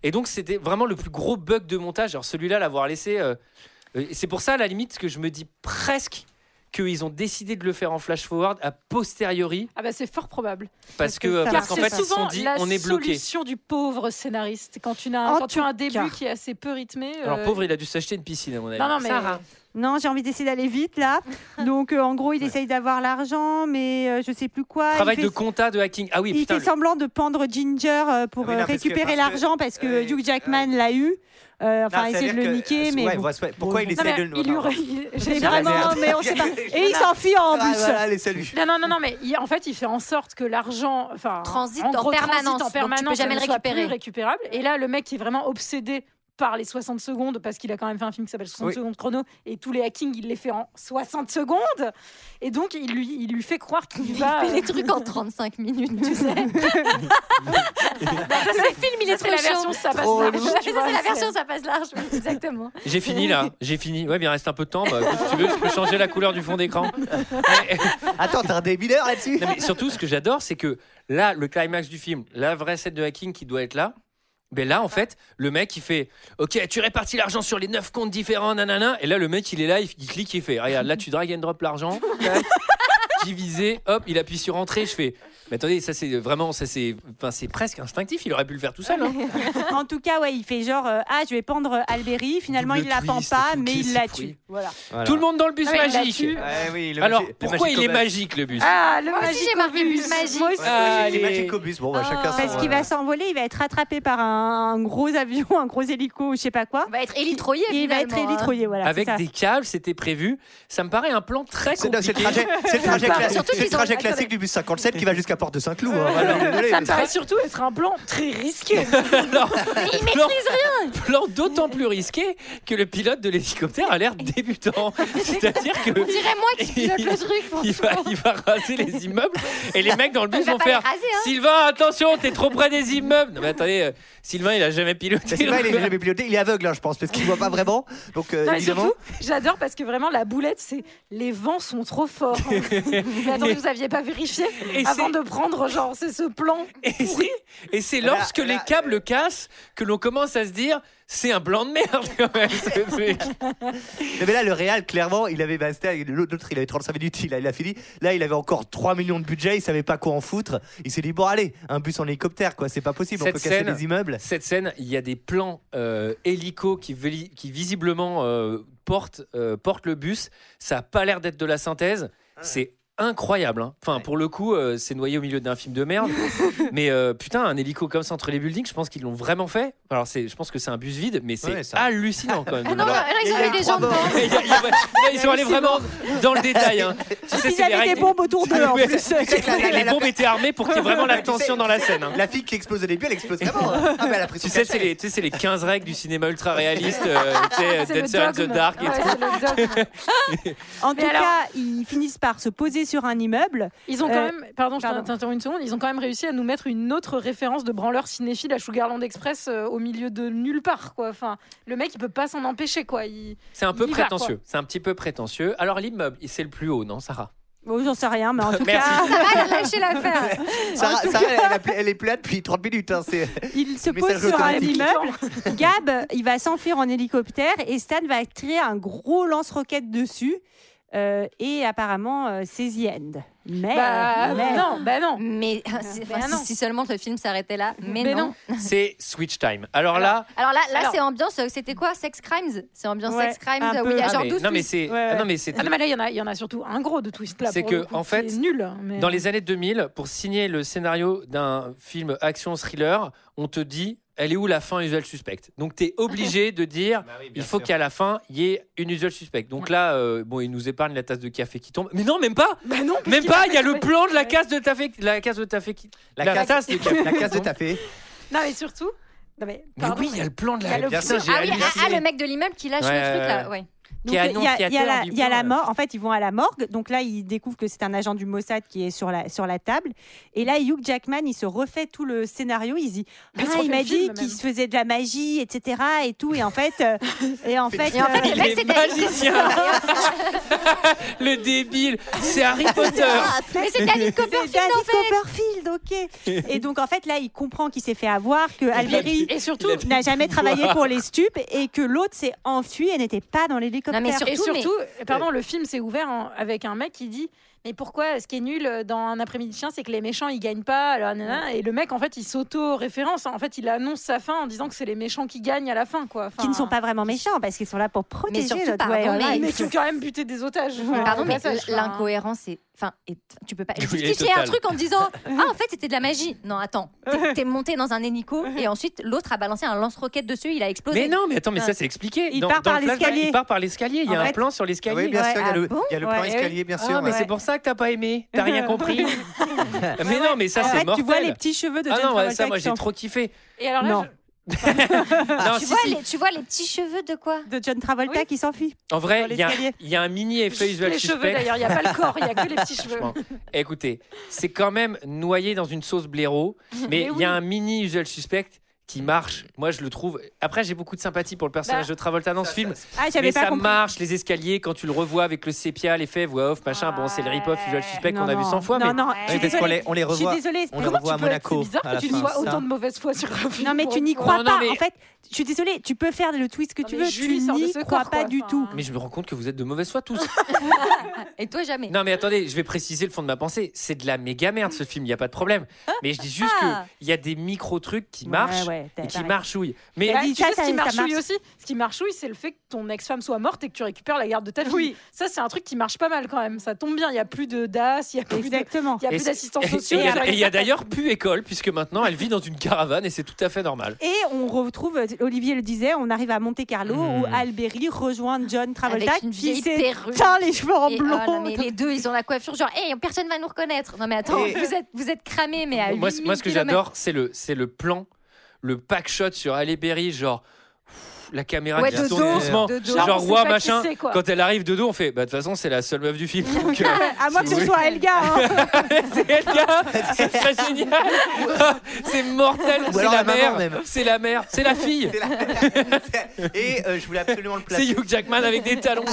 A: Et donc, c'était vraiment le plus gros bug de montage. Alors celui-là, l'avoir laissé. euh, euh, c'est pour ça, à la limite, que je me dis presque qu'ils ont décidé de le faire en flash forward a posteriori
F: Ah bah c'est fort probable.
A: parce
B: que
A: que euh,
B: ça
A: parce
B: marche.
A: qu'en
F: c'est
A: fait ils se
F: souvent
A: sont dit
F: la
A: on est bloqué
F: solution du pauvre scénariste quand tu as
B: En
F: quand tu as un
B: tout
F: début
B: cas.
F: qui est assez peu rythmé. euh,
A: alors pauvre il a dû s'acheter une piscine à mon avis
F: Non non mais
B: Non, j'ai envie d'essayer d'aller vite là. Donc euh, en gros, il essaye d'avoir l'argent, mais euh, je sais plus quoi.
A: travail
B: il
A: de
B: fait,
A: compta de hacking ah oui
B: il
A: putain
B: fait
A: le-
B: semblant de pendre Ginger euh, pour
G: Ah oui,
B: euh,
G: non, parce que-
B: récupérer
G: parce que-
B: l'argent parce que
G: euh,
B: Hugh Jackman l'a eu. Euh, enfin, il essaie de le
A: euh,
B: niquer, mais.
G: Ouais,
B: bon.
G: ouais, ouais. Pourquoi il
F: Non,
G: essaie
F: mais
G: de le.
F: il lui aurait-
B: Mais
F: J'ai
B: vraiment,
F: vraiment-
G: merde.
B: mais on sait pas. Et il s'enfuit en
G: Ah,
B: bus.
G: voilà, allez, salut.
F: Non, non, non, non, mais il- en fait, il fait en sorte que l'argent enfin,
J: Transite en
F: gros, transite
J: permanence, donc
F: en
J: tu peux
F: permanence,
J: jamais
F: ça ne
J: le
F: soit
J: récupérer.
F: plus récupérable. Et là, le mec qui est vraiment obsédé par les 60 secondes, parce qu'il a quand même fait un film qui s'appelle 60
G: Oui.
F: secondes chrono, et tous les hackings, il les fait en 60 secondes. Et donc, il lui, il lui fait croire qu'il
J: Il
F: va.
J: fait des trucs en 35 minutes, tu sais. Ça, c'est le film, il est
F: c'est
J: trop
F: la
J: chaud.
F: version, ça passe
G: Trop
F: large.
G: lourd.
J: Ça,
F: Oh, tu
J: c'est
F: vois,
J: la
F: c'est-
J: version, ça passe large. oui, Exactement.
A: J'ai fini là, j'ai fini. Ouais, mais il reste un peu de temps. Bah, écoute, si tu veux, je peux changer la couleur du fond d'écran.
G: Attends, t'as un débileur là-dessus
A: Non, mais surtout, ce que j'adore, c'est que là, le climax du film, la vraie scène de hacking qui doit être là. Ben là, en fait, le mec, il fait Ok, tu répartis l'argent sur les 9 comptes différents, nanana. Et là, le mec, il est là, il, il clique, il fait Regarde, là, tu drag and drop l'argent. tac, Divisé, hop, il appuie sur entrée. Je fais Mais attendez, ça, c'est vraiment, ça, c'est enfin, c'est presque instinctif. Il aurait pu le faire tout seul. hein.
B: En tout cas, ouais, il fait genre euh, ah, je vais pendre euh, Alberi. Finalement,
A: Double
B: il la pend
A: twist,
B: pas,
A: tout
B: mais
A: qui
B: il la
A: s'est
B: tue.
A: pris.
B: Voilà.
A: Tout le monde dans le bus
F: Ah oui, il l'a
A: magique.
F: tué.
A: Alors, pourquoi il est magique, le bus
F: Ah, le
J: Moi aussi,
F: magique
J: j'ai marqué
F: obus.
J: bus magique.
F: Moi
B: Euh,
F: aussi.
G: Ah,
A: Allez.
G: les magicobus. Bon, bah,
J: Ah.
G: chacun son-
B: Parce qu'il va s'envoler, il va être rattrapé par un, un gros avion, un gros hélico, je sais pas quoi.
F: Bah,
J: On va être élitroyé.
B: Et il va être
J: finalement, hein.
B: élitroyé, voilà.
A: Avec
B: c'est ça.
A: des câbles, c'était prévu. Ça me paraît un plan très
G: C'est non, c'est
A: compliqué.
G: le trajet, c'est le trajet,
J: Surtout
G: classique-
J: qu'ils
G: c'est le
J: ont-
G: trajet
J: attendez.
G: classique du bus 57 qui va jusqu'à porte de Saint-Cloud.
F: Euh,
G: hein, voilà.
F: ça me paraît surtout être un plan très risqué.
A: Mais
J: il
A: Plan-
J: maîtrise rien
A: Plan d'autant plus risqué que le pilote de l'hélicoptère a l'air débutant. C'est-à-dire que.
J: On dirait moi qui pilote le truc,
A: Il va, il va raser les immeubles et les mecs dans le
J: Il
A: bus
J: va
A: vont
J: pas les
A: faire
J: raser, hein.
A: Sylvain, attention, t'es trop près des immeubles. Non, mais attendez, euh, Sylvain, il a jamais piloté.
G: Mais c'est pas, il est
A: le-
G: jamais piloté, il est aveugle, hein, je pense, parce qu'il voit pas vraiment. Donc, euh,
A: Bah,
F: Non, et
G: évidemment.
F: surtout, j'adore parce que vraiment la boulette, c'est les vents sont trop forts. Mais attendez, vous aviez pas vérifié
A: Et
F: avant
A: c'est-
F: de prendre genre c'est ce plan.
A: Et c'est- Et c'est lorsque les
J: euh,
A: câbles cassent que l'on commence à se dire c'est un plan de merde quand même ce truc.
G: Non, Mais là, le Real, clairement, il avait. bah, c'était- L'autre, il avait 35 minutes, il a, il a fini. Là, il avait encore 3 millions de budget, il savait pas quoi en foutre. Il s'est dit, bon, allez, un bus en hélicoptère, quoi, c'est pas possible, on peut casser les immeubles.
A: Cette scène, il y a des plans euh, hélico qui, veli- qui visiblement euh, portent, euh, portent le bus. Ça n'a pas l'air d'être de la synthèse.
G: Ah
A: C'est incroyable. hein. Enfin, pour le coup, euh, c'est noyé au milieu d'un film de merde. mais euh, putain, un hélico comme ça entre les buildings, je pense qu'ils l'ont vraiment fait. Alors, c'est- je pense que c'est un bus vide, mais c'est
G: Ouais, ça-
A: hallucinant quand même.
J: Ah non, là, là, ils ont mis des gens dedans.
A: Il y a- il y a- ouais, ils sont allés vraiment dans le détail. hein. Tu sais,
B: Ils
A: c'est les
B: avaient des
A: règles-
B: bombes autour d'eux, en
A: Ouais,
B: plus.
A: c'est- c'est- Les bombes étaient armées pour qu'il y ait vraiment la tension dans la scène. hein.
G: La fille qui explose au début, elle explose vraiment. hein. Ah, mais elle a pris son
A: Tu sais,
G: cachet.
A: c'est les, tu sais, c'est les 15 règles du cinéma ultra réaliste, euh, tu sais,
F: Ah, C'est le
A: Dancer in the
F: dogme.
A: Dark et
F: Ouais,
A: tout.
F: c'est le dogme.
B: En
F: Mais
B: tout
F: alors-
B: cas, ils finissent par se poser sur un immeuble.
F: Ils ont quand
B: Euh,
F: même, pardon, je
B: pardon.
F: t'interromps une seconde, ils ont quand même réussi à nous mettre une autre référence de branleur cinéphile à Sugarland Express euh, au milieu de nulle part, quoi. Enfin, le mec, il peut pas s'en empêcher, quoi. Il-
A: C'est un peu
F: il y va,
A: prétentieux.
F: quoi.
A: C'est un petit peu prétentieux. Alors, l'immeuble, c'est le plus haut, non, Sarah
B: Bon, j'en sais rien, mais en
A: Bah,
B: tout
A: Merci.
B: cas,
J: Ça va, elle a lâché l'affaire
G: Sarah,
B: en tout
G: Sarah,
B: cas-
G: elle, a pla- elle est plus là depuis 30 minutes. hein, c'est-
B: il se
G: Message
B: pose sur un
G: automatique.
B: immeuble. Gab, il va s'enfuir en hélicoptère et Stan va tirer un gros lance-roquette dessus. Euh, et apparemment, euh, c'est The End. Mais,
F: Bah,
B: mais-
F: non, bah non.
J: Mais, euh, c'est-
F: Mais
J: enfin,
F: non.
J: si, si seulement le film s'arrêtait là, mais,
F: Mais
J: non.
F: non.
A: C'est Switch Time. Alors, là.
J: Alors là, là
F: Alors-
J: c'est ambiance, euh, c'était quoi Sex Crimes C'est ambiance
B: Ouais,
J: Sex Crimes
B: un
J: euh, où
B: peu.
J: il y a
A: Ah,
J: genre
A: mais-
J: 12
A: non, mais
J: twists.
A: c'est.
B: Ouais,
A: ah, non,
B: ouais.
A: mais c'est.
F: Ah non, mais là, il y, en a- il y en a surtout un gros de twist là.
A: C'est
F: pour
A: que,
F: le coup,
A: en
F: qui
A: fait,
F: est nul. hein, mais-
A: Dans les années 2000, pour signer le scénario d'un film action-thriller, on te dit elle est où la fin usual suspecte. Donc tu es obligé de dire
H: Bah,
A: il faut qu'à la fin, il y ait une usual suspecte. Donc là, euh, bon, il nous épargne la tasse de café qui tombe. Mais non, même pas
F: Bah non,
A: Même
F: puisqu'il
A: pas, il y a le
F: fait-
A: plan de la
F: Ouais.
A: casse de café, la casse de café qui...
G: La
A: la
G: casse-
A: tasse de café.
G: La casse de tapé.
F: Non, mais surtout. Non, mais,
A: Mais
F: pardon,
A: oui, il y a le plan de
F: Il y a
A: la
F: le
A: Bien
F: plan.
A: sûr, j'ai
J: Ah oui, ah, ah,
A: halluciné.
J: le mec de l'immeuble qui lâche
A: Ouais,
J: le truc
A: ouais,
J: là,
A: ouais.
J: ouais.
A: Qui
B: Donc,
A: est
B: il y, a- il y a
A: annonciateur
B: la-
A: du
B: il y a
A: plan,
B: la
A: là.
B: mort. En fait, ils vont à la morgue. Donc là, ils découvrent que c'est un agent du Mossad qui est sur la, sur la table. Et là, Hugh Jackman, il se refait tout le scénario. Il se dit
F: Mais il se
B: Ah,
F: refait
B: il
F: le
B: m'a
F: film,
B: dit
F: même.
B: qu'il se faisait de la magie, etc. Et tout. Et en fait, euh, et en fait,
J: Et en fait,
B: euh,
J: les
A: Il
J: mecs,
A: est
J: c'était
A: magicien. Le débile, c'est Harry Potter.
J: Ah, Mais c'est David Copperfield en fait
B: Copperfield, ok. Et donc en fait là, il comprend qu'il s'est fait avoir, que Alberi
F: Et surtout,
A: Il a dit-
B: n'a jamais travaillé pour les stupes et que l'autre s'est enfui et n'était pas dans l'hélicoptère.
J: Non, mais sur-
F: Et
J: Surtout,
F: surtout,
A: Euh.
F: pardon, le film s'est ouvert en- avec un mec qui dit Mais pourquoi ce qui est nul euh, dans un après-midi de chien, c'est que les méchants ils gagnent pas alors, nanana. Et le mec, en fait, il s'auto-référence. En fait, il annonce sa fin en disant que c'est les méchants qui gagnent à la fin, quoi. Enfin,
B: qui ne sont pas vraiment méchants parce qu'ils sont là pour protéger
J: surtout,
B: notre
J: pardon,
B: way of
J: mais-
B: life.
F: Mais qui ont quand même buté des otages.
J: Pardon, mais
F: Enfin, enfin,
J: l'incohérence est. Enfin, est- tu peux pas
A: Oui, il
J: justifier
A: est
J: un
A: total.
J: truc en disant Ah, en fait, c'était de la magie. Non, attends, T'es- t'es monté dans un hélico et ensuite l'autre a balancé un lance-roquette dessus, il a explosé.
A: Mais non, mais attends, mais
J: Ah.
A: ça c'est expliqué.
B: Il part par
A: le flashback,
B: l'escalier.
A: Il part par l'escalier. Il y a
B: En
A: un
B: fait-
A: plan sur l'escalier.
G: Oui, bien
B: Ouais,
G: sûr, il y a
J: ah
G: le-
J: bon
G: il y a le plan
B: Ouais.
G: escalier, bien
A: Ah,
G: sûr.
A: mais
G: ouais.
A: c'est pour ça que t'as pas aimé. T'as rien compris. mais non, mais ça
B: en
A: c'est
B: fait, tu
A: mortel.
B: vois les petits cheveux de
A: ah
B: John
A: non, ouais,
B: Travolta
A: ça moi
B: qui
A: j'ai
B: s'en-
A: trop kiffé.
F: Et alors là,
B: Non.
F: je-
A: Non,
J: tu,
A: si,
J: vois
A: si.
J: Les, tu vois les petits cheveux de quoi
B: de John Travolta
F: Oui.
B: qui s'enfuit.
A: En vrai,
B: Dans
A: il y, a-
B: l'escalier.
A: il y a un mini effet
F: juste
A: usual
F: les cheveux
A: suspect.
F: d'ailleurs, il n'y a pas le corps, il n'y a que les petits cheveux.
A: Franchement, écoutez, c'est quand même noyé dans une sauce blaireau, mais
F: Mais
A: il
F: oui.
A: y a un mini usual suspect qui marche. Moi, je le trouve. Après, j'ai beaucoup de sympathie pour le personnage
F: Bah,
A: de Travolta dans ce film,
B: Ah,
A: mais
B: j'avais pas
A: ça
B: compris.
A: marche. Les escaliers, quand tu le revois avec le sépia, l'effet voix off, machin. Bon, c'est le rip-off usual suspect
B: Non,
A: qu'on a vu
B: non.
A: 100 fois,
B: Non,
A: mais
B: non,
G: Oui,
B: je
G: parce
B: suis
G: qu'on
B: désolée.
G: les, on les
B: Je suis
G: revois.
B: désolée.
G: On les
F: Comment
G: revoit à
F: tu peux être-
G: Monaco.
F: C'est bizarre
G: à la
F: que tu
G: fin.
F: sois
G: Ça.
F: autant de mauvaise foi sur un film.
B: Non, mais
F: pour
B: tu
F: le
B: n'y
F: coup.
B: crois
A: Non, non,
B: pas.
A: mais-
B: En fait, je suis désolée, tu peux faire le twist que
F: Non,
B: tu
F: mais
B: veux,
F: Julie
B: tu
F: sort de
B: n'y
F: ce
B: crois
F: corps,
B: pas
F: quoi.
B: du
F: Enfin,
B: tout.
A: Mais je me rends compte que vous êtes de mauvaise foi tous.
J: Et toi, jamais.
A: non mais attendez, je vais préciser le fond de ma pensée. C'est de la méga merde ce film, il n'y a pas de problème. Mais je dis juste
J: Ah.
A: qu'il y a des micro-trucs qui marchent.
B: Ouais, ouais. ouais, t'as-
A: et qui
B: pareil.
A: marchouille. Mais
F: Ah, tu sais ce qui marchouille
B: marche.
F: aussi Ce qui marchouille, c'est le fait que ton ex-femme soit morte et que tu récupères la garde de ta fille. Ça, c'est un truc qui marche pas mal quand même. Ça tombe bien. Il n'y a plus de DAS, il n'y a plus de- il y a
A: Et
F: plus
A: c'est-
F: d'assistance
A: et- et
F: sociale.
A: il y a- Et il y a d'ailleurs plus école, puisque maintenant elle vit dans une caravane et c'est tout à fait normal.
B: Et on retrouve, euh, Olivier le disait, on arrive à Monte Carlo
A: Mm.
B: où Alberi rejoint John Travolta
J: Avec une
B: qui
J: vieille
B: s'est
J: perruque.
B: teint les cheveux en
J: Et,
B: blond.
J: oh là, mais les deux, ils ont la coiffure genre, hey, personne va nous reconnaître. Non mais attends,
A: Et-
J: vous êtes, vous êtes cramés, mais à
A: Moi,
J: 8000
A: moi, ce que
J: kilomètres.
A: j'adore, c'est le, c'est le plan, le pack shot sur Halle Berry, genre pff, la caméra
J: Ouais,
A: qui
J: de
A: se tourne
J: dos,
A: doucement,
J: de dos. Genre, on
A: genre
J: sait
A: ouah
J: pas qui
A: machin.
J: c'est, quoi.
A: Quand elle arrive de dos, on fait bah de toute façon c'est la seule meuf du film. donc, euh,
B: à moins que ce
A: oui.
B: soit Elga. hein.
A: c'est elle, gars. c'est très génial, Ah, c'est mortel,
G: Ou
A: c'est
G: alors
A: la,
G: la maman
A: mère,
G: même.
A: c'est la mère, c'est la fille,
G: Et euh, je voulais absolument le
A: c'est
G: placer.
A: Hugh Jackman avec des talons.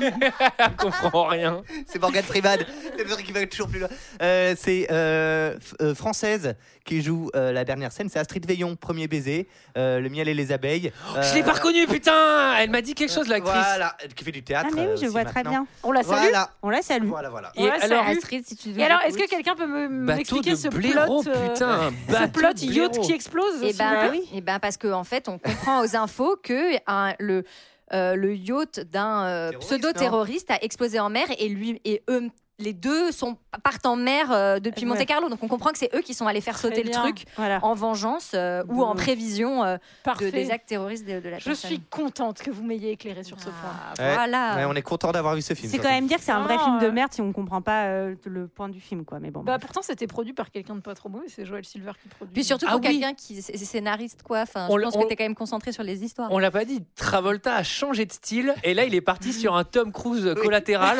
A: Elle comprend rien.
G: C'est Morgan Freeman. C'est le truc qui va toujours plus loin. Euh, c'est euh, f- euh, française qui joue euh, la dernière scène. C'est Astrid Veillon, premier baiser, euh, le miel et les abeilles.
A: Oh,
G: Euh,
A: Je l'ai pas reconnue, putain. Elle m'a dit quelque chose l'actrice.
G: Voilà, qui fait du théâtre.
B: Ah, mais oui, je
G: euh, aussi
B: vois très
G: maintenant.
B: bien.
F: On la salue
G: Voilà.
B: On la salue.
G: Voilà, voilà.
A: Et
F: Ouais, ça
A: alors,
F: a eu-
J: Astrid, si tu
F: Et alors, est-ce que quelqu'un peut me-
A: bateau
F: m'expliquer Hmm, ce
A: de blaireau,
F: plot euh,
A: putain, un
F: Ce
A: bateau
F: plot
A: de
F: yacht
A: blaireau.
F: qui explose
J: Et
F: aussi.
J: ben, et ben parce qu'en en fait, on comprend aux infos que hein, le euh, le yacht d'un euh,
G: Terroriste,
J: pseudo-terroriste a explosé en mer et lui et eux. Les deux sont, partent en mer euh, depuis
B: Ouais.
J: Monte Carlo, donc on comprend que c'est eux qui sont allés faire sauter le
F: bien.
J: truc
B: Voilà.
J: en vengeance euh, ou en
A: Mmh.
F: De-
J: prévision euh, de,
F: Parfait.
J: des actes terroristes de, de la
F: Je
J: personne.
F: suis contente que vous m'ayez éclairé sur ce point.
J: Ah,
G: Ouais.
J: voilà.
G: Ouais, on est content d'avoir vu ce film.
B: C'est quand
G: surtout. Oh,
B: même dire que c'est un vrai
F: Non,
B: film de
F: euh.
B: merde si on comprend pas euh, le point du film, quoi. Mais bon.
F: Bah, pourtant, c'était produit par quelqu'un de pas trop mauvais. C'est Joël Silver qui produit.
J: Puis surtout
A: Ah
J: pour
A: oui.
J: quelqu'un qui c'est c'est scénariste quoi. Enfin,
A: On
J: je
A: le-
J: pense
A: on-
J: que t'es quand même concentré sur les histoires.
A: On l'a pas dit, Travolta a changé de style et là il est parti sur un Tom Cruise collatéral.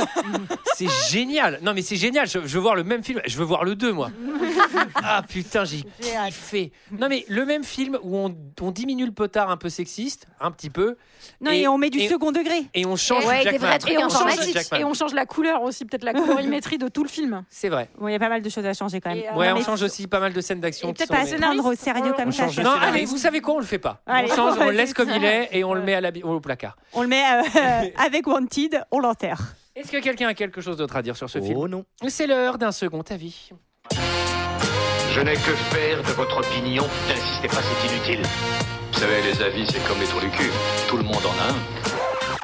A: c'est génial. Non mais c'est génial, je, je veux voir le même film, je veux voir le 2 moi. ah putain, j'ai kiffé. Non mais le même film où on, on diminue le potard un peu sexiste, un petit peu
B: non, et,
A: et-
B: on met du
A: et-
B: second degré.
A: et on change
J: Ouais, des
A: Jackman.
J: vrais trucs
F: Et on, change,
J: Informatique.
A: Jackman.
F: et on change la couleur aussi, peut-être la colorimétrie de tout le film.
A: C'est vrai.
B: Bon, il y a pas mal de choses à changer quand même.
F: Et, euh,
B: Non,
A: Ouais,
B: mais
A: on change aussi pas mal de scènes d'action
F: et
A: qui
F: peut-être
A: sont
B: Pas
F: Mais-
A: des-
B: se prendre au sérieux
F: On
B: comme ça.
G: change
B: ça.
G: le
A: Non,
G: scénariste.
A: allez, vous savez quoi, on le fait pas.
B: Allez,
A: on change,
B: on
A: on le laisse
B: fait
A: comme il est et on le met à la bi- au placard.
B: On le met euh, avec Wanted, on l'enterre.
A: Est-ce que quelqu'un a quelque chose d'autre à dire sur ce film
G: Oh non.
A: C'est l'heure d'un second avis.
N: Je n'ai que faire de votre opinion. N'insistez pas, c'est inutile. Vous savez, les avis, c'est comme les trous du cul. Tout le monde en a un.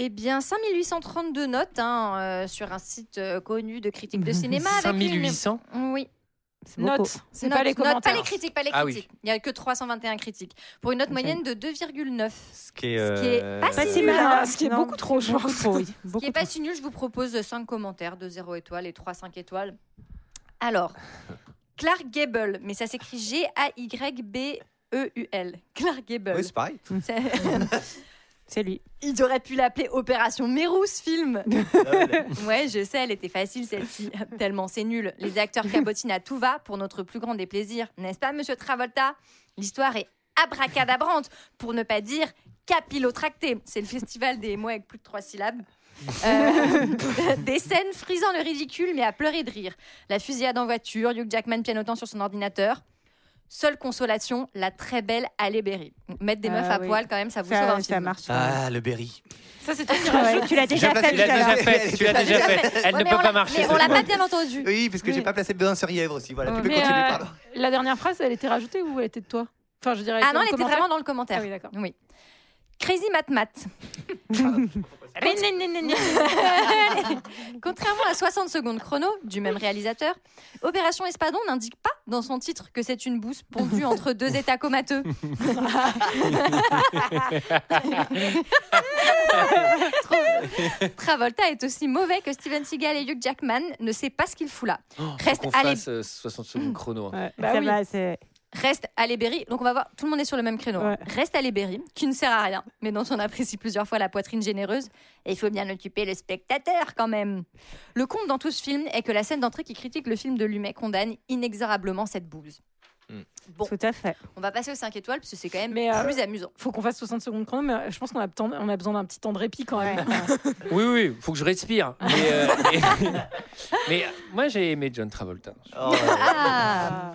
J: Eh bien, 5832 notes hein, euh, sur un site euh, connu de critique de cinéma. avec une-
A: 5800
J: Oui.
B: C'est beaucoup.
F: Note, c'est
J: Notes,
F: pas les
J: notes,
F: commentaires.
J: pas les critiques, pas les
A: Ah oui.
J: critiques. Il n'y a que 321 critiques. Pour une note moyenne de 2,9.
G: Ce qui est,
J: Ce qui est
G: euh,
J: pas
B: Pas si
J: Euh,
B: mal, hein.
F: ce qui est
B: Non,
F: beaucoup trop, je
B: beaucoup
F: pense.
B: trop, oui.
J: Ce qui
B: Beaucoup
J: n'est pas si nul, je vous propose 5 commentaires de 0 étoile et 3 5 étoiles. Alors, Clark Gable, mais ça s'écrit G-A-Y-B-E-U-L. E Clark Gable.
G: Oui, c'est pareil.
J: C'est-
B: trop. C'est lui.
J: Ils auraient pu l'appeler Opération Mérous film. ouais, je sais, elle était facile celle-ci. Tellement c'est nul. Les acteurs cabotinent à tout va pour notre plus grand déplaisir, n'est-ce pas, monsieur Travolta L'histoire est abracadabrante, pour ne pas dire capillotractée. C'est le festival des mots avec plus de trois syllabes. Euh, des scènes frisant le ridicule, mais à pleurer de rire. La fusillade en voiture, Hugh Jackman pianotant sur son ordinateur. Seule consolation, la très belle Halle Berry. Mettre des
B: Ah
J: meufs à
B: oui.
J: poil, quand même, ça vous sauve
B: Ça,
J: un
B: ça
J: film.
B: marche.
G: Ah, le Berry.
F: Ça, c'est toi qui
B: Ouais,
F: rajoutes.
B: tu l'as déjà
G: Je
B: fait.
G: Tu
A: Tu l'as
G: l'as
A: déjà fait, tu l'as
G: déjà fait, tu
A: déjà
G: l'as déjà
A: fait. Elle
J: Ouais,
A: ne
J: mais
A: peut
J: on
A: pas
J: l'a-
A: marcher.
J: Mais on l'a
G: fois.
J: pas bien entendu.
G: Oui, parce que j'ai pas placé Bedouin sur Yèvre aussi. Voilà, tu peux
F: Mais,
G: continuer,
F: euh,
G: pardon.
F: La dernière phrase, elle était rajoutée ou elle était de toi Enfin, je dirais.
J: Ah non,
F: dans
J: elle
F: le
J: était
F: commentaire.
J: vraiment dans le commentaire.
F: Ah oui, d'accord.
J: Oui. Crazy Mat Mat. Contrairement à 60 secondes chrono du même réalisateur, Opération Espadon n'indique pas dans son titre que c'est une bouse pondue entre deux états comateux. Trop- Travolta est aussi mauvais que Steven Seagal et Hugh Jackman, ne sait pas ce qu'il fout là. Reste
A: Oh, qu'on
J: à l'é-
A: fasse euh, 60 secondes chrono. hein.
B: Ouais,
F: Bah
B: ça
F: oui.
B: va, c'est-
J: Reste à Berry, donc on va voir, tout le monde est sur le même créneau. hein.
B: Ouais.
J: Reste à Berry, qui ne sert à rien, mais dont on apprécie plusieurs fois la poitrine généreuse, et il faut bien occuper le spectateur quand même. Le compte dans tout ce film est que la scène d'entrée qui critique le film de Lumet condamne inexorablement cette bouse.
G: Mm.
J: Bon,
B: Tout à fait.
J: on va passer aux 5 étoiles, parce que c'est quand même
F: Mais, euh,
J: plus amusant.
F: Faut qu'on fasse 60 secondes chrono, mais euh, je pense qu'on a, besoin- on a besoin d'un petit temps de répit quand même.
A: Oui, oui, faut que je respire. Mais, euh, et- mais, euh, moi, j'ai aimé John Travolta.
G: Oh,
B: Ah.
J: Ah.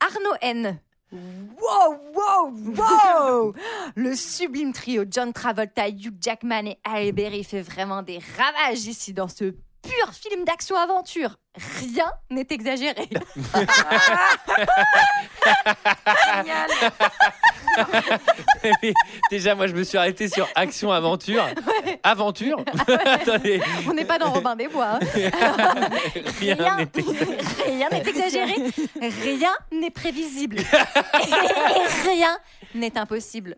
J: Arnaud N. Wow, wow, wow Le sublime trio John Travolta, Hugh Jackman et Halle Berry fait vraiment des ravages ici dans ce pur film d'action-aventure. Rien n'est exagéré.
F: génial.
A: Mais déjà, moi, je me suis arrêté sur action aventure. Aventure. Attendez.
J: On n'est pas dans Robin des Bois. hein.
A: Rien n'était-
J: Rien n'est exagéré, rien n'est prévisible, et rien n'est impossible.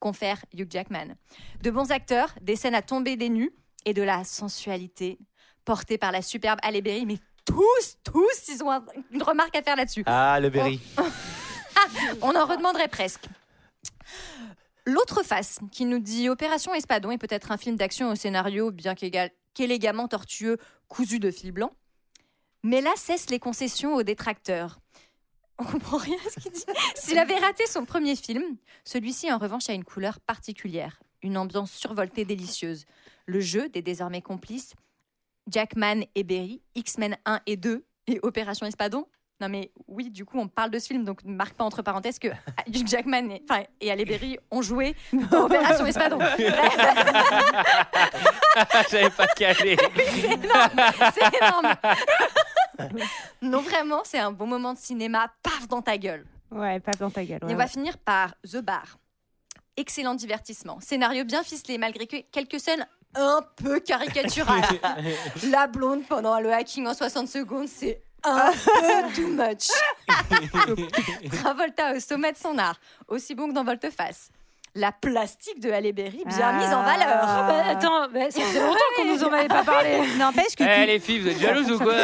J: Confère Hugh Jackman. De bons acteurs, des scènes à tomber des nues et de la sensualité portée par la superbe Halle Berry. Mais tous, tous, ils ont un- une remarque à faire là-dessus.
G: Ah, le Berry.
J: On en redemanderait presque. L'autre face, qui nous dit Opération Espadon est peut-être un film d'action au scénario bien qu'égal- qu'élégamment tortueux, cousu de fil blanc. Mais là cessent les concessions aux détracteurs. On comprend rien à ce qu'il dit. S'il avait raté son premier film, celui-ci en revanche a une couleur particulière, une ambiance survoltée délicieuse. Le jeu des désormais complices, Jackman et Berry, X-Men 1 et 2 et Opération Espadon. Non mais oui, du coup on parle de ce film, donc ne marque pas entre parenthèses que Hugh Jackman et, enfin, et Halle Berry ont joué dans Opération Espadon.
A: J'avais pas calé.
J: C'est énorme, c'est énorme. non vraiment, c'est un bon moment de cinéma, paf dans ta gueule.
B: Ouais, pas dans ta gueule.
J: Et
B: ouais,
J: on va
B: ouais.
J: finir par The Bar. Excellent divertissement. Scénario bien ficelé, malgré que quelques scènes un peu caricaturales. La blonde pendant le hacking en 60 secondes, c'est un peu too much. Travolta au sommet de son art, aussi bon que dans Volteface. La plastique de Halle Berry, bien
F: Ah.
J: mise en valeur.
F: Ah bah attends, bah, ça faisait longtemps qu'on nous en avait pas parlé.
B: N'empêche
A: Eh les filles, vous êtes jalouses ou quoi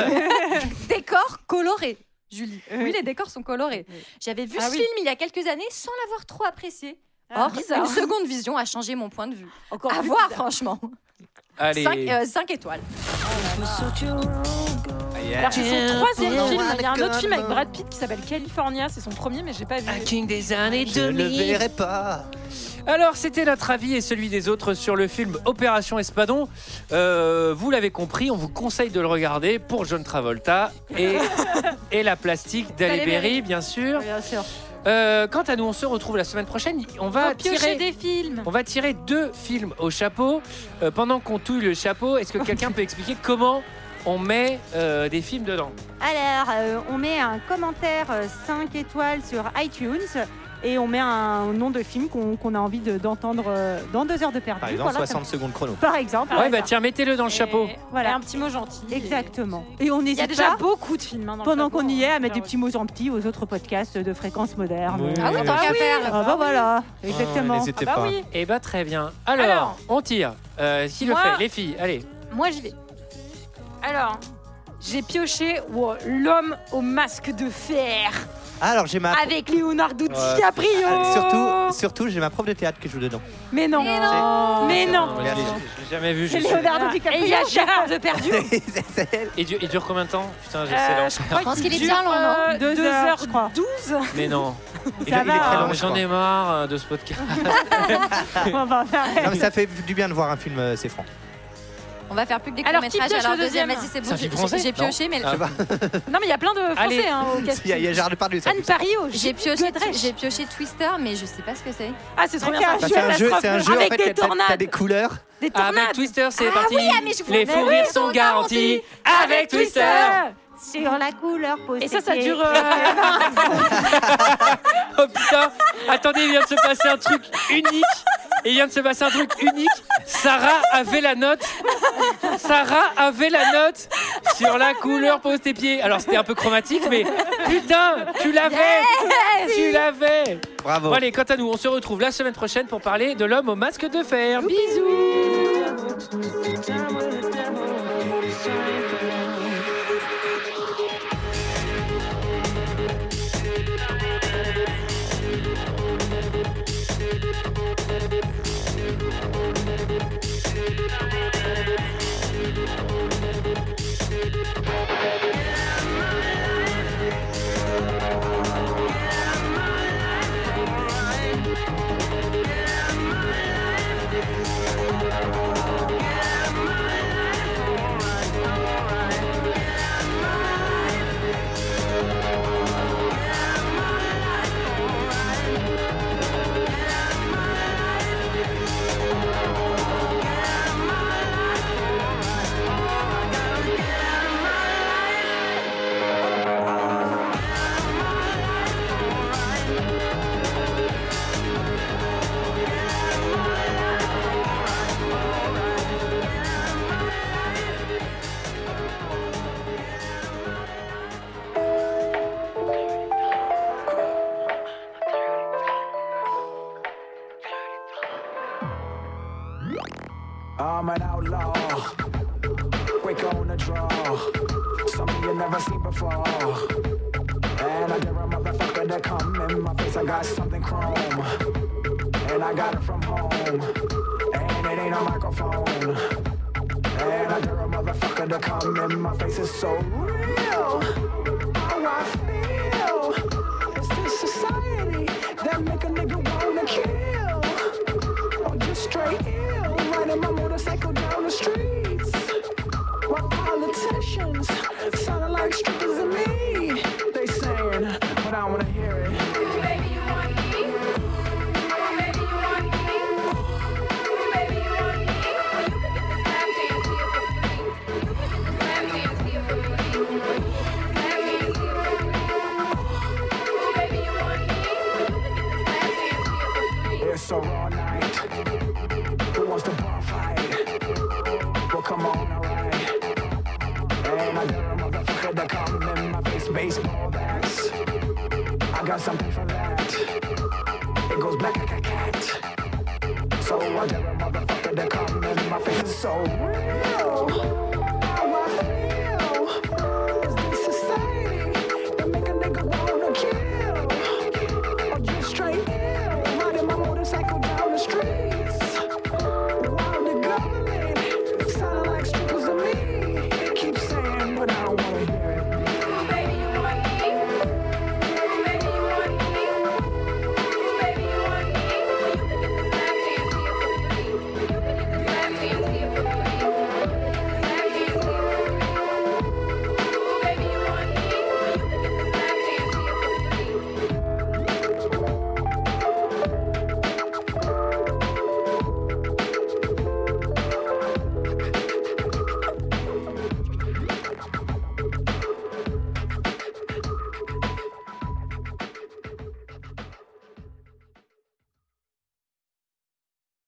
J: décors colorés, Julie. Oui, les décors sont colorés. J'avais vu
F: Ah
J: ce
F: oui.
J: film il y a quelques années sans l'avoir trop apprécié.
F: Ah,
J: Or,
F: bizarre.
J: une seconde vision a changé mon point de vue.
F: Encore
J: à
F: plus
J: voir,
F: bizarre.
J: franchement.
A: Allez.
J: 5 étoiles.
G: Oh. Ah,
F: Alors c'est son troisième film. Il y a un autre film avec Brad Pitt qui s'appelle California. C'est son premier, mais j'ai pas
B: Ah,
F: vu. Un
A: King des années
G: Je ne le verrai pas.
A: Alors, c'était notre avis et celui des autres sur le film Opération Espadon. Euh, vous l'avez compris, on vous conseille de le regarder pour John Travolta et, et la plastique d'Halle
F: Halle
A: Berry,
F: Berry.
A: bien sûr.
F: Bien sûr.
A: Euh, quant à nous, on se retrouve la semaine prochaine. On va
F: piocher
A: tirer
F: des films.
A: On va tirer deux films au chapeau. Euh, pendant qu'on touille le chapeau, est-ce que quelqu'un peut expliquer comment on met euh, des films dedans
B: Alors, euh, on met un commentaire 5 étoiles sur iTunes et on met un nom de film qu'on qu'on a envie de- d'entendre euh, dans deux heures de perdu.
G: Par exemple,
B: Voilà,
G: 60 secondes chrono.
B: ça- Par
F: Ah,
B: exemple.
A: Ouais,
B: ouais,
A: bah
B: ça.
A: tiens, mettez-le dans le chapeau.
B: Voilà.
F: Et un petit mot gentil.
B: Exactement. Et on
F: Il y a
B: n'hésite
F: déjà
B: pas,
F: beaucoup de films. hein, dans le
B: pendant
F: chapeau,
B: qu'on y est,
F: hein.
B: à mettre des petits mots gentils aux autres podcasts de fréquence moderne.
G: Oui.
J: Ah oui, tant
B: Ah
J: qu'à
B: oui.
J: faire.
B: Ah bah voilà, exactement.
G: n'hésitez
F: Ah bah
G: pas.
F: oui.
A: Eh bah très bien. Alors,
F: Alors.
A: on tire. Euh, qui le
F: Moi-
A: fait Les filles, allez.
J: Moi, j'y vais.
F: Alors, j'ai pioché wow, l'homme au masque de fer
G: Ah, Alors j'ai ma.
F: avec Leonardo
G: Ouais. Ah,
F: DiCaprio.
G: Surtout, surtout j'ai ma prof de théâtre qui joue dedans.
F: Mais non.
J: Mais non.
F: Mais non.
G: Merci.
A: J'ai jamais vu.
B: C'est
A: je sais.
B: Leonardo
F: Et il y
B: DiCaprio.
F: a Gérard de perdu.
A: Il dure, il dure combien de temps Putain, j'ai lancé.
F: Euh, Je
J: pense qu'il est bien long, non
F: euh,
B: Deux heures, je crois.
F: 12
A: Mais non. Il-
B: va,
A: il est très
G: hein.
A: long, J'en ai marre euh, de ce podcast.
B: Bon, bah, arrête.
G: Non, mais ça fait du bien de voir un film, euh, c'est franc.
J: On va faire plus que des
F: Alors,
J: courts
F: qui
J: métrages.
F: pioche
J: Alors,
F: le
J: deuxième,
F: deuxième
J: vas-y, c'est
A: C'est
J: bon.
A: un
J: j'ai-
A: film français,
J: J'ai j'ai
A: non
J: pioché, mais
A: Ah bah,
F: Non, mais il y a plein de français
A: Allez.
F: hein, au
G: Il y a- il y a
F: casting.
G: Gérard Depardieu. ça,
F: Anne
G: putain.
F: Paris au
J: j'ai pioché, j'ai pioché Twister, mais je sais pas ce que c'est.
F: Ah, c'est trop bien
B: Ah,
F: ça.
G: Bah, C'est un jeu, c'est un jeu.
F: Avec
G: en fait,
F: des
G: t'as- t'as- t'as
F: tornades.
G: des Ah, couleurs.
F: Des tornades.
A: Avec Twister, c'est
J: Ah
A: parti.
J: oui, ah, mais je vous-
A: Les
J: mais
A: fous
J: oui,
A: rires
J: ils
A: sont
J: sont
A: garantis
J: garantis.
A: avec Twister.
B: Sur la couleur posée.
F: Et ça, ça dure. euh,
A: Oh putain Attendez, il vient de se passer un truc unique. Il vient de se passer un truc unique. Sarah avait la note. Sarah avait la note sur la couleur pose tes pieds. Alors c'était un peu chromatique, mais putain, tu l'avais Tu l'avais
G: Bravo.
A: Bon allez, quant à nous, on se retrouve la semaine prochaine pour parler de l'homme au masque de fer.
F: I'm an outlaw. Quick on the draw. Something you never seen before. And I dare a motherfucker to come in my face. I got something chrome. And I got it from home. And it ain't a microphone. And I dare a motherfucker to come in my face. It's so real. How I feel. It's this society that make a nigga wanna kill. Or just straight ill. Riding my motorcycle down the streets. While politicians sounding like strippers and me. They saying, but I don't wanna hear it. It's a raw night. Who wants to bar fight? Well, come on, alright. And I dare a motherfucker to come in my face, baseball bats. I got something for that. It goes black like a cat. So I dare a motherfucker to come in my face. It's so real.